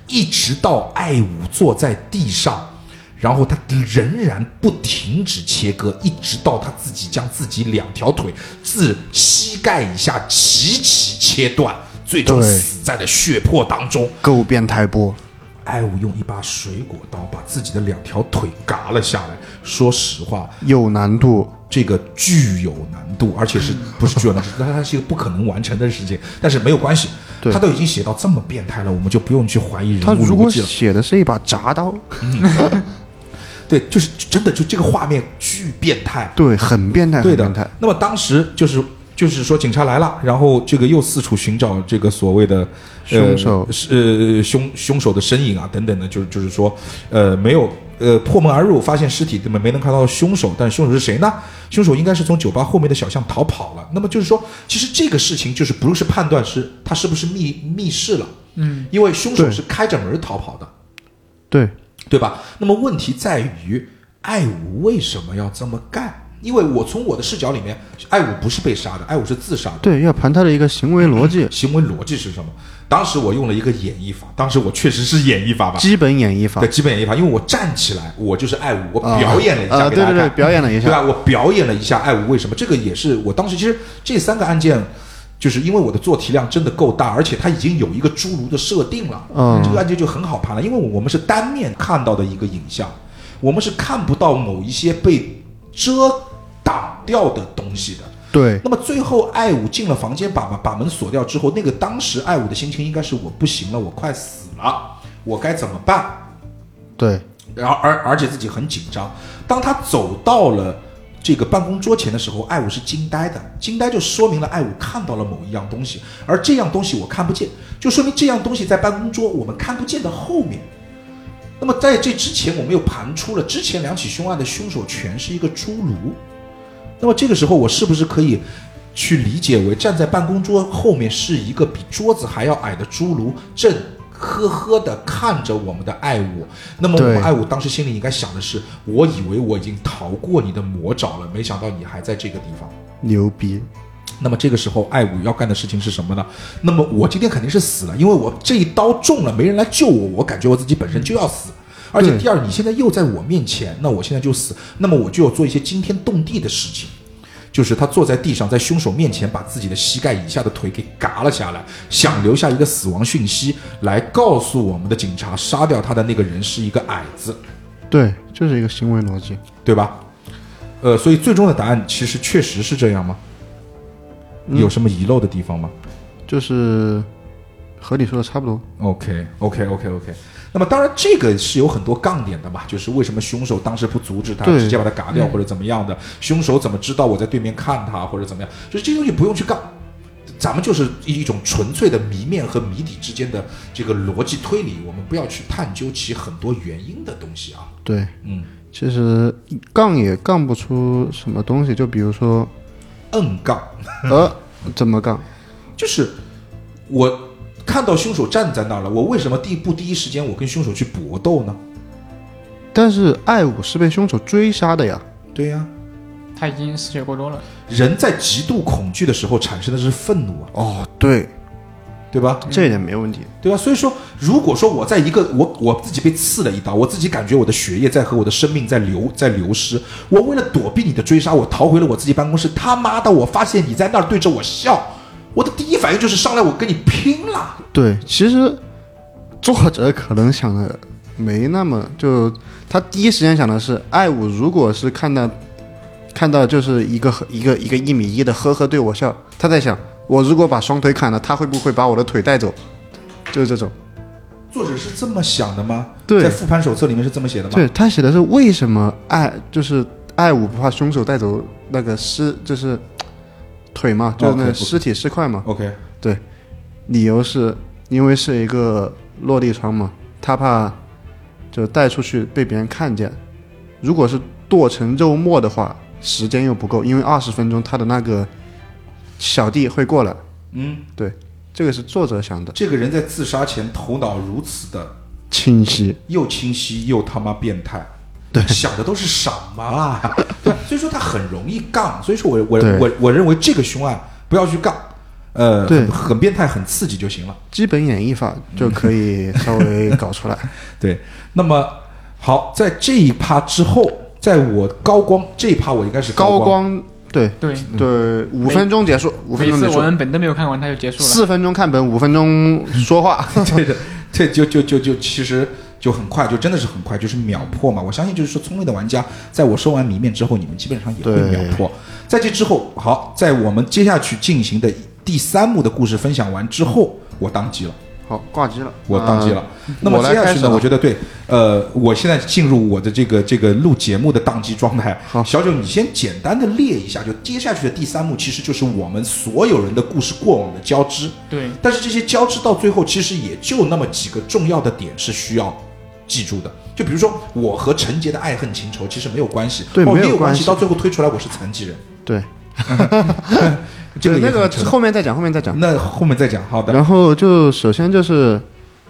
Speaker 1: 一直到艾武坐在地上，然后他仍然不停止切割，一直到他自己将自己两条腿自膝盖以下齐齐切断，最终
Speaker 4: 对
Speaker 1: 死在了血泊当中。
Speaker 4: 够变态不？
Speaker 1: 艾武用一把水果刀把自己的两条腿嘎了下来。说实话，
Speaker 4: 有难度。
Speaker 1: 这个具有难度，而且
Speaker 4: 嗯
Speaker 1: 是不是具有难度？它它是一个不可能完成的事情，但是没有关系，
Speaker 4: 对
Speaker 1: 他都已经写到这么变态了，我们就不用去怀疑人
Speaker 4: 他
Speaker 1: 物
Speaker 4: 如
Speaker 1: 逻
Speaker 4: 果
Speaker 1: 辑了。
Speaker 4: 写的是一把铡 刀，
Speaker 1: 对，就是真的，就这个画面巨变态，
Speaker 4: 对，很变态，
Speaker 1: 对
Speaker 4: 很
Speaker 1: 的
Speaker 4: 变态。。
Speaker 1: 那么当时就是就是说警察来了，然后这个又四处寻找这个所谓的、呃、
Speaker 4: 凶手
Speaker 1: 是呃凶凶手的身影啊等等的，就是就是说呃没有呃破门而入，发现尸体根本没能看到凶手，但是凶手是谁呢？凶手应该是从酒吧后面的小巷逃跑了。那么就是说，其实这个事情就是不是判断是他是不是密密室了，
Speaker 5: 嗯，
Speaker 1: 因为凶手
Speaker 4: 对
Speaker 1: 是开着门逃跑的。
Speaker 4: 对，
Speaker 1: 对吧？那么问题在于，艾武为什么要这么干？因为我从我的视角里面，艾武不是被杀的，艾武是自杀的。
Speaker 4: 对，要盘他的一个行为逻辑，
Speaker 1: 行为逻辑是什么？当时我用了一个演绎法，当时我确实是演绎法吧，
Speaker 4: 基本演绎法
Speaker 1: 对，。基本演绎法，因为我站起来，我就是艾武，我表演了一
Speaker 4: 啊
Speaker 1: 下
Speaker 4: 啊
Speaker 1: 给大家
Speaker 4: 对对对
Speaker 1: 看
Speaker 4: 表演了一下
Speaker 1: 对吧？啊我表演了一下艾武为什么？这个也是我当时其实这三个案件。就是因为我的做题量真的够大，而且它已经有一个侏儒的设定了，
Speaker 4: 嗯
Speaker 1: 这个案件就很好盘了。因为我们是单面看到的一个影像，我们是看不到某一些被遮挡掉的东西的。
Speaker 4: 对，
Speaker 1: 那么最后艾武进了房间，把把门锁掉之后，那个当时艾武的心情应该是我不行了，我快死了，我该怎么办？
Speaker 4: 对，
Speaker 1: 然后而而且自己很紧张。当他走到了这个办公桌前的时候，艾武是惊呆的，惊呆就说明了艾武看到了某一样东西，而这样东西我看不见，就说明这样东西在办公桌我们看不见的后面。那么在这之前，我们又盘出了之前两起凶案的凶手全是一个侏儒。那么这个时候，我是不是可以去理解为站在办公桌后面是一个比桌子还要矮的侏儒，正呵呵地看着我们的爱我？那么我
Speaker 4: 对
Speaker 1: 们爱我当时心里应该想的是，我以为我已经逃过你的魔爪了，没想到你还在这个地方。
Speaker 4: 牛逼，
Speaker 1: 那么这个时候，爱武要干的事情是什么呢？那么我今天肯定是死了，因为我这一刀中了，没人来救我，我感觉我自己本身就要死。而且
Speaker 4: 对
Speaker 1: 第二，你现在又在我面前，那我现在就死，那么我就要做一些惊天动地的事情，就是他坐在地上，在凶手面前把自己的膝盖以下的腿给嘎了下来，想留下一个死亡讯息来告诉我们的警察，杀掉他的那个人是一个矮子。
Speaker 4: 对，就是一个行为逻辑。
Speaker 1: 对吧？呃，所以最终的答案其实确实是这样吗？有什么遗漏的地方吗
Speaker 4: 就是和你说的差不多。
Speaker 1: ？OK OK OK OK。那么当然，这个是有很多杠点的嘛，就是为什么凶手当时不阻止他，
Speaker 4: 对
Speaker 1: 直接把他嘎掉或者怎么样的？凶手怎么知道我在对面看他或者怎么样？就是这些东西不用去杠，咱们就是一种纯粹的谜面和谜底之间的这个逻辑推理，我们不要去探究其很多原因的东西啊。
Speaker 4: 对，
Speaker 1: 嗯，
Speaker 4: 其实杠也杠不出什么东西，就比如 说，
Speaker 1: 硬杠。
Speaker 4: 呃，怎么杠？
Speaker 1: 就是我看到凶手站在那儿了，我为什么第一不第一时间我跟凶手去搏斗呢？
Speaker 4: 但是爱武是被凶手追杀的呀。
Speaker 1: 对呀、
Speaker 5: 他已经失血过多了。
Speaker 1: 人在极度恐惧的时候产生的是愤怒啊，
Speaker 4: 哦，对，
Speaker 1: 对吧？
Speaker 4: 这一点没问题。
Speaker 1: 对吧？所以说，如果说我在一个我我自己被刺了一刀，我自己感觉我的血液在和我的生命在流在流失，我为了躲避你的追杀，我逃回了我自己办公室。他妈的，我发现你在那儿对着我笑，我的第一反应就是上来我跟你拼了。
Speaker 4: 对，其实作者可能想的没那么就，他第一时间想的是，爱武如果是看到看到就是一个一个一个一米一的呵呵对我笑，他在想，我如果把双腿砍了，他会不会把我的腿带走？就是这种。
Speaker 1: 作者是这么想的吗？
Speaker 4: 对
Speaker 1: 在复盘手册里面是这么写的吗？
Speaker 4: 对他写的是为什么爱就是爱武不怕凶手带走那个尸，就是腿嘛，就是那
Speaker 1: OK，OK
Speaker 4: 尸体尸块嘛。
Speaker 1: ，OK，
Speaker 4: 对，理由是因为是一个落地窗嘛，他怕就带出去被别人看见。如果是剁成肉末的话，时间又不够，因为二十分钟他的那个小弟会过来。
Speaker 1: 嗯。
Speaker 4: 对，这个是作者想的，
Speaker 1: 这个人在自杀前头脑如此的
Speaker 4: 清晰。
Speaker 1: 又清晰又他妈变态，对，想的都是什么啊？ 对，所以说他很容易杠，所以说我我
Speaker 4: 对
Speaker 1: 我我认为这个凶案不要去杠，呃，
Speaker 4: 对
Speaker 1: 很很变态，很刺激就行了。
Speaker 4: 基本演绎法就可以稍微搞 出来。
Speaker 1: 对，那么好，在这一趴之后，在我高光这一趴，我应该是
Speaker 4: 高
Speaker 1: 光，嗯
Speaker 4: 光，对
Speaker 5: 对，
Speaker 4: 对，五分钟结束，五分
Speaker 5: 每
Speaker 4: 钟
Speaker 5: 次
Speaker 4: 结
Speaker 5: 我
Speaker 4: 束，
Speaker 5: 们本都没有看完，他就结束了。
Speaker 4: 四分钟看本，五分钟说话。
Speaker 1: 对的，这就就就就其实就很快，就真的是很快，就是秒破嘛。我相信就是说，聪明的玩家在我收完谜面之后，你们基本上也会
Speaker 4: 对
Speaker 1: 秒破。在这之后，好，在我们接下去进行的第三幕的故事分享完之后，我当机了。
Speaker 4: 好，挂机了，
Speaker 1: 我当机了。那么
Speaker 4: 啊我来
Speaker 1: 接下
Speaker 4: 开
Speaker 1: 去
Speaker 4: 始
Speaker 1: 呢，
Speaker 4: 了
Speaker 1: 我觉得对，呃，我现在进入我的这个这个录节目的宕机状态。
Speaker 4: 好
Speaker 1: 小九，你先简单的列一下，就接下去的第三幕，其实就是我们所有人的故事过往的交织。
Speaker 5: 对，
Speaker 1: 但是这些交织到最后，其实也就那么几个重要的点是需要记住的。就比如说，我和陈杰的爱恨情仇其实没有关系，
Speaker 4: 对
Speaker 1: 哦、
Speaker 4: 没有
Speaker 1: 有关
Speaker 4: 关系
Speaker 1: 到最后推出来我是残疾人，
Speaker 4: 对，
Speaker 1: 这个也
Speaker 4: 对那个
Speaker 1: 很扯
Speaker 4: 后面再讲，后面再讲。
Speaker 1: 那后面再讲。好的，
Speaker 4: 然后就首先就是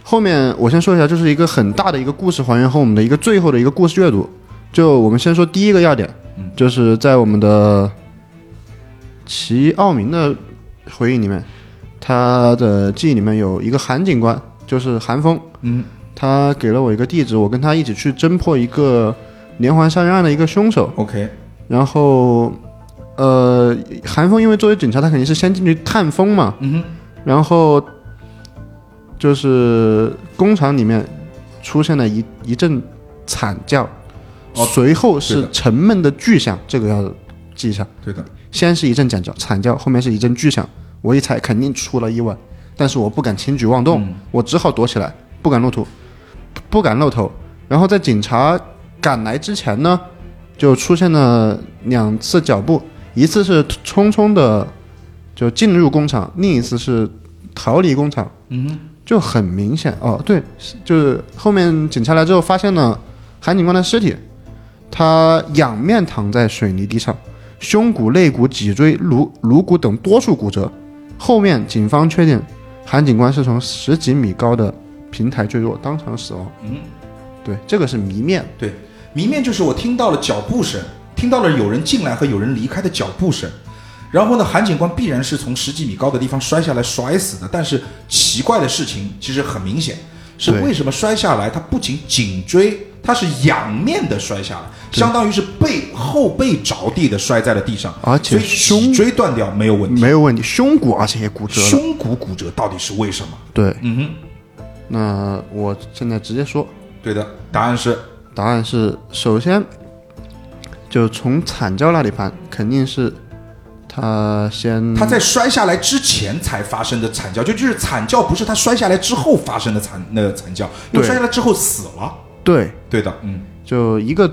Speaker 4: 后面我先说一下，就是一个很大的一个故事还原和我们的一个最后的一个故事阅读。就我们先说第一个要点，
Speaker 1: 嗯
Speaker 4: 就是在我们的齐奥明的回忆里面，他的记忆里面有一个韩警官，就是韩风，
Speaker 1: 嗯，
Speaker 4: 他给了我一个地址，我跟他一起去侦破一个连环杀人案的一个凶手。
Speaker 1: OK，
Speaker 4: 然后，呃，韩风因为作为警察，他肯定是先进去探风嘛。
Speaker 1: 嗯
Speaker 4: 然后，就是工厂里面出现了一一阵惨叫，
Speaker 1: 哦
Speaker 4: 随后
Speaker 1: 对
Speaker 4: 是
Speaker 1: 的
Speaker 4: 沉闷的巨响，这个要记一下。
Speaker 1: 哼，对的，
Speaker 4: 先是一阵惨叫，惨叫，后面是一阵巨响，我一猜肯定出了意外，但是我不敢轻举妄动，我只好躲起来，不敢露头，不敢露头。然后在警察赶来之前呢，就出现了两次脚步，一次是匆匆的就进入工厂，另一次是逃离工厂。嗯，就很明显哦，对，是就是后面警察来之后发现了韩警官的尸体，他仰面躺在水泥地上。胸骨、肋骨、脊椎、颅颅骨等多处骨折。后面警方确定韩警官是从十几米高的平台坠落，当场死亡。嗯，对，这个是谜面。
Speaker 1: 对，明面就是我听到了脚步声，听到了有人进来和有人离开的脚步声。然后呢，韩警官必然是从十几米高的地方摔下来摔死的。但是奇怪的事情其实很明显，是
Speaker 4: 对
Speaker 1: 为什么摔下来？他不仅颈椎，他是仰面的摔下来，相当于是背后背着地的摔在了地上，
Speaker 4: 而且
Speaker 1: 所以脊
Speaker 4: 胸
Speaker 1: 椎断掉没有问题，
Speaker 4: 没有问题，胸骨而且也骨折了。
Speaker 1: 胸骨骨折到底是为什么？
Speaker 4: 对，
Speaker 1: 嗯哼，
Speaker 4: 那我现在直接说，
Speaker 1: 对的，答案是
Speaker 4: 答案是：首先，就从惨叫那里判，肯定是他先
Speaker 1: 他在摔下来之前才发生的惨叫，就就是惨叫，不是他摔下来之后发生的惨那个惨叫，因为
Speaker 4: 对
Speaker 1: 摔下来之后死了。
Speaker 4: 对
Speaker 1: 对的，嗯，
Speaker 4: 就一个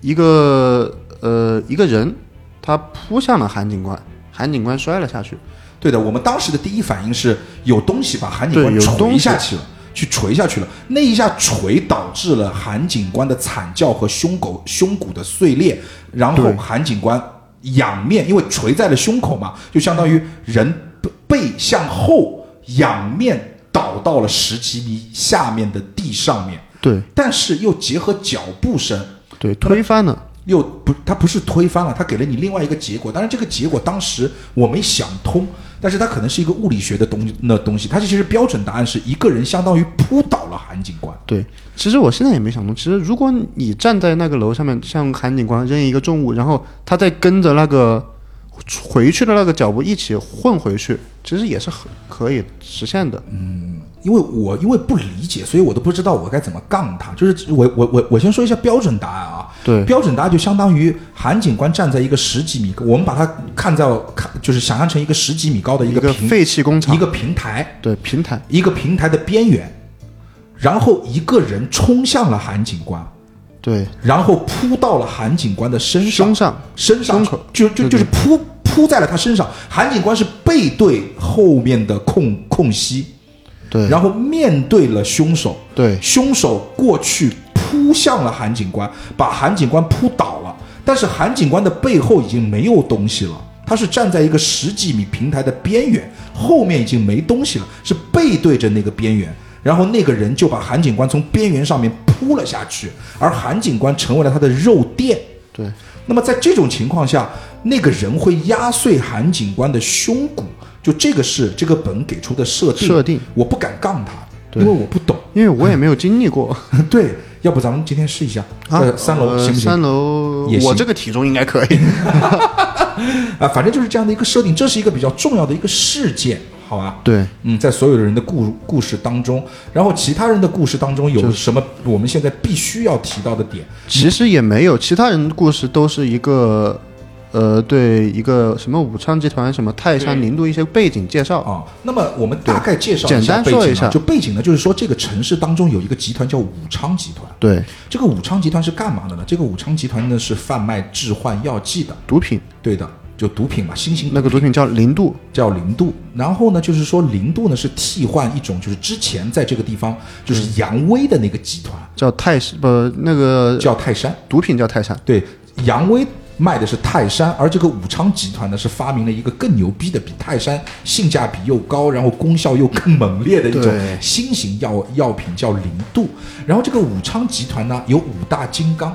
Speaker 4: 一个呃一个人，他扑向了韩警官，韩警官摔了下去。
Speaker 1: 对的。我们当时的第一反应是有东西把韩警官
Speaker 4: 对有东
Speaker 1: 锤
Speaker 4: 西
Speaker 1: 下去了，去锤下去了。那一下锤导致了韩警官的惨叫和胸口胸骨的碎裂，然后
Speaker 4: 对
Speaker 1: 韩警官仰面，因为锤在了胸口嘛，就相当于人背背向后仰面倒到了十几米下面的地上面。
Speaker 4: 对
Speaker 1: 但是又结合脚步声，
Speaker 4: 对，推翻了。
Speaker 1: 又不，他不是推翻了，他给了你另外一个结果。当然，这个结果当时我没想通，但是它可能是一个物理学的东西，那东西，它其实标准答案是一个人相当于扑倒了韩警官。
Speaker 4: 对，其实我现在也没想通。其实如果你站在那个楼上面，向韩警官扔一个重物，然后他再跟着那个回去的那个脚步一起混回去，其实也是很可以实现的。
Speaker 1: 嗯因为我因为不理解，所以我都不知道我该怎么杠他。就是我我我我先说一下标准答案啊，
Speaker 4: 对
Speaker 1: 标准答案就相当于韩警官站在一个十几米，我们把它看在看就是想象成一个十几米高的一
Speaker 4: 一个
Speaker 1: 个平
Speaker 4: 废弃工厂，
Speaker 1: 一个平台，
Speaker 4: 对平台，
Speaker 1: 一个平台的边缘，然后一个人冲向了韩警官，
Speaker 4: 对
Speaker 1: 然后扑到了韩警官的身上，
Speaker 4: 胸上
Speaker 1: 身上
Speaker 4: 胸口
Speaker 1: 就就
Speaker 4: 对对
Speaker 1: 就是扑扑在了他身上。韩警官是背对后面的空空隙，
Speaker 4: 对，
Speaker 1: 然后面对了凶手，
Speaker 4: 对
Speaker 1: 凶手过去扑向了韩警官，把韩警官扑倒了。但是韩警官的背后已经没有东西了，他是站在一个十几米平台的边缘，后面已经没东西了，是背对着那个边缘。然后那个人就把韩警官从边缘上面扑了下去，而韩警官成为了他的肉垫。
Speaker 4: 对
Speaker 1: 那么在这种情况下，那个人会压碎韩警官的胸骨，就这个是这个本给出的设定。
Speaker 4: 设定，
Speaker 1: 我不敢杠他，
Speaker 4: 对
Speaker 1: 因为我不懂。
Speaker 4: 因为我也没有经历过。
Speaker 1: 对，要不咱们今天试一下，
Speaker 4: 啊
Speaker 1: 在三楼
Speaker 4: 呃
Speaker 1: 行不行？
Speaker 4: 三楼
Speaker 1: 也，行
Speaker 4: 我这个体重应该可以。
Speaker 1: 啊，反正就是这样的一个设定，这是一个比较重要的一个事件。好吧？
Speaker 4: 对，
Speaker 1: 嗯，在所有的人的故故事当中，然后其他人的故事当中有什么我们现在必须要提到的点？
Speaker 4: 其实也没有，其他人的故事都是一个，呃，对一个什么武昌集团、什么泰山
Speaker 5: 对
Speaker 4: 宁都一些背景介绍。
Speaker 1: 啊，那么我们大概介绍一
Speaker 4: 简
Speaker 1: 下
Speaker 4: 单
Speaker 1: 背
Speaker 4: 说
Speaker 1: 景
Speaker 4: 一
Speaker 1: 啊，
Speaker 4: 下
Speaker 1: 就背景呢，就是说这个城市当中有一个集团叫武昌集团，
Speaker 4: 对，
Speaker 1: 这个武昌集团是干嘛的呢？这个武昌集团呢是贩卖致幻药剂的，
Speaker 4: 毒品
Speaker 1: 对的，就毒品嘛，新型
Speaker 4: 那个毒品叫零度，
Speaker 1: 叫零度。然后呢，就是说零度呢是替换一种，就是之前在这个地方就是扬威的那个集团，
Speaker 4: 叫泰山，不，那个
Speaker 1: 叫泰山。
Speaker 4: 毒品叫泰山。
Speaker 1: 对，扬威卖的是泰山，而这个武昌集团呢是发明了一个更牛逼的，比泰山性价比又高，然后功效又更猛烈的一种
Speaker 4: 对
Speaker 1: 新型药药品，叫零度。然后这个武昌集团呢有五大金刚，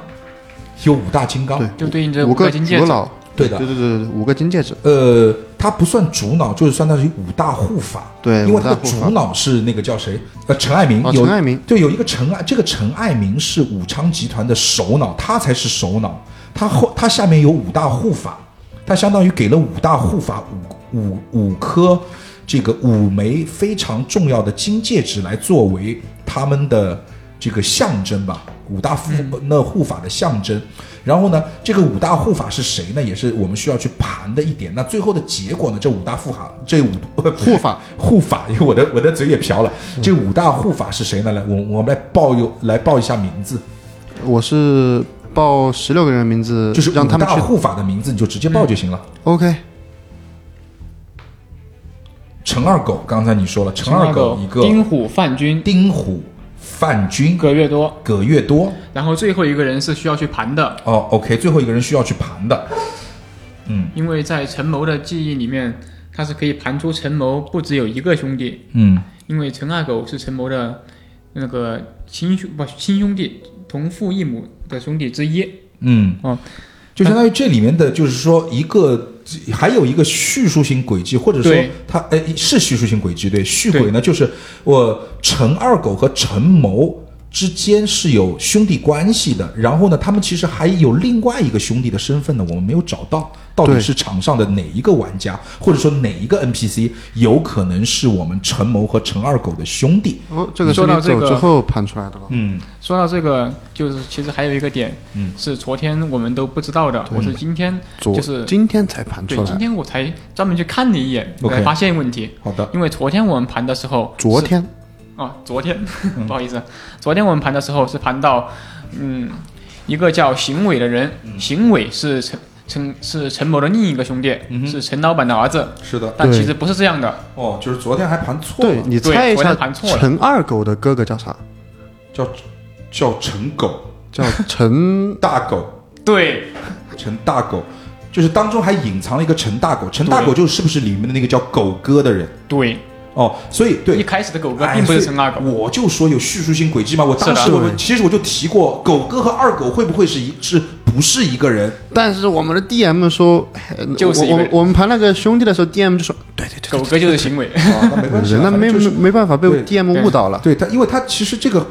Speaker 1: 有五大金刚，
Speaker 4: 对，
Speaker 5: 就对应这
Speaker 4: 五
Speaker 5: 个
Speaker 4: 个
Speaker 5: 金戒指
Speaker 4: 主脑。
Speaker 1: 对的
Speaker 4: 对对对对，五个金戒指。
Speaker 1: 呃，它不算主脑，就是算它是五大护法。
Speaker 4: 对
Speaker 1: 因为它的
Speaker 4: 五大护
Speaker 1: 主
Speaker 4: 法
Speaker 1: 脑是那个叫谁？呃，陈爱民。
Speaker 4: 哦
Speaker 1: 有
Speaker 4: 陈爱民
Speaker 1: 对，有一个陈爱，这个陈爱民是武昌集团的首脑，他才是首脑。他后他下面有五大护法，他相当于给了五大护法五五五颗这个五枚非常重要的金戒指来作为他们的这个象征吧，五大护、那护法的象征。然后呢，这个五大护法是谁呢？也是我们需要去盘的一点。那最后的结果呢？这五大护法，这五护
Speaker 4: 法
Speaker 1: 护法，因为我的我的嘴也瓢了。这五大护法是谁呢？来，我我们来报有来报一下名字，
Speaker 4: 我是报十六个人名字，
Speaker 1: 就是
Speaker 4: 让他们
Speaker 1: 五大
Speaker 4: 去。嗯
Speaker 1: 护法的名字，你就直接报就行了。
Speaker 4: OK，
Speaker 1: 陈二狗，刚才你说了，陈
Speaker 5: 陈
Speaker 1: 二
Speaker 5: 二
Speaker 1: 狗
Speaker 5: 狗
Speaker 1: 一个
Speaker 5: 丁虎范军
Speaker 1: 丁虎范军
Speaker 5: 葛月多，
Speaker 1: 葛月多
Speaker 5: 然后最后一个人是需要去盘的，
Speaker 1: 哦，OK，最后一个人需要去盘的，
Speaker 5: 因为在陈谋的记忆里面，他是可以盘出陈谋不只有一个兄弟，
Speaker 1: 嗯
Speaker 5: 因为陈二狗是陈谋的那个亲兄不亲兄弟，同父异母的兄弟之一。
Speaker 1: 嗯
Speaker 5: 哦，
Speaker 1: 就相当于这里面的就是说一个。还有一个叙述性轨迹，或者说
Speaker 5: 对
Speaker 1: 它呃是叙述性轨迹，对叙轨呢，就是我陈二狗和陈谋之间是有兄弟关系的，然后呢，他们其实还有另外一个兄弟的身份呢，我们没有找到，到底
Speaker 4: 对
Speaker 1: 是场上的哪一个玩家，或者说哪一个 NPC 有可能是我们陈谋和陈二狗的兄弟？
Speaker 4: 哦，这个是
Speaker 5: 说到
Speaker 4: 你
Speaker 5: 这
Speaker 4: 走
Speaker 5: 个
Speaker 4: 之后盘出来的了。
Speaker 1: 嗯
Speaker 5: 说到这个，就是其实还有一个点，
Speaker 1: 嗯
Speaker 5: 是昨天我们都不知道的，我是今天
Speaker 4: 昨
Speaker 5: 就是
Speaker 4: 今天才盘
Speaker 5: 对
Speaker 4: 出
Speaker 5: 今
Speaker 4: 来，
Speaker 5: 天我才专门去看了一眼，
Speaker 1: OK
Speaker 5: 才发现问题。
Speaker 1: 好的，
Speaker 5: 因为昨天我们盘的时候，
Speaker 4: 昨天嗯
Speaker 5: 哦，昨天 不好意思，昨天我们盘的时候是盘到，嗯，一个叫邢伟的人，
Speaker 4: 嗯
Speaker 5: 邢伟是陈陈是陈某的另一个兄弟，
Speaker 1: 哼
Speaker 5: 是陈老板的儿子，
Speaker 1: 是的，
Speaker 5: 但
Speaker 4: 嗯对
Speaker 5: 其实不是这样的，
Speaker 1: 哦，就是昨天还盘错
Speaker 4: 对
Speaker 1: 了，
Speaker 4: 你
Speaker 5: 对
Speaker 4: 猜一
Speaker 5: 昨
Speaker 4: 下
Speaker 5: 天盘错了
Speaker 4: 陈二狗的哥哥叫啥？
Speaker 1: 叫叫陈狗
Speaker 4: 叫陈
Speaker 1: 大狗，
Speaker 5: 对，
Speaker 1: 陈大狗，就是当中还隐藏了一个陈大狗，陈大狗就是不是里面的那个叫狗哥的人
Speaker 5: 对，
Speaker 1: 哦，所以
Speaker 5: 一
Speaker 1: 对。
Speaker 5: 开始的狗哥
Speaker 1: 哎
Speaker 5: 并不
Speaker 1: 所
Speaker 5: 是
Speaker 1: 以
Speaker 5: 陈二狗，
Speaker 1: 我就说有叙述性轨迹嘛。我当
Speaker 5: 是
Speaker 1: 时
Speaker 5: 的
Speaker 1: 我
Speaker 4: 对
Speaker 1: 其实我就提过，狗哥和二狗会不会是一是不是一个 人？
Speaker 4: 但是我们的 DM 说，哎
Speaker 5: 就是一
Speaker 4: 我
Speaker 5: 个
Speaker 4: 我
Speaker 5: 人
Speaker 4: 我们盘那个兄弟的时候，DM 就说，对对
Speaker 5: 狗哥就是邢伟，
Speaker 1: 啊，那没关
Speaker 4: 对，
Speaker 1: 系啊，
Speaker 4: 人那
Speaker 1: 反
Speaker 4: 没
Speaker 1: 正就是
Speaker 4: 没没办法被
Speaker 1: 对
Speaker 4: DM 误导了。
Speaker 1: 对他，因为他其实这个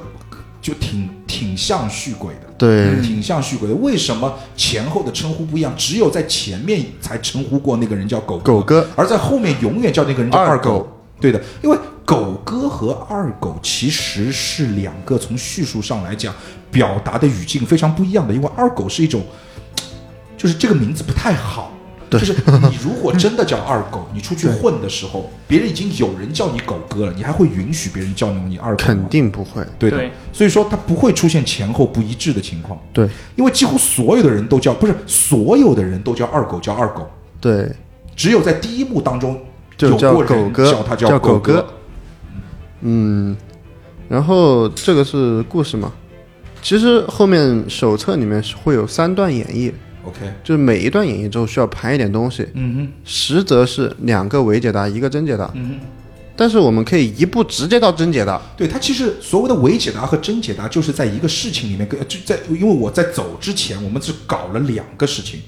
Speaker 1: 就挺挺像续鬼的，
Speaker 4: 对，
Speaker 1: 挺像续鬼的。为什么前后的称呼不一样？只有在前面才称呼过那个人叫狗
Speaker 4: 狗哥
Speaker 1: 而在后面永远叫那个人叫
Speaker 4: 二
Speaker 1: 二狗
Speaker 4: 狗。
Speaker 1: 对的，因为狗哥和二狗其实是两个从叙述上来讲表达的语境非常不一样的，因为二狗是一种，就是这个名字不太好。就是你如果真的叫二狗，你出去混的时候，别人已经有人叫你狗哥了，你还会允许别人叫你二狗吗？
Speaker 4: 肯定不会。
Speaker 1: 对的，
Speaker 5: 对
Speaker 1: 所以说它不会出现前后不一致的情况，
Speaker 4: 对
Speaker 1: 因为几乎所有的人都叫不是所有的人都叫二狗叫二狗，
Speaker 4: 对，
Speaker 1: 只有在第一幕当中
Speaker 4: 就
Speaker 1: 有
Speaker 4: 叫
Speaker 1: 过
Speaker 4: 狗
Speaker 1: 人
Speaker 4: 哥，
Speaker 1: 叫他
Speaker 4: 叫
Speaker 1: 狗
Speaker 4: 哥。嗯，然后这个是故事嘛？其实后面手册里面是会有三段演绎，
Speaker 1: OK，
Speaker 4: 就是每一段演绎之后需要盘一点东西，
Speaker 1: 嗯
Speaker 4: 实则是两个伪解答，一个真解答。
Speaker 1: 哼，嗯
Speaker 4: 但是我们可以一步直接到真解答
Speaker 1: 哼，，对，它其实所谓的伪解答和真解答，就是在一个事情里面跟就在，因为我在走之前，我们只搞了两个事情，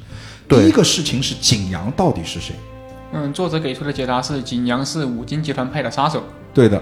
Speaker 1: 第
Speaker 4: 对
Speaker 1: 一个事情是景阳到底是谁。
Speaker 5: 嗯，作者给出的解答是景阳是五金集团派的杀手，
Speaker 1: 对的，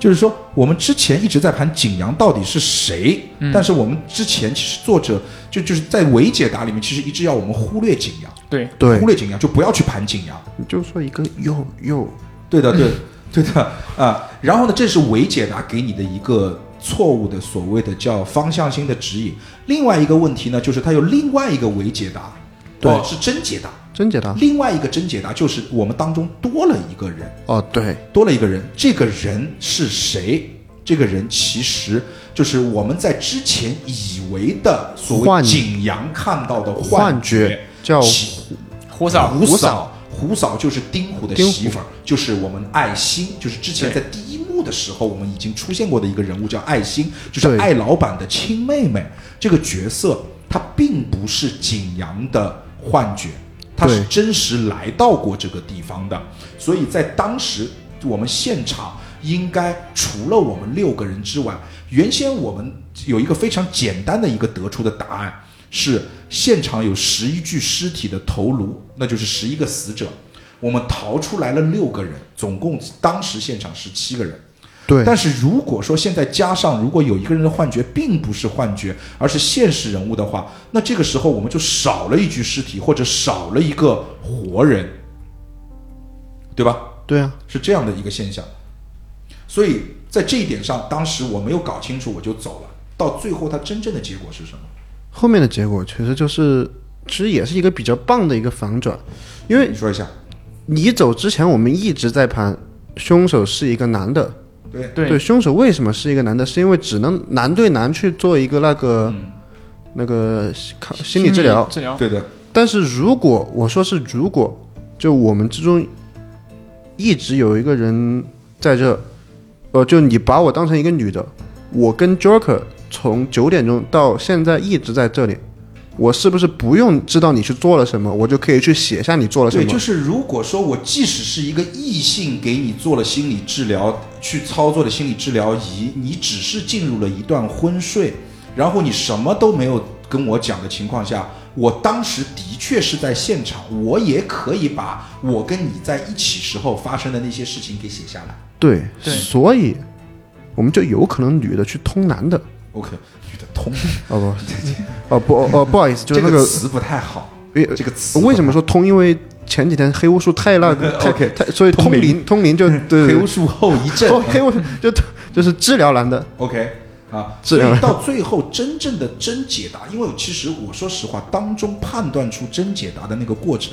Speaker 1: 就是说我们之前一直在盘景阳到底是谁，但是我们之前其实作者就就是在伪解答里面，其实一直要我们忽略景阳，
Speaker 5: 对，
Speaker 4: 对
Speaker 1: 忽，略景阳就不要去盘景阳。
Speaker 4: 你就说一个右右
Speaker 1: 对的，对， 对的啊。然后呢，这是维解答给你的一个错误的所谓的叫方向性的指引。另外一个问题呢，就是它有另外一个维解答，
Speaker 4: 对啊
Speaker 1: 哦，是真解答。
Speaker 4: 真解答。
Speaker 1: 另外一个真解答就是我们当中多了一个人，
Speaker 4: 哦，对，
Speaker 1: 多了一个人，这个人是谁？这个人其实就是我们在之前以为的所谓
Speaker 4: 幻
Speaker 1: 景阳看到的
Speaker 4: 幻
Speaker 1: 觉
Speaker 4: 觉，叫
Speaker 1: 其
Speaker 5: 胡嫂，
Speaker 1: 胡嫂，胡嫂就是丁虎的
Speaker 4: 丁虎
Speaker 1: 媳妇儿，就是我们爱新，就是之前在第一幕的时候我们已经出现过的一个人物叫爱新，就是
Speaker 4: 对
Speaker 1: 艾老板的亲妹妹。这个角色她并不是景阳的幻觉，她是
Speaker 4: 对
Speaker 1: 真实来到过这个地方的，所以在当时我们现场。应该除了我们六个人之外，原先我们有一个非常简单的一个得出的答案，是现场有十一具尸体的头颅，那就是十一个死者。我们逃出来了六个人，总共当时现场十七个人。
Speaker 4: 对，
Speaker 1: 但是如果说现在加上，如果有一个人的幻觉并不是幻觉，而是现实人物的话，那这个时候我们就少了一具尸体，或者少了一个活人，对吧？
Speaker 4: 对啊，
Speaker 1: 是这样的一个现象。所以在这一点上，当时我没有搞清楚，我就走了。到最后，它真正的结果是什么？
Speaker 4: 后面的结果其实就是，其实也是一个比较棒的一个反转，因为
Speaker 1: 你说一下。
Speaker 4: 你走之前我们一直在盘凶手是一个男的，
Speaker 1: 对，
Speaker 5: 对
Speaker 4: 对，凶手为什么是一个男的？是因为只能男对男去做一个那个、那个看心理治疗。
Speaker 5: 治疗，
Speaker 1: 对的，
Speaker 4: 但是如果我说是如果，就我们之中一直有一个人在这，呃，就你把我当成一个女的，我跟 Joker 从九点钟到现在一直在这里，我是不是不用知道你去做了什么，我就可以去写下你做了什
Speaker 1: 对，
Speaker 4: 么？
Speaker 1: 就是如果说我即使是一个异性给你做了心理治疗，去操作的心理治疗仪，你只是进入了一段昏睡，然后你什么都没有跟我讲的情况下，我当时的确是在现场，我也可以把我跟你在一起时候发生的那些事情给写下来。
Speaker 4: 对，
Speaker 5: 对
Speaker 4: 所以我们就有可能女的去通男的。
Speaker 1: OK，女的通，
Speaker 4: 哦不，哦不，哦哦不好意思，就是那
Speaker 1: 这
Speaker 4: 个
Speaker 1: 个词不太好，
Speaker 4: 诶
Speaker 1: 这个词
Speaker 4: 为什么说通？因为前几天黑巫术 太那个太
Speaker 1: 哦 OK，
Speaker 4: 太，所以
Speaker 1: 通
Speaker 4: 通
Speaker 1: 灵
Speaker 4: 灵通灵就对
Speaker 1: 黑巫术 后遗症
Speaker 4: 哦 黑巫术就就是治疗男的，
Speaker 1: OK 啊，
Speaker 4: 这
Speaker 1: 所以
Speaker 4: 样
Speaker 1: 到最后真正的真解答，因为其实我说实话，当中判断出真解答的那个过程，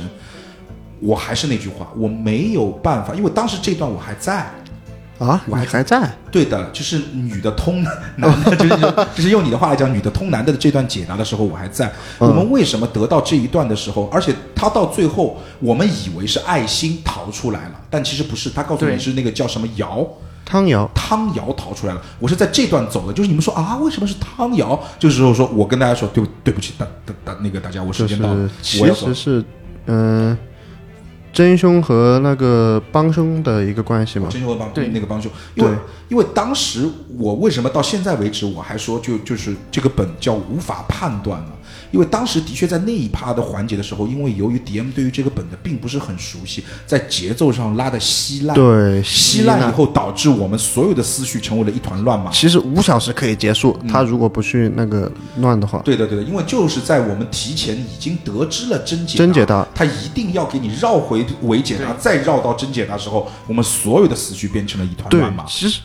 Speaker 1: 我还是那句话，我没有办法，因为当时这段我还在。
Speaker 4: 啊，你还在？
Speaker 1: 对的，就是女的通男的，就是就是用你的话来讲，女的通男的这段解答的时候，我还在。我们为什么得到这一段的时候，而且他到最后，我们以为是爱心逃出来了，但其实不是，他告诉你
Speaker 5: 对
Speaker 1: 是那个叫什么瑶，
Speaker 4: 汤瑶
Speaker 1: 汤瑶逃出来了。我是在这段走的，就是你们说啊，为什么是汤瑶？这个时候说，我跟大家说，对不对不起，大大大那个大家，我时
Speaker 4: 就
Speaker 1: 间到了
Speaker 4: 是，其
Speaker 1: 我要走
Speaker 4: 实。是嗯、呃真凶和那个帮凶的一个关系嘛。
Speaker 1: 哦真凶和帮
Speaker 5: 对
Speaker 1: 那个帮凶，因为
Speaker 4: 对
Speaker 1: 因为当时我为什么到现在为止我还说就就是这个本叫无法判断呢？因为当时的确在那一趴的环节的时候，因为由于 DM 对于这个本的并不是很熟悉，在节奏上拉的稀烂，
Speaker 4: 对，
Speaker 1: 稀
Speaker 4: 希
Speaker 1: 烂
Speaker 4: 腊
Speaker 1: 以后导致我们所有的思绪成为了一团乱麻。
Speaker 4: 其实五小时可以结束，他如果不去那个乱的话，
Speaker 1: 嗯对的，对的，因为就是在我们提前已经得知了真解
Speaker 4: 真解答
Speaker 1: 他一定要给你绕回伪解答，再绕到真解答时候，我们所有的思绪变成了一团
Speaker 4: 对
Speaker 1: 乱麻，。
Speaker 4: 其实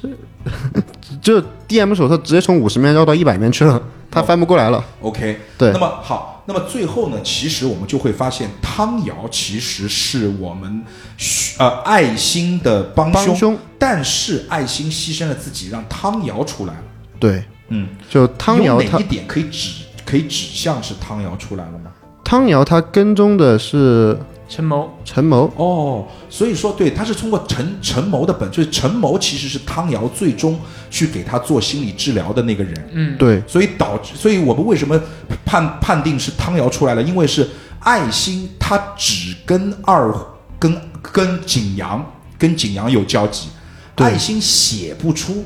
Speaker 4: 就 DM 手册直接从五十面绕到一百面去了，
Speaker 1: 哦
Speaker 4: 他翻不过来了。
Speaker 1: OK，
Speaker 4: 对
Speaker 1: 那么好，那么最后呢，其实我们就会发现，汤瑶其实是我们嘘呃爱心的帮
Speaker 4: 帮凶
Speaker 1: 但是爱心牺牲了自己，让汤瑶出来了。
Speaker 4: 对，
Speaker 1: 嗯，
Speaker 4: 就汤瑶
Speaker 1: 有哪
Speaker 4: 他
Speaker 1: 一点可以指可以指向是汤瑶出来了吗？
Speaker 4: 汤瑶他跟踪的是
Speaker 5: 陈谋，
Speaker 4: 陈谋，
Speaker 1: 哦，所以说对，他是通过陈陈谋的本，就是陈谋其实是汤瑶最终去给他做心理治疗的那个人，
Speaker 5: 嗯，
Speaker 4: 对
Speaker 1: 所以导致，所以我们为什么判判定是汤瑶出来了？因为是爱心，他只跟二跟跟景阳跟景阳有交集，
Speaker 4: 对
Speaker 1: 爱心写不出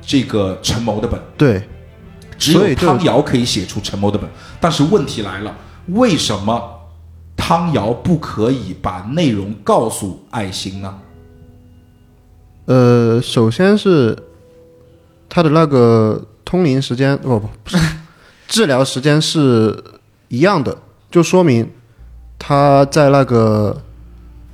Speaker 1: 这个陈谋的本，
Speaker 4: 对，
Speaker 1: 只有
Speaker 4: 所以就是
Speaker 1: 汤瑶可以写出陈谋的本。但是问题来了，为什么汤瑶不可以把内容告诉爱心呢？
Speaker 4: 呃，首先是他的那个通灵时间，哦不， 不是治疗时间是一样的，就说明他在那个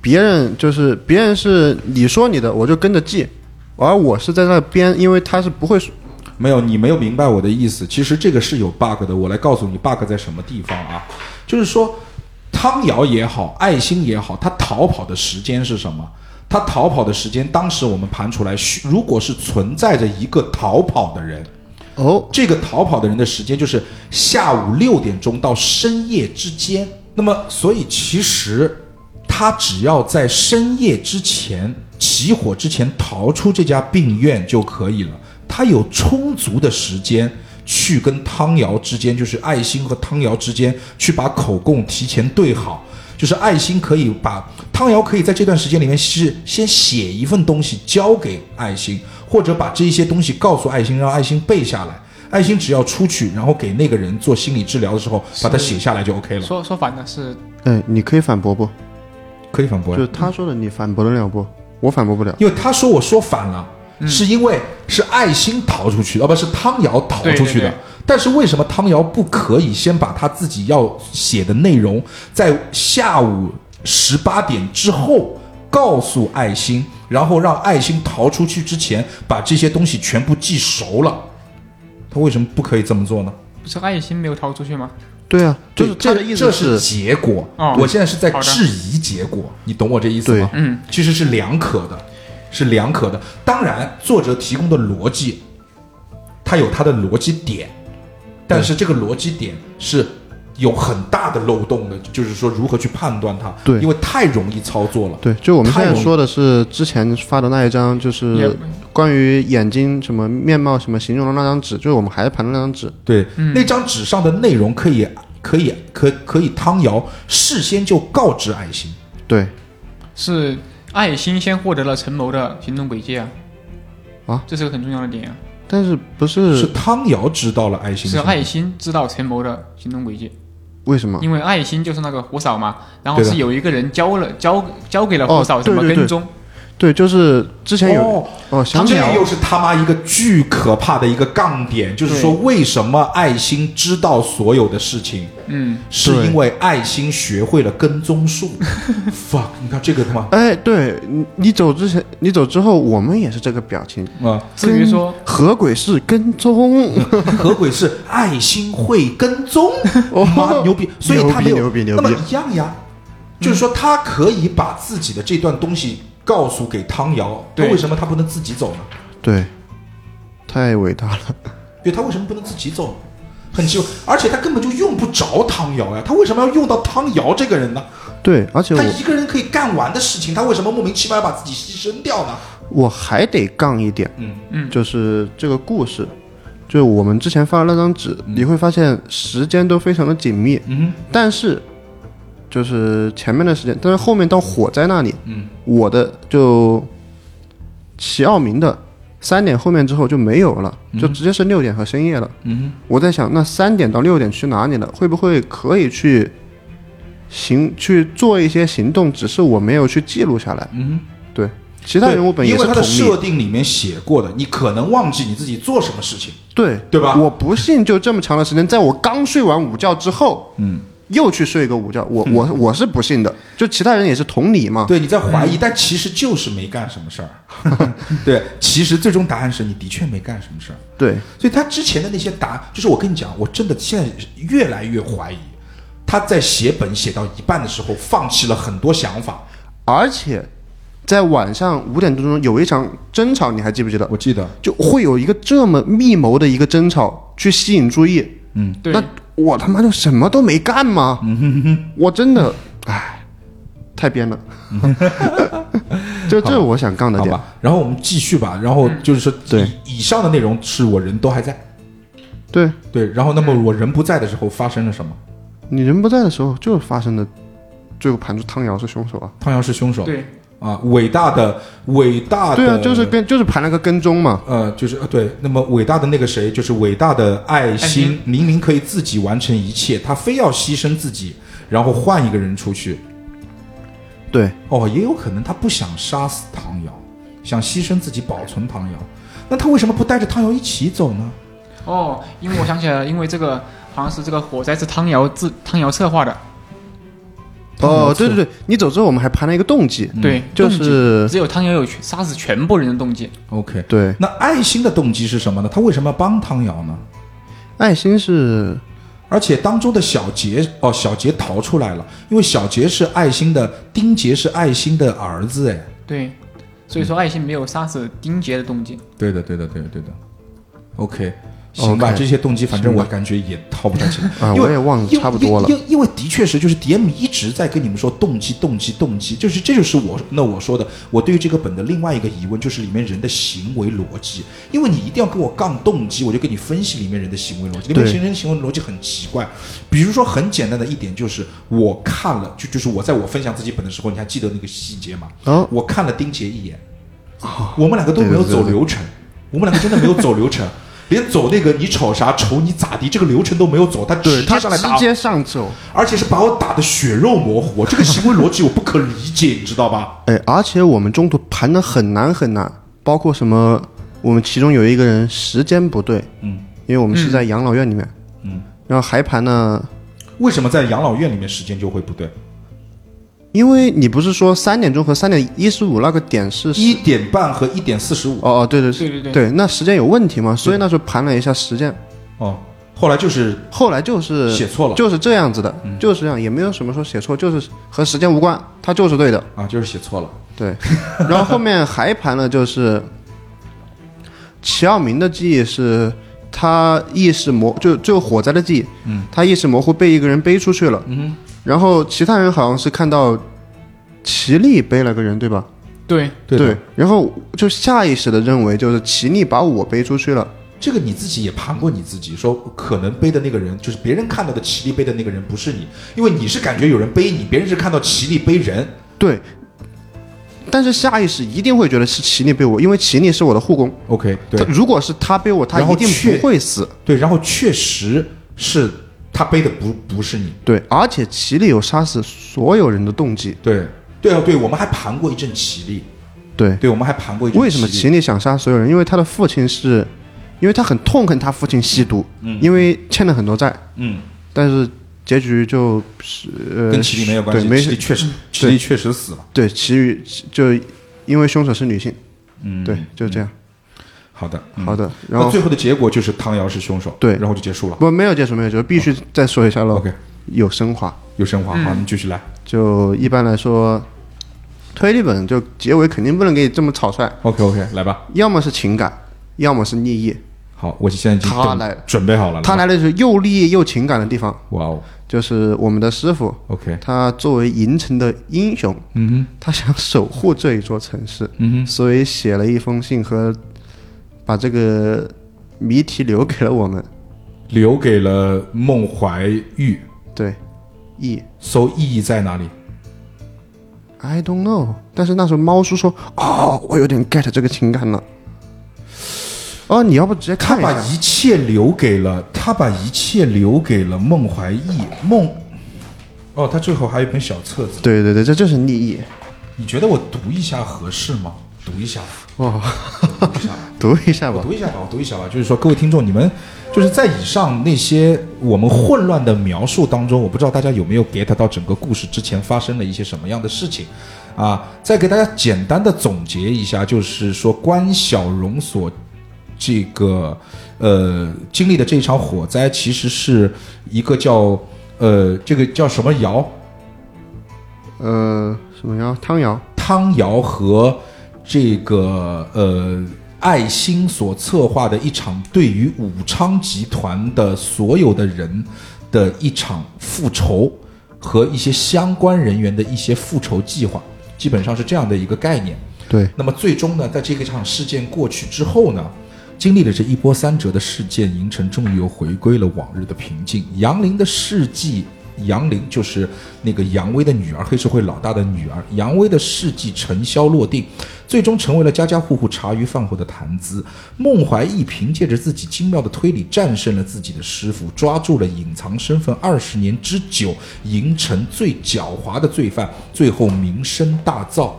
Speaker 4: 别人就是别人是你说你的，我就跟着记，而我是在那编，因为他是不会说
Speaker 1: 没有，你没有明白我的意思。其实这个是有 bug 的，我来告诉你 bug 在什么地方啊？就是说，汤瑶也好，爱心也好，他逃跑的时间是什么？他逃跑的时间，当时我们盘出来，需如果是存在着一个逃跑的人，
Speaker 4: 哦，
Speaker 1: 这个逃跑的人的时间就是下午六点钟到深夜之间。那么，所以其实他只要在深夜之前起火之前逃出这家病院就可以了。他有充足的时间去跟汤瑶之间，就是爱心和汤瑶之间去把口供提前对好。就是爱心可以把汤瑶可以在这段时间里面是先写一份东西交给爱心，或者把这一些东西告诉爱心，让爱心背下来。爱心只要出去，然后给那个人做心理治疗的时候，把它写下来就 OK 了。
Speaker 5: 说说反了是
Speaker 4: 哎，你可以反驳不？
Speaker 1: 可以反驳呀
Speaker 4: 就是他说的，你反驳得了不？我反驳不了。
Speaker 1: 因为他说我说反了，
Speaker 5: 嗯
Speaker 1: 是因为是爱心逃出去的，啊，不是汤瑶逃出去
Speaker 5: 对对
Speaker 1: 的
Speaker 5: 对。
Speaker 1: 但是为什么汤瑶不可以先把他自己要写的内容在下午十八点之后告诉爱心，然后让爱心逃出去之前把这些东西全部记熟了？他为什么不可以这么做呢？
Speaker 5: 不是爱心没有逃出去吗？
Speaker 4: 对啊，就
Speaker 1: 对
Speaker 4: 是
Speaker 1: 这
Speaker 4: 他的意
Speaker 1: 这是
Speaker 4: 思
Speaker 1: 结果。
Speaker 5: 哦
Speaker 1: 我现在是在
Speaker 5: 好的
Speaker 1: 质疑结果，你懂我这意思吗？
Speaker 4: 对
Speaker 5: 嗯，
Speaker 1: 其实是两可的，是两可的。当然，作者提供的逻辑，它有它的逻辑点，但是这个逻辑点是有很大的漏洞的，就是说如何去判断它，
Speaker 4: 对
Speaker 1: 因为太容易操作了。
Speaker 4: 对，就我们
Speaker 1: 太
Speaker 4: 现在
Speaker 1: 容易
Speaker 4: 说的是之前发的那一张，就
Speaker 5: 也
Speaker 4: 是关于眼睛什么面貌什么形容的那张纸，就是我们还盘的那张纸。
Speaker 1: 对，那张纸上的内容可以可以可可以汤瑶事先就告知爱心。
Speaker 4: 对，
Speaker 5: 是爱心先获得了陈谋的行动轨迹啊。
Speaker 4: 啊，
Speaker 5: 这是个很重要的点啊！
Speaker 4: 但是不
Speaker 1: 是
Speaker 4: 是
Speaker 1: 汤瑶知道了爱心
Speaker 5: 是
Speaker 1: 行为
Speaker 5: 爱心知道陈谋的行动轨迹，
Speaker 4: 为什么？
Speaker 5: 因为爱心就是那个胡嫂嘛，然后
Speaker 1: 对的
Speaker 5: 是有一个人交了交交给了胡
Speaker 4: 哦
Speaker 5: 嫂怎
Speaker 4: 对
Speaker 5: 么
Speaker 4: 对对
Speaker 5: 跟踪，
Speaker 4: 对，就是之前有
Speaker 1: 哦，
Speaker 4: 哦，想起
Speaker 1: 这
Speaker 4: 来了
Speaker 1: 又是他妈一个巨可怕的一个杠点，就是说为什么爱心知道所有的事情，
Speaker 5: 嗯，
Speaker 1: 是因为爱心学会了跟踪 术。fuck，你看这个他妈
Speaker 4: 哎，对你你走之前，你走之后，我们也是这个表情。
Speaker 1: 啊！
Speaker 5: 至于说
Speaker 4: 何鬼是跟踪，
Speaker 1: 何鬼是爱心会跟踪，
Speaker 4: 哦
Speaker 1: 妈牛逼！所以他没有
Speaker 4: 牛逼牛逼牛逼
Speaker 1: 那么一样呀，就是说他可以把自己的这段东西告诉给汤瑶，他
Speaker 5: 对
Speaker 1: 为什么他不能自己走呢？
Speaker 4: 对，太伟大了。
Speaker 1: 对他为什么不能自己走？很奇怪，而且他根本就用不着汤瑶呀，他为什么要用到汤瑶这个人呢？
Speaker 4: 对，而且
Speaker 1: 他
Speaker 4: 我
Speaker 1: 一个人可以干完的事情，他为什么莫名其妙要把自己牺牲掉呢？
Speaker 4: 我还得杠一点，
Speaker 1: 嗯
Speaker 5: 嗯
Speaker 4: 就是这个故事，就是我们之前发的那张纸，你会发现时间都非常的紧密，
Speaker 1: 嗯
Speaker 4: 但是就是前面的时间，但是后面到火灾那里，
Speaker 1: 嗯，
Speaker 4: 我的就齐奥明的三点后面之后就没有了，就直接是六点和深夜了。
Speaker 1: 嗯，
Speaker 4: 我在想，那三点到六点去哪里了？会不会可以去行去做一些行动？只是我没有去记录下来。
Speaker 1: 嗯，
Speaker 4: 对，其他人物本也
Speaker 1: 因
Speaker 4: 是
Speaker 1: 为他
Speaker 4: 同
Speaker 1: 的
Speaker 4: 理
Speaker 1: 设。定里面写过的，你可能忘记你自己做什么事情。
Speaker 4: 对
Speaker 1: 对吧
Speaker 4: 我不信，就这么长的时间，在我刚睡完午觉之后，
Speaker 1: 嗯，
Speaker 4: 又去睡一个午觉，我我我是不信的。就其他人也是同理嘛。
Speaker 1: 对，你在怀疑，但其实就是没干什么事儿。 对，其实最终答案是你的确没干什么事儿。
Speaker 4: 对
Speaker 1: 所以他之前的那些答，就是我跟你讲，我真的现在越来越怀疑，他在写本写到一半的时候，放弃了很多想法。
Speaker 4: 而且在晚上五点多钟有一场争吵，你还记不记得？
Speaker 1: 我记得，
Speaker 4: 就会有一个这么密谋的一个争吵去吸引注意。
Speaker 5: 对
Speaker 4: 那我他妈就什么都没干吗？
Speaker 1: 嗯
Speaker 4: 我真的，唉，太编了。 就这是我想杠的
Speaker 1: 好
Speaker 4: 点。嗯
Speaker 1: 吧，然后我们继续吧。然后就是说，
Speaker 4: 对
Speaker 1: 以以上的内容是我人都还在，
Speaker 4: 对
Speaker 1: 对。然后那么
Speaker 4: 嗯
Speaker 1: 我人不在的时候发生了什么？
Speaker 4: 你人不在的时候，就发生了最后盘出汤瑶是凶手啊。
Speaker 1: 汤瑶是凶手，
Speaker 5: 对
Speaker 1: 啊，伟大的伟大的，
Speaker 4: 对啊，就是变就是盘了个跟踪嘛。
Speaker 1: 呃，就是呃，对。那么伟大的那个谁，就是伟大的爱
Speaker 5: 爱
Speaker 1: 心
Speaker 5: 心，
Speaker 1: 明明可以自己完成一切，他非要牺牲自己，然后换一个人出去。
Speaker 4: 对，
Speaker 1: 哦，也有可能他不想杀死汤瑶，想牺牲自己保存汤瑶。那他为什么不带着汤瑶一起走呢？
Speaker 5: 哦，因为我想起来了，因为这个好像是这个火灾是汤瑶自汤瑶策划的，
Speaker 4: 哦，对对对，你走之后我们还盘了一个动机，
Speaker 5: 对，
Speaker 4: 嗯就
Speaker 5: 动机
Speaker 4: 是
Speaker 5: 只有汤瑶有去杀死全部人的动机，
Speaker 1: OK，
Speaker 4: 对，
Speaker 1: 那爱心的动机是什么呢？他为什么要帮汤瑶呢？
Speaker 4: 爱心是
Speaker 1: 而且当中的小杰哦，小杰逃出来了，因为小杰是爱心的，丁杰是爱心的儿子，哎，
Speaker 5: 对，所以说爱心没有杀死丁杰的动机。
Speaker 1: 对的，对的，对的，对的。OK，行吧
Speaker 4: OK，
Speaker 1: 这些动机反正我感觉也套不太清，
Speaker 4: 啊，
Speaker 1: 因为
Speaker 4: 我也忘了
Speaker 1: 因为
Speaker 4: 差不多了
Speaker 1: 因，为因为的确是，就是碟迷一直在跟你们说动机，动机，动机，就是这就是我那我说的，我对于这个本的另外一个疑问就是里面人的行为逻辑，因为你一定要跟我杠动机，我就跟你分析里面人的行为逻辑，里面
Speaker 4: 对
Speaker 1: 人的行为逻辑很奇怪，比如说很简单的一点就是我看了，就就是我在我分享自己本的时候，你还记得那个细节吗？
Speaker 4: 哦
Speaker 1: 我看了丁杰一眼，我们两个都没有
Speaker 4: 对对对
Speaker 1: 走
Speaker 4: 对
Speaker 1: 流程，我们两个真的没有走流程。 连走那个你瞅啥瞅你咋地这个流程都没有走，他直
Speaker 4: 对
Speaker 1: 接
Speaker 4: 他
Speaker 1: 上来打
Speaker 4: 直
Speaker 1: 我
Speaker 4: 接上手，
Speaker 1: 而且是把我打的血肉模糊， 这个行为逻辑我不可理解，你知道吧？
Speaker 4: 哎，而且我们中途盘的很难很难，包括什么，我们其中有一个人时间不对，
Speaker 1: 嗯，
Speaker 4: 因为我们是在养老院里面，
Speaker 1: 嗯，
Speaker 4: 然后还盘呢，
Speaker 1: 为什么在养老院里面时间就会不对？
Speaker 4: 因为你不是说三点钟和三点一十五那个点是
Speaker 1: 一点半和一点四十五
Speaker 4: 哦哦，对对
Speaker 5: 对对对
Speaker 4: 对，那时间有问题嘛，所以那时候盘了一下时间，
Speaker 1: 哦，后来就是
Speaker 4: 后来就是
Speaker 1: 写错了嗯
Speaker 4: 就是这样子的，就是这样，也没有什么说写错，就是和时间无关，它就是对的，
Speaker 1: 啊，就是写错了。
Speaker 4: 对。然后后面还盘了，就是齐耀明的记忆是他意识模，就就火灾的记忆，嗯，他意识模糊被一个人背出去了，嗯，然后其他人好像是看到齐力背了个人，对吧？
Speaker 5: 对，
Speaker 1: 对的，
Speaker 4: 然后就下意识的认为就是齐力把我背出去了，
Speaker 1: 这个你自己也盘过你自己，说可能背的那个人就是别人看到的齐力背的那个人不是你，因为你是感觉有人背你，别人是看到齐力背人。
Speaker 4: 对。但是下意识一定会觉得是齐力背我，因为齐力是我的护工。
Speaker 1: OK，
Speaker 4: 他如果是他背我，他
Speaker 1: 然后
Speaker 4: 一定
Speaker 1: 确
Speaker 4: 不会死。
Speaker 1: 对，然后确实是他背的不不是你。
Speaker 4: 对，而且齐力有杀死所有人的动机。
Speaker 1: 对对啊，对，我们还盘过一阵齐力，
Speaker 4: 对，
Speaker 1: 对，我们还盘过一阵
Speaker 4: 为什么
Speaker 1: 齐力
Speaker 4: 齐力想杀所有人？因为他的父亲是，因为他很痛恨他父亲吸毒，因为欠了很多债，
Speaker 1: 嗯。
Speaker 4: 但是结局就是呃
Speaker 1: 跟齐力没有关系，
Speaker 4: 对，没
Speaker 1: 齐力
Speaker 4: 事，
Speaker 1: 确实，齐力确实死了。
Speaker 4: 对，其余就因为凶手是女性，嗯，对，就这样。
Speaker 1: 好的，嗯
Speaker 4: 好的，然
Speaker 1: 那
Speaker 4: 后
Speaker 1: 最后的结果就是汤瑶是凶手，
Speaker 4: 对
Speaker 1: 然后就结束了。
Speaker 4: 不没有结束，没有结束，必须再说一下喽。
Speaker 1: OK
Speaker 4: 有升华，
Speaker 1: 有升华，好，
Speaker 4: 嗯
Speaker 1: 你继续来。
Speaker 4: 就一般来说，推理本就结尾肯定不能给你这么草率，
Speaker 1: OK OK，来吧。
Speaker 4: 要么是情感，要么是利益。
Speaker 1: 好，我现在已经
Speaker 4: 他
Speaker 1: 等
Speaker 4: 来了
Speaker 1: 准备好了。吧，
Speaker 4: 他来的是又利益又情感的地方，
Speaker 1: 哇哦
Speaker 4: 就是我们的师傅，
Speaker 1: ，OK，
Speaker 4: 他作为银城的英雄，
Speaker 1: 嗯
Speaker 4: 他想守护这一座城市，
Speaker 1: 哼，嗯
Speaker 4: 所以写了一封信和把这个谜题留给了我们。
Speaker 1: 哼，留给了孟怀玉。
Speaker 4: 对，E
Speaker 1: so 意义在哪里？
Speaker 4: I don't know。但是那时候猫叔说：“哦，我有点 get 这个情感了。”哦，你要不直接
Speaker 1: 他
Speaker 4: 看一
Speaker 1: 把
Speaker 4: 下？
Speaker 1: 一切留给了他，把一切留给了孟怀义。孟，哦，他最后还有一本小册子，
Speaker 4: 对对对，这就是利益。
Speaker 1: 你觉得我读一下合适吗？读一下，
Speaker 4: 哦，
Speaker 1: 读一下。
Speaker 4: 读一下吧
Speaker 1: 我。读一下吧，我读一下吧。就是说，各位听众，你们就是在以上那些我们混乱的描述当中，我不知道大家有没有 get 到整个故事之前发生了一些什么样的事情啊？再给大家简单的总结一下，就是说关小荣所这个呃经历的这一场火灾，其实是一个叫呃这个叫什么窑
Speaker 4: 呃，什么呀？汤瑶。
Speaker 1: 汤瑶和这个呃爱心所策划的一场对于武昌集团的所有的人的一场复仇和一些相关人员的一些复仇计划，基本上是这样的一个概念。
Speaker 4: 对，
Speaker 1: 那么最终呢，在这个场事件过去之后呢，经历了这一波三折的事件，银城终于又回归了往日的平静。杨林的事迹，杨林就是那个杨威的女儿，黑社会老大的女儿。杨威的事迹尘嚣落定，最终成为了家家户户茶余饭后的谈资。孟怀义凭借着自己精妙的推理，战胜了自己的师傅，抓住了隐藏身份二十年之久银城最狡猾的罪犯，最后名声大噪。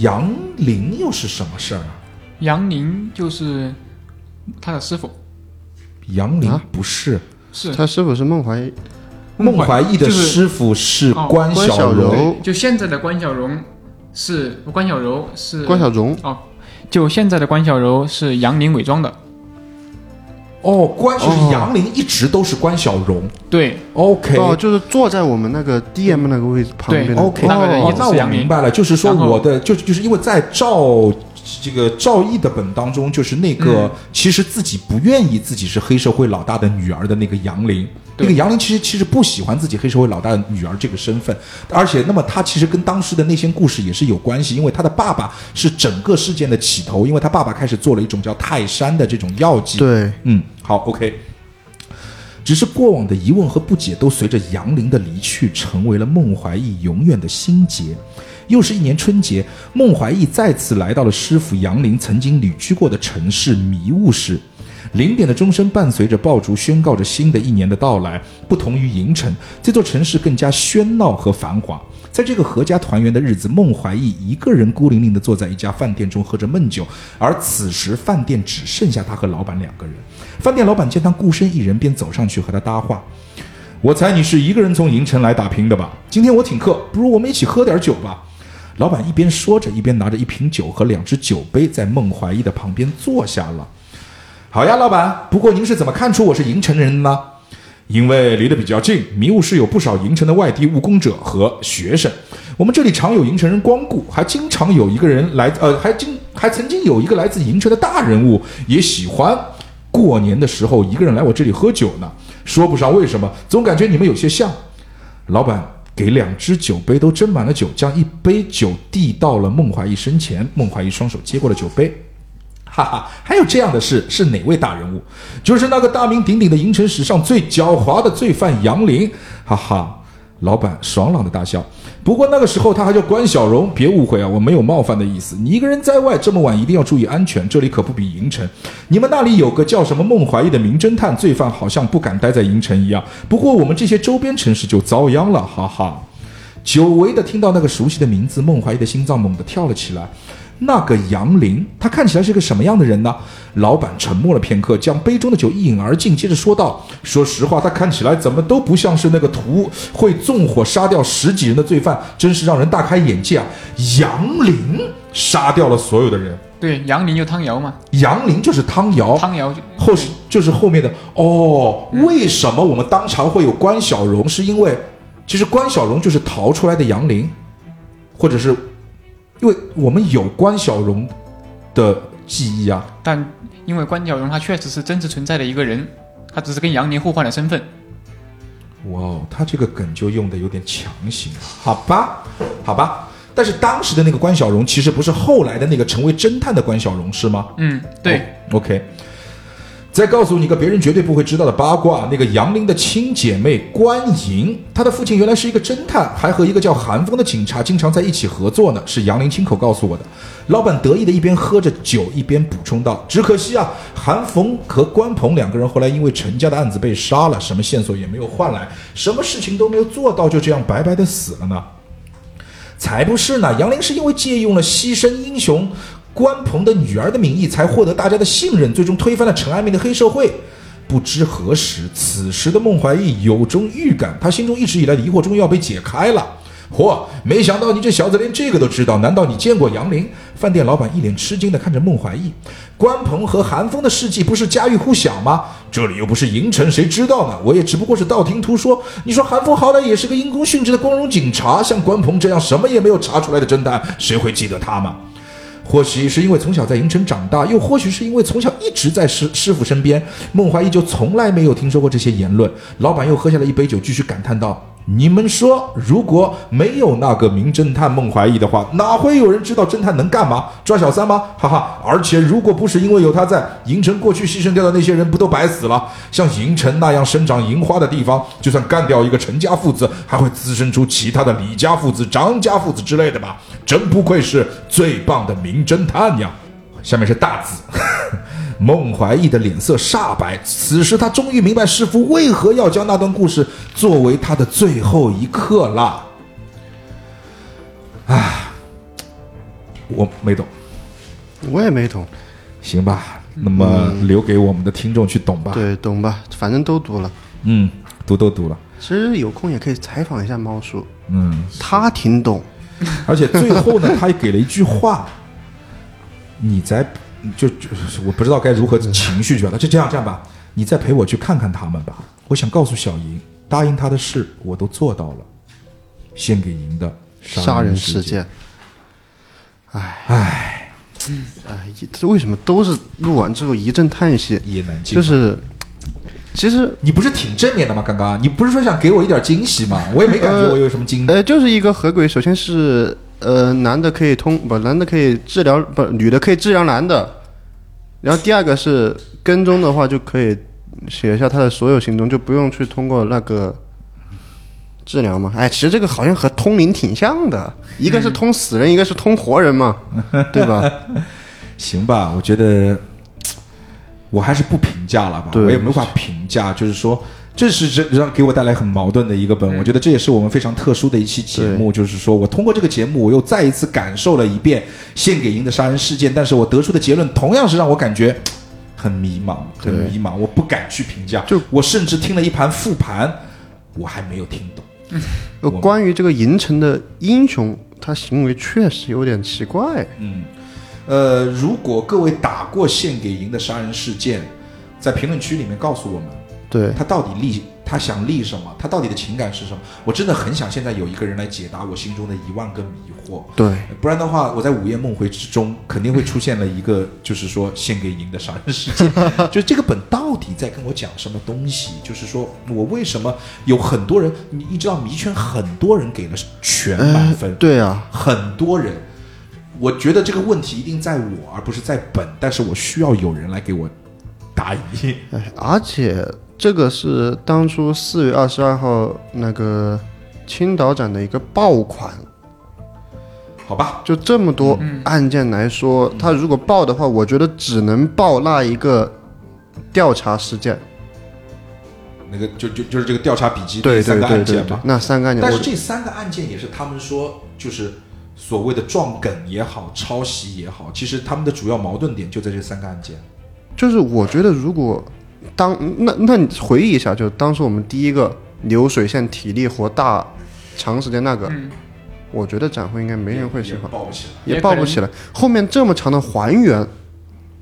Speaker 1: 杨林又是什么事儿啊？
Speaker 5: 杨林就是他的师傅，
Speaker 1: 杨林
Speaker 4: 啊
Speaker 1: 不是，
Speaker 5: 是
Speaker 4: 他师傅是孟怀
Speaker 1: 孟
Speaker 5: 孟
Speaker 1: 怀
Speaker 5: 怀
Speaker 1: 义的
Speaker 5: 就是
Speaker 1: 师傅是
Speaker 5: 哦
Speaker 1: 关
Speaker 4: 关
Speaker 1: 小
Speaker 4: 小
Speaker 1: 柔，
Speaker 4: 柔
Speaker 5: 就现在的关小荣是关小柔是
Speaker 4: 关晓荣，
Speaker 5: 就现在的关小柔是杨林伪装的，
Speaker 1: 哦，关就是
Speaker 4: 哦
Speaker 1: 杨林一直都是关小荣
Speaker 5: 对，
Speaker 1: ，OK，
Speaker 4: 哦，就是坐在我们那个 DM 那个位置旁边的。
Speaker 5: 对
Speaker 1: OK，
Speaker 5: 那个人
Speaker 1: 哦
Speaker 5: 一直
Speaker 1: 那
Speaker 5: 是
Speaker 1: 我
Speaker 5: 杨林
Speaker 1: 明白了，就是说
Speaker 5: 然后
Speaker 1: 我的就是就是因为在赵这个赵毅的本当中，就是那个、
Speaker 5: 嗯
Speaker 1: 其实自己不愿意自己是黑社会老大的女儿的那个杨林，那
Speaker 5: 对
Speaker 1: 个杨林其实其实不喜欢自己黑社会老大的女儿这个身份，而且那么他其实跟当时的内心故事也是有关系，因为他的爸爸是整个事件的起头，因为他爸爸开始做了一种叫泰山的这种药剂，
Speaker 4: 对
Speaker 1: 嗯，好，OK。只是过往的疑问和不解都随着杨林的离去，成为了孟怀义永远的心结。又是一年春节，孟怀义再次来到了师傅杨林曾经旅居过的城市迷雾市。零点的钟声伴随着爆竹，宣告着新的一年的到来。不同于银城，这座城市更加喧闹和繁华。在这个合家团圆的日子，孟怀义一个人孤零零地坐在一家饭店中喝着闷酒，而此时饭店只剩下他和老板两个人。饭店老板见他孤身一人，便走上去和他搭话：“我猜你是一个人从银城来打拼的吧？今天我请客，不如我们一起喝点酒吧。”老板一边说着，一边拿着一瓶酒和两只酒杯，在孟怀义的旁边坐下了。好呀，老板。不过您是怎么看出我是银城人的呢？因为离得比较近，迷雾市有不少银城的外地务工者和学生。我们这里常有银城人光顾，还经常有一个人来，呃，还经还曾经有一个来自银城的大人物也喜欢过年的时候一个人来我这里喝酒呢。说不上为什么，总感觉你们有些像。老板给两只酒杯都斟满了酒，将一杯酒递到了孟怀义身前。孟怀义双手接过了酒杯， 哈哈，还有这样的事，是哪位大人物？就是那个大名鼎鼎的银城史上最狡猾的罪犯杨林，哈哈。老板爽朗的大笑。不过那个时候他还叫关小荣，别误会啊，我没有冒犯的意思。你一个人在外这么晚，一定要注意安全，这里可不比银城。你们那里有个叫什么孟怀义的名侦探，罪犯好像不敢待在银城一样。不过我们这些周边城市就遭殃了，哈哈。久违的听到那个熟悉的名字，孟怀义的心脏猛地跳了起来。那个杨林，他看起来是个什么样的人呢？老板沉默了片刻，将杯中的酒一饮而尽，接着说道：“说实话，他看起来怎么都不像是那个图会纵火杀掉十几人的罪犯，真是让人大开眼界啊！杨林杀掉了所有的人，
Speaker 5: 对，杨林就汤瑶嘛，
Speaker 1: 杨林就是汤瑶，
Speaker 4: 哦
Speaker 5: 汤瑶就
Speaker 1: 后是就是后面的哦，为什么我们当场会有关小荣？是因为其实关小荣就是逃出来的杨林，或者是因为我们有关小荣的记忆啊。
Speaker 5: 但因为关小荣他确实是真实存在的一个人，他只是跟杨林互换了身份。
Speaker 1: 哇哦，他这个梗就用的有点强行，啊好吧，好吧。但是当时的那个关小荣其实不是后来的那个成为侦探的关小荣，是吗？
Speaker 5: 嗯，对，
Speaker 1: o k 再哦告诉你一个别人绝对不会知道的八卦，那个杨林的亲姐妹关莹，她的父亲原来是一个侦探，还和一个叫韩风的警察经常在一起合作呢，是杨林亲口告诉我的。老板得意的一边喝着酒，一边补充道：“只可惜啊，韩风和关鹏两个人后来因为陈家的案子被杀了，什么线索也没有换来，什么事情都没有做到，就这样白白的死了呢。”才不是呢！杨凌是因为借用了牺牲英雄关鹏的女儿的名义，才获得大家的信任，最终推翻了陈安民的黑社会。不知何时，此时的孟怀义有种预感，他心中一直以来的疑惑终于要被解开了。嚯！没想到你这小子连这个都知道，难道你见过杨林？饭店老板一脸吃惊地看着孟怀义。关鹏和韩风的事迹不是家喻户晓吗？这里又不是银城，谁知道呢？我也只不过是道听途说。你说韩风好歹也是个因公殉职的光荣警察，像关鹏这样什么也没有查出来的侦探，谁会记得他嘛？或许是因为从小在银城长大，又或许是因为从小一直在师师傅身边，孟怀义就从来没有听说过这些言论。老板又喝下了一杯酒，继续感叹道：“你们说，如果没有那个名侦探孟怀义的话，哪会有人知道侦探能干嘛？抓小三吗？哈哈！而且如果不是因为有他在，银城过去牺牲掉的那些人不都白死了？像银城那样生长银花的地方，就算干掉一个陈家父子，还会滋生出其他的李家父子、张家父子之类的吧？真不愧是最棒的名侦探呀！下面是大字。孟怀义的脸色煞白，此时他终于明白师傅为何要将那段故事作为他的最后一课啦。唉，我没懂，
Speaker 4: 我也没懂，
Speaker 1: 行吧？那
Speaker 4: 啊
Speaker 1: 么留给我们的听众去懂吧。
Speaker 4: 对，懂吧？反正都读了。
Speaker 1: 嗯，读都读了。
Speaker 4: 其实有空也可以采访一下猫叔，
Speaker 1: 嗯，
Speaker 4: 他挺懂。
Speaker 1: 而且最后呢，他也给了一句话，你再就就是我不知道该如何情绪表达，就这样这样吧，你再陪我去看看他们吧。我想告诉小莹，答应她的事我都做到了，献给您的
Speaker 4: 杀
Speaker 1: 人
Speaker 4: 人
Speaker 1: 事
Speaker 4: 事。件。唉唉，哎，一这为什么都是录完之后一阵叹息？
Speaker 1: 也难进，
Speaker 4: 就是，其实
Speaker 1: 你不是挺正面的吗？刚刚你不是说想给我一点惊喜吗？我也没感觉我有什么惊喜。
Speaker 4: 呃，就是一个合轨，首先是呃，男的可以通不，男的可以治疗不，女的可以治疗男的。然后第二个是跟踪的话，就可以写一下他的所有行踪，就不用去通过那个治疗嘛。哎，其实这个好像和通灵挺像的，一个是通死人，一个是通活 人嘛，对吧？
Speaker 1: 行吧，我觉得嘖我还是不评价了吧，
Speaker 4: 对
Speaker 1: 我也没法评价，就是说。这是这让给我带来很矛盾的一个本，我觉得这也是我们非常特殊的一期节目，就是说我通过这个节目，我又再一次感受了一遍献给您的杀人事件，但是我得出的结论同样是让我感觉嘖很迷茫，很
Speaker 4: 对
Speaker 1: 迷茫，我不敢去评价，
Speaker 4: 就
Speaker 1: 我甚至听了一盘复盘，我还没有听懂。
Speaker 4: 呃关于这个银城的英雄，他行为确实有点奇怪。
Speaker 1: 嗯呃，如果各位打过献给银的杀人事件，在评论区里面告诉我们，
Speaker 4: 对，
Speaker 1: 他到底立他想立什么，他到底的情感是什么？我真的很想现在有一个人来解答我心中的一万个迷惑，
Speaker 4: 对，
Speaker 1: 不然的话，我在午夜梦回之中肯定会出现了一个，就是说献给银的杀人事件。 就这个本到底在跟我讲什么东西？就是说我为什么有很多人，你你知道迷圈很多人给了全满分，
Speaker 4: 呃对啊，
Speaker 1: 很多人，我觉得这个问题一定在我，而不是在本，但是我需要有人来给我答疑。
Speaker 4: 哎，而且这个是当初四月二十二号那个青岛展的一个爆款，
Speaker 1: 好吧，
Speaker 4: 就这么多
Speaker 1: 嗯
Speaker 4: 案件来说，它如果爆的话，我觉得只能爆那一个调查事件，
Speaker 1: 那个就就就是这个调查笔记
Speaker 4: 对
Speaker 1: 第三
Speaker 4: 对
Speaker 1: 个
Speaker 4: 对
Speaker 1: 案
Speaker 4: 对
Speaker 1: 件
Speaker 4: 对
Speaker 1: 嘛，。
Speaker 4: 那三个案件，
Speaker 1: 但是
Speaker 4: 我
Speaker 1: 这三个案件也是他们说就是所谓的撞梗也好，抄袭也好，其实他们的主要矛盾点就在这三个案件。
Speaker 4: 就是我觉得如果当那那你回忆一下，就当初我们第一个流水线体力活大长时间那个，
Speaker 5: 嗯
Speaker 4: 我觉得展会应该没人会喜
Speaker 1: 也
Speaker 4: 欢，
Speaker 1: 爆不起来。
Speaker 5: 也
Speaker 4: 也爆不起来。后面这么长的还原，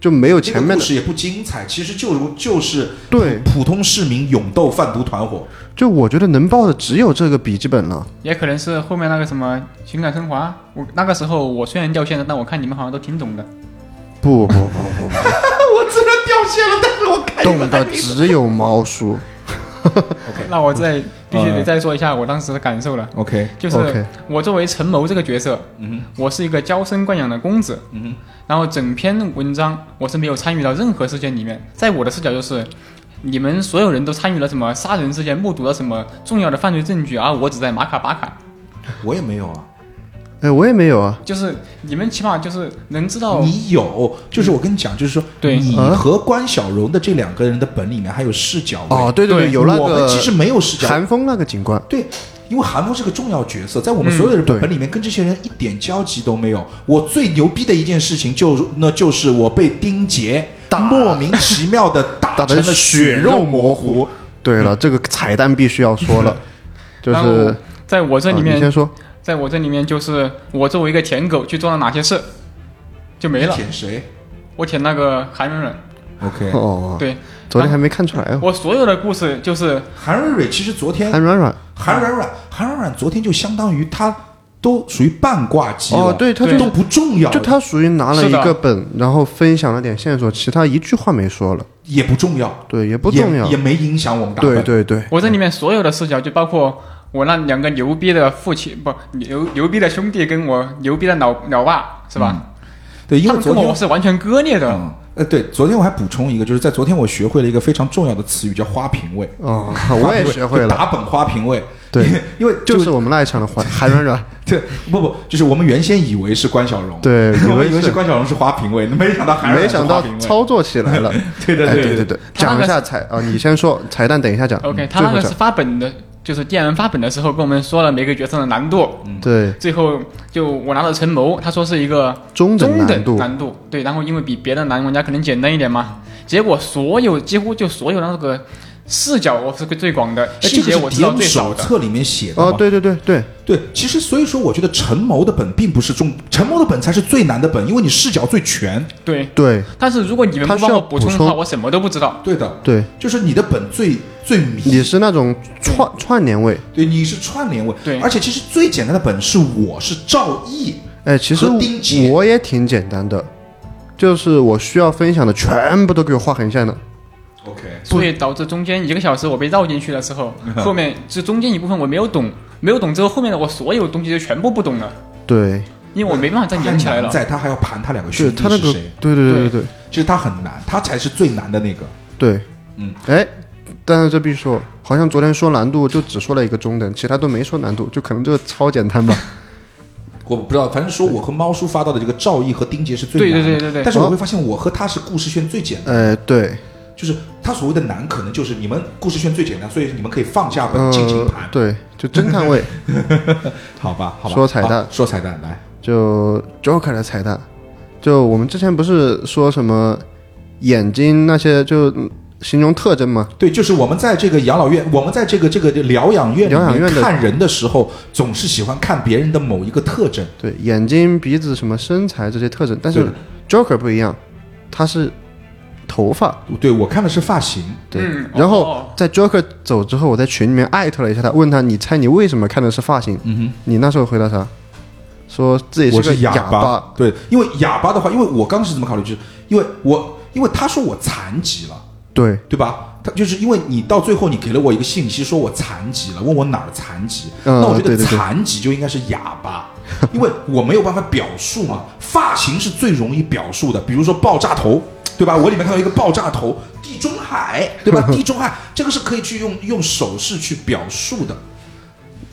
Speaker 4: 就没有前
Speaker 1: 这个
Speaker 4: 面
Speaker 1: 故
Speaker 4: 的
Speaker 1: 事也不精彩，其实就如就是
Speaker 4: 对。
Speaker 1: 普通市民勇斗贩毒团伙，
Speaker 4: 就我觉得能报的只有这个笔记本了。
Speaker 5: 也可能是后面那个什么情感升华，我那个时候我虽然掉线了，但我看你们好像都挺懂的。
Speaker 4: 不不不 不
Speaker 1: 我自然掉线了，但是我
Speaker 4: 不，懂的只有猫叔。
Speaker 5: 那我再必须得再说一下我当时的感受了，
Speaker 1: OK，
Speaker 5: 就
Speaker 4: OK
Speaker 5: 是我作为陈谋这个角色，我是一个娇生惯养的公子，然后整篇文章我是没有参与到任何事件里面，在我的视角就是。你们所有人都参与了什么杀人事件，目睹了什么重要的犯罪证据，而我只在马卡巴卡。
Speaker 1: 我也没有啊。
Speaker 4: 哎，我也没有啊。
Speaker 5: 就是你们起码就是能知道，
Speaker 1: 你有，就是我跟你讲，就是说，
Speaker 5: 哦对
Speaker 1: 你
Speaker 4: 啊
Speaker 1: 和关晓柔的这两个人的本里面还有视角位
Speaker 4: 哦，，对对，
Speaker 5: 对
Speaker 4: 有那
Speaker 1: 我
Speaker 4: 个
Speaker 1: 们其实没有视角，
Speaker 4: 韩风那个警官。
Speaker 1: 对，因为韩风是个重要角色，在我们所有的
Speaker 4: 嗯对
Speaker 1: 本本里面跟这些人一点交集都没有。我最牛逼的一件事情就那就是我被丁杰
Speaker 4: 打
Speaker 1: 莫名其妙的打
Speaker 4: 打
Speaker 1: 成
Speaker 4: 得
Speaker 1: 了血肉模糊
Speaker 4: 糊。对了，这个彩蛋必须要说 了，就
Speaker 5: 然
Speaker 4: 是
Speaker 5: 后在我这里
Speaker 4: 啊
Speaker 5: 面
Speaker 4: 你先说，
Speaker 5: 在我这里面就是我作为一个舔狗去做了哪些事，就没了。
Speaker 1: 舔 谁
Speaker 5: 我舔那个韩软软，
Speaker 1: ？OK，
Speaker 4: 哦，
Speaker 5: 对
Speaker 4: 啊昨天还没看出来哦，
Speaker 5: 我所有的故事就是
Speaker 1: 韩蕊蕊其实昨天
Speaker 4: 韩软软。
Speaker 1: 韩软软韩软软昨天就相当于她都属于半挂机了，
Speaker 4: 哦，对，他
Speaker 5: 对
Speaker 4: 就
Speaker 1: 都不重要了，
Speaker 4: 就他属于拿了
Speaker 5: 是
Speaker 4: 一
Speaker 5: 的
Speaker 4: 个本，然后分享了点线索，其他一句话没说了。
Speaker 1: 也不重要，
Speaker 4: 对，也不重要
Speaker 1: 也，。也没影响我们打分
Speaker 4: 对对对，
Speaker 5: 我这里面所有的视角，就包括我那两个牛逼的父亲，不牛牛逼的兄弟，跟我牛逼的老老爸，是吧？
Speaker 1: 嗯对，因
Speaker 5: 他
Speaker 1: 为
Speaker 5: 们
Speaker 1: 昨
Speaker 5: 跟
Speaker 1: 天
Speaker 5: 我是完全割裂的。
Speaker 1: 嗯，呃，对，昨天我还补充一个，就是在昨天我学会了一个非常重要的词语，叫花瓶位。
Speaker 4: 哦， 我也学会
Speaker 1: 就
Speaker 4: 了，
Speaker 1: 打本花瓶位。
Speaker 4: 对
Speaker 1: 因为，因为嗯
Speaker 4: 就
Speaker 1: 就是
Speaker 4: 我们那一场的韩韩 软软。
Speaker 1: 对，不不，就是我们原先以为是关晓蓉，
Speaker 4: 对 以为
Speaker 1: 我们以为
Speaker 4: 是
Speaker 1: 是关晓蓉是花瓶位，没想到还是
Speaker 4: 没想到
Speaker 1: 花瓶位
Speaker 4: 操作起来了。
Speaker 1: 对对
Speaker 4: 哎
Speaker 1: 对
Speaker 4: 对
Speaker 1: 对
Speaker 4: 对，
Speaker 5: 他那
Speaker 4: 讲
Speaker 5: 个
Speaker 4: 一下彩啊，你先说彩蛋，等一下讲。
Speaker 5: OK，
Speaker 4: 嗯
Speaker 5: 他
Speaker 4: 最
Speaker 5: 那
Speaker 4: 后
Speaker 5: 个
Speaker 4: 讲
Speaker 5: 是发本的，就是电源发本的时候跟我们说了每个角色的难度。
Speaker 4: 对
Speaker 5: 最后就我拿到陈谋，他说是一个
Speaker 4: 中等
Speaker 5: 中
Speaker 4: 难度
Speaker 5: 等，难度，对，然后因为比别的男玩家可能简单一点嘛，结果所有几乎就所有那个视角我是最广的，
Speaker 1: 哎这
Speaker 5: 细
Speaker 1: 个
Speaker 5: 节我
Speaker 1: 是
Speaker 5: 知道
Speaker 1: 谍
Speaker 5: 最少
Speaker 1: 手
Speaker 5: 的。
Speaker 1: 册里面写的
Speaker 4: 哦，
Speaker 1: 嘛
Speaker 4: 对对对对，
Speaker 1: 对，其实所以说，我觉得陈谋的本并不是重，陈谋的本才是最难的本，因为你视角最全。
Speaker 5: 对，
Speaker 4: 对
Speaker 5: 但是如果你们
Speaker 4: 他
Speaker 5: 不
Speaker 4: 需
Speaker 5: 帮
Speaker 4: 要
Speaker 5: 我补充的
Speaker 4: 补
Speaker 5: 话，
Speaker 4: 充
Speaker 5: 我什么都不知道。
Speaker 1: 对的，
Speaker 4: 对，
Speaker 1: 就是你的本最最迷，
Speaker 4: 你是那种串串联位。
Speaker 1: 对，你是串联位。
Speaker 5: 对
Speaker 1: 而且其实最简单的本是我是赵毅，
Speaker 4: 哎，其实
Speaker 1: 和丁解
Speaker 4: 我也挺简单的，就是我需要分享的全部都给我画横线了。
Speaker 1: OK，
Speaker 5: 所以导致中间一个小时我被绕进去的时候，后面这中间一部分我没有懂，没有懂之后，后面的我所有东西就全部不懂了，
Speaker 4: 对，
Speaker 5: 因为我没办法再连起来了。
Speaker 1: 在他还要盘他两个
Speaker 4: 对
Speaker 1: 兄弟
Speaker 4: 他那
Speaker 1: 是
Speaker 4: 个
Speaker 1: 谁，，
Speaker 4: 对对对对对
Speaker 1: 其实他很难，他才是最难的那个。
Speaker 4: 对，
Speaker 1: 嗯，
Speaker 4: 哎，但是这必须说，好像昨天说难度就只说了一个中等，其他都没说难度，就可能这个超简单吧。
Speaker 1: 我不知道，反正说我和猫叔发到的这个赵毅和丁杰是最
Speaker 5: 对
Speaker 1: 难
Speaker 5: 对
Speaker 1: 的，
Speaker 5: 对对对
Speaker 1: 但是我会发现我和他是故事线最简单，
Speaker 4: 呃，对，
Speaker 1: 就是他所谓的难，可能就是你们故事线最简单，所以你们可以放下本尽情
Speaker 4: 呃
Speaker 1: 盘，，
Speaker 4: 对，就侦探 位，
Speaker 1: 好吧，好吧。
Speaker 4: 呃说彩蛋
Speaker 1: 好说彩蛋来，
Speaker 4: 就 Joker 的彩蛋，就我们之前不是说什么眼睛那些就嗯形容特征吗？
Speaker 1: 对，就是我们在这个养老院，我们在这个这个疗养院里
Speaker 4: 疗养
Speaker 1: 面
Speaker 4: 院的
Speaker 1: 看人的时候，总是喜欢看别人的某一个特征。
Speaker 4: 对，眼睛、鼻子、什么身材这些特征，但是
Speaker 1: 对
Speaker 4: Joker 不一样，他是头发。
Speaker 1: 对我看的是发型，
Speaker 4: 对，
Speaker 5: 嗯
Speaker 4: 然后
Speaker 5: 哦
Speaker 4: 在 Joker 走之后，我在群里面艾特了一下他，问他你猜你为什么看的是发型？
Speaker 1: 嗯
Speaker 4: 你那时候回答啥？说自己
Speaker 1: 我
Speaker 4: 个
Speaker 1: 是
Speaker 4: 哑
Speaker 1: 哑对，因为哑巴的话，因为我刚是怎么考虑，就是因为我因为他说我残疾了。
Speaker 4: 对
Speaker 1: 对吧？他就是因为你到最后你给了我一个信息，说我残疾了，问我哪儿残疾。
Speaker 4: 嗯
Speaker 1: 那我觉得
Speaker 4: 对对对
Speaker 1: 残疾就应该是哑巴，因为我没有办法表述嘛。发型是最容易表述的，比如说爆炸头，对吧？我里面看到一个爆炸头，地中海，对吧？地中海这个是可以去用用手势去表述的，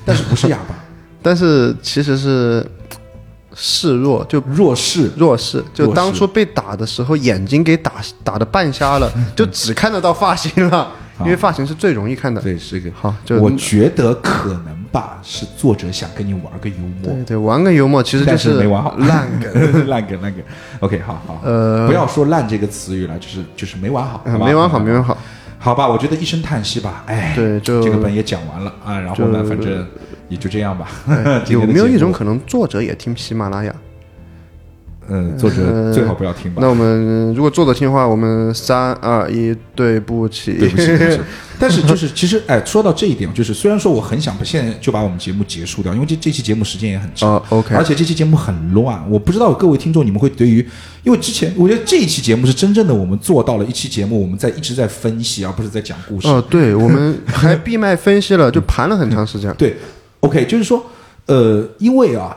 Speaker 1: 但是不是哑巴，
Speaker 4: 但是其实是示弱，就
Speaker 1: 弱势。
Speaker 4: 弱势。就
Speaker 1: 弱势
Speaker 4: 当初被打的时候，眼睛给打打的半瞎了，就只看得到发型 了，因为发型是最容易看的。
Speaker 1: 对，是一个
Speaker 4: 好就嗯
Speaker 1: 我觉得可能吧，是作者想跟你玩个幽默
Speaker 4: 对，对，玩个幽默其实就
Speaker 1: 但是没玩好，
Speaker 4: 烂梗。
Speaker 1: 梗，烂梗，烂梗。OK，好好，呃，不要说“烂”这个词语了，就是就是没玩好，
Speaker 4: 嗯
Speaker 1: 好吧
Speaker 4: 没玩好，没玩好。
Speaker 1: 好吧，我觉得一声叹息吧，哎，
Speaker 4: 对就
Speaker 1: 这个本也讲完了啊，然后呢，
Speaker 4: 就哎
Speaker 1: 反正也就这样吧。 今天的
Speaker 4: 有没有
Speaker 1: 节目
Speaker 4: 一种，可能，作者也听喜马拉雅？
Speaker 1: 嗯，作者
Speaker 4: 呃
Speaker 1: 最好不要听吧
Speaker 4: 那？我们如果作者听的话，我们三二一，对不起，
Speaker 1: 对不起， 对不起。 但是就是其实，哎，说到这一点，就是虽然说我很想现在就把我们节目结束掉，因为这这期节目时间也很长，
Speaker 4: 啊，OK，
Speaker 1: 而且这期节目很乱，我不知道各位听众你们会对于，因为之前我觉得这一期节目是真正的我们做到了一期节目，我们在一直在分析，而不是在讲故事。
Speaker 4: 哦，对，我们还闭麦分析了，就盘了很长 时间。
Speaker 1: 对，OK，就是说，呃，因为啊，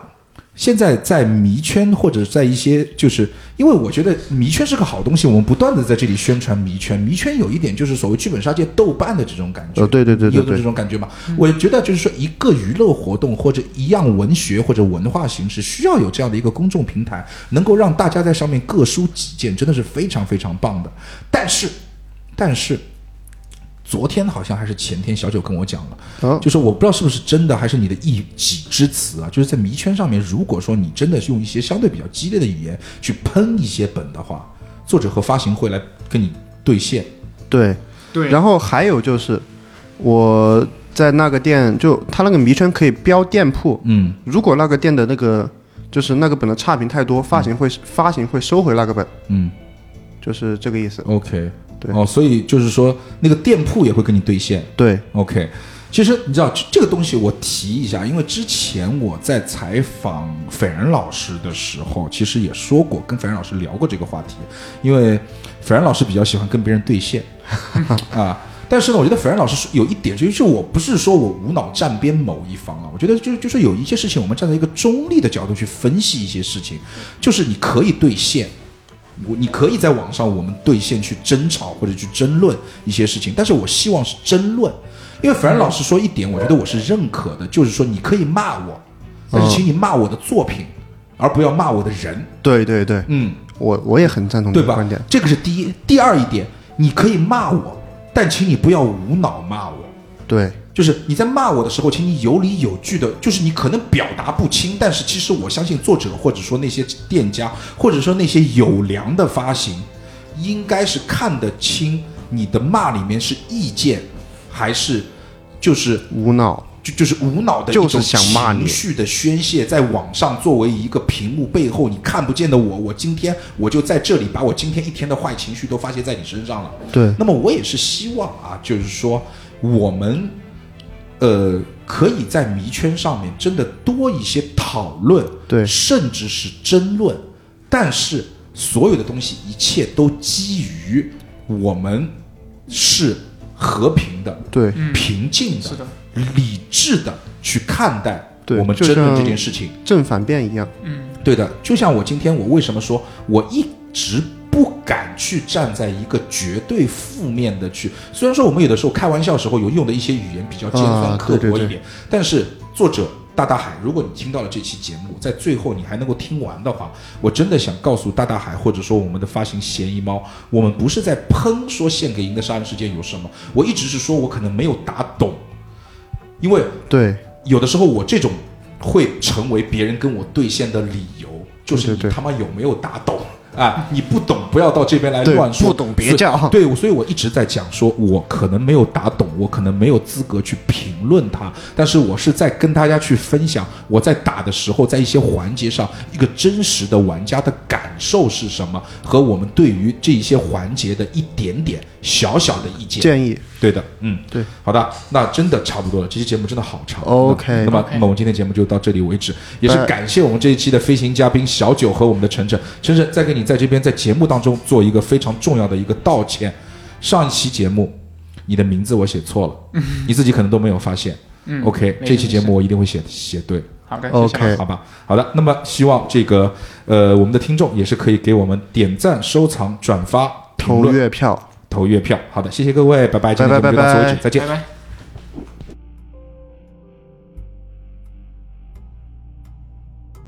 Speaker 1: 现在在迷圈或者在一些，就是因为我觉得迷圈是个好东西，我们不断的在这里宣传迷圈。迷圈有一点就是所谓剧本杀界豆瓣的这种感觉，
Speaker 4: 呃，对对对
Speaker 1: 有
Speaker 4: 对
Speaker 1: 种这
Speaker 4: 对，
Speaker 1: 种感觉嘛。我觉得就是说，一个娱乐活动或者一样文学或者文化形式，需要有这样的一个公众平台，能够让大家在上面各抒己见，真的是非常非常棒的。但是，但是。昨天好像还是前天，小九跟我讲了，
Speaker 4: 哦
Speaker 1: 就是我不知道是不是真的，还是你的一己之词啊。就是在迷圈上面，如果说你真的用一些相对比较激烈的语言去喷一些本的话，作者和发行会来跟你对线。
Speaker 4: 对。
Speaker 5: 对，
Speaker 4: 然后还有就是，我在那个店，就他那个迷圈可以标店铺，
Speaker 1: 嗯，
Speaker 4: 如果那个店的那个就是那个本的差评太多，发行会发行会收回那个本，
Speaker 1: 嗯
Speaker 4: 就是这个意思。
Speaker 1: ，OK，
Speaker 4: 对
Speaker 1: 哦，所以就是说那个店铺也会跟你对线。
Speaker 4: 对，
Speaker 1: OK，其实你知道这这个东西，我提一下，因为之前我在采访斐然老师的时候，其实也说过，跟斐然老师聊过这个话题，因为斐然老师比较喜欢跟别人对线啊。但是呢，我觉得斐然老师说有一点，就是我不是说我无脑站边某一方啊，我觉得就就是有一些事情，我们站在一个中立的角度去分析一些事情，就是你可以对线，我你可以在网上我们对线去争吵或者去争论一些事情，但是我希望是争论，因为反正老师说一点，我觉得我是认可的，就是说你可以骂我，但是请你骂我的作品，而不要骂我的人，
Speaker 4: 对对对，
Speaker 1: 嗯，
Speaker 4: 我我也很赞同这
Speaker 1: 对
Speaker 4: 个
Speaker 1: 吧
Speaker 4: 观点。？
Speaker 1: 这个是第一，第二一点，你可以骂我，但请你不要无脑骂我。
Speaker 4: 对
Speaker 1: 就是你在骂我的时候，请你有理有据的，就是你可能表达不清，但是其实我相信作者或者说那些店家，或者说那些有良的发行，应该是看得清你的骂里面是意见，还是就是
Speaker 4: 无脑，
Speaker 1: 就就是无脑的一
Speaker 4: 就
Speaker 1: 种
Speaker 4: 是想骂你
Speaker 1: 情绪的宣泄，在网上作为一个屏幕背后你看不见的我，我今天我就在这里把我今天一天的坏情绪都发泄在你身上了。
Speaker 4: 对
Speaker 1: 那么我也是希望啊，就是说我们呃可以在迷圈上面真的多一些讨论，
Speaker 4: 对
Speaker 1: 甚至是争论，但是所有的东西一切都基于我们是和平的，
Speaker 4: 对，
Speaker 1: 平静
Speaker 5: 嗯是的
Speaker 1: 理智的去看待
Speaker 4: 对
Speaker 1: 我们
Speaker 4: 就
Speaker 1: 争论
Speaker 4: 像
Speaker 1: 这件事情。
Speaker 4: 正反面一样，
Speaker 5: 嗯，
Speaker 1: 对的，就像我今天，我为什么说我一直不敢去站在一个绝对负面的去，虽然说我们有的时候开玩笑时候有用的一些语言比较尖酸
Speaker 4: 啊
Speaker 1: 刻薄
Speaker 4: 对对
Speaker 1: 一
Speaker 4: 对
Speaker 1: 点，但是作者。大大海，如果你听到了这期节目，在最后你还能够听完的话，我真的想告诉大大海，或者说我们的发行嫌疑猫，我们不是在喷说献给营的杀人事件有什么，我一直是说我可能没有打懂，因为
Speaker 4: 对
Speaker 1: 有的时候我这种会成为别人跟我对线的理由，就是你
Speaker 4: 对对对
Speaker 1: 他妈有没有打懂啊？ 你不懂不要到这边来
Speaker 4: 对
Speaker 1: 乱说，
Speaker 4: 不懂别
Speaker 1: 所以
Speaker 4: 叫
Speaker 1: 对，所以我一直在讲说，我可能没有打懂，我可能没有资格去评论它，但是我是在跟大家去分享我在打的时候，在一些环节上一个真实的玩家的感受是什么，和我们对于这一些环节的一点点小小的意见。
Speaker 4: 建议
Speaker 1: 对的，嗯，
Speaker 4: 对，
Speaker 1: 好的，那真的差不多了，这期节目真的好长。啊
Speaker 4: OK 呃
Speaker 1: 那么
Speaker 5: OK
Speaker 1: 那么我们今天节目就到这里为止，也是
Speaker 4: 拜
Speaker 1: 感谢我们这一期的飞行嘉宾小九和我们的晨晨，晨晨再给你在这边在节目当中做一个非常重要的一个道歉，上一期节目你的名字我写错 了，你自己可能都没有发现。
Speaker 5: 嗯
Speaker 1: OK，
Speaker 5: 没事
Speaker 1: 这期节目我一定会写写对。
Speaker 5: 好的谢谢
Speaker 4: OK
Speaker 1: 好吧，好的，那么希望这个呃我们的听众也是可以给我们点赞、收藏、转发、评
Speaker 4: 投
Speaker 1: 论、
Speaker 4: 月票。
Speaker 1: 投月票。好的，谢谢各位，拜拜，今天节目
Speaker 4: 拜拜
Speaker 1: 就到此为
Speaker 4: 拜
Speaker 1: 止，
Speaker 4: 拜
Speaker 1: 再见
Speaker 5: 拜。拜。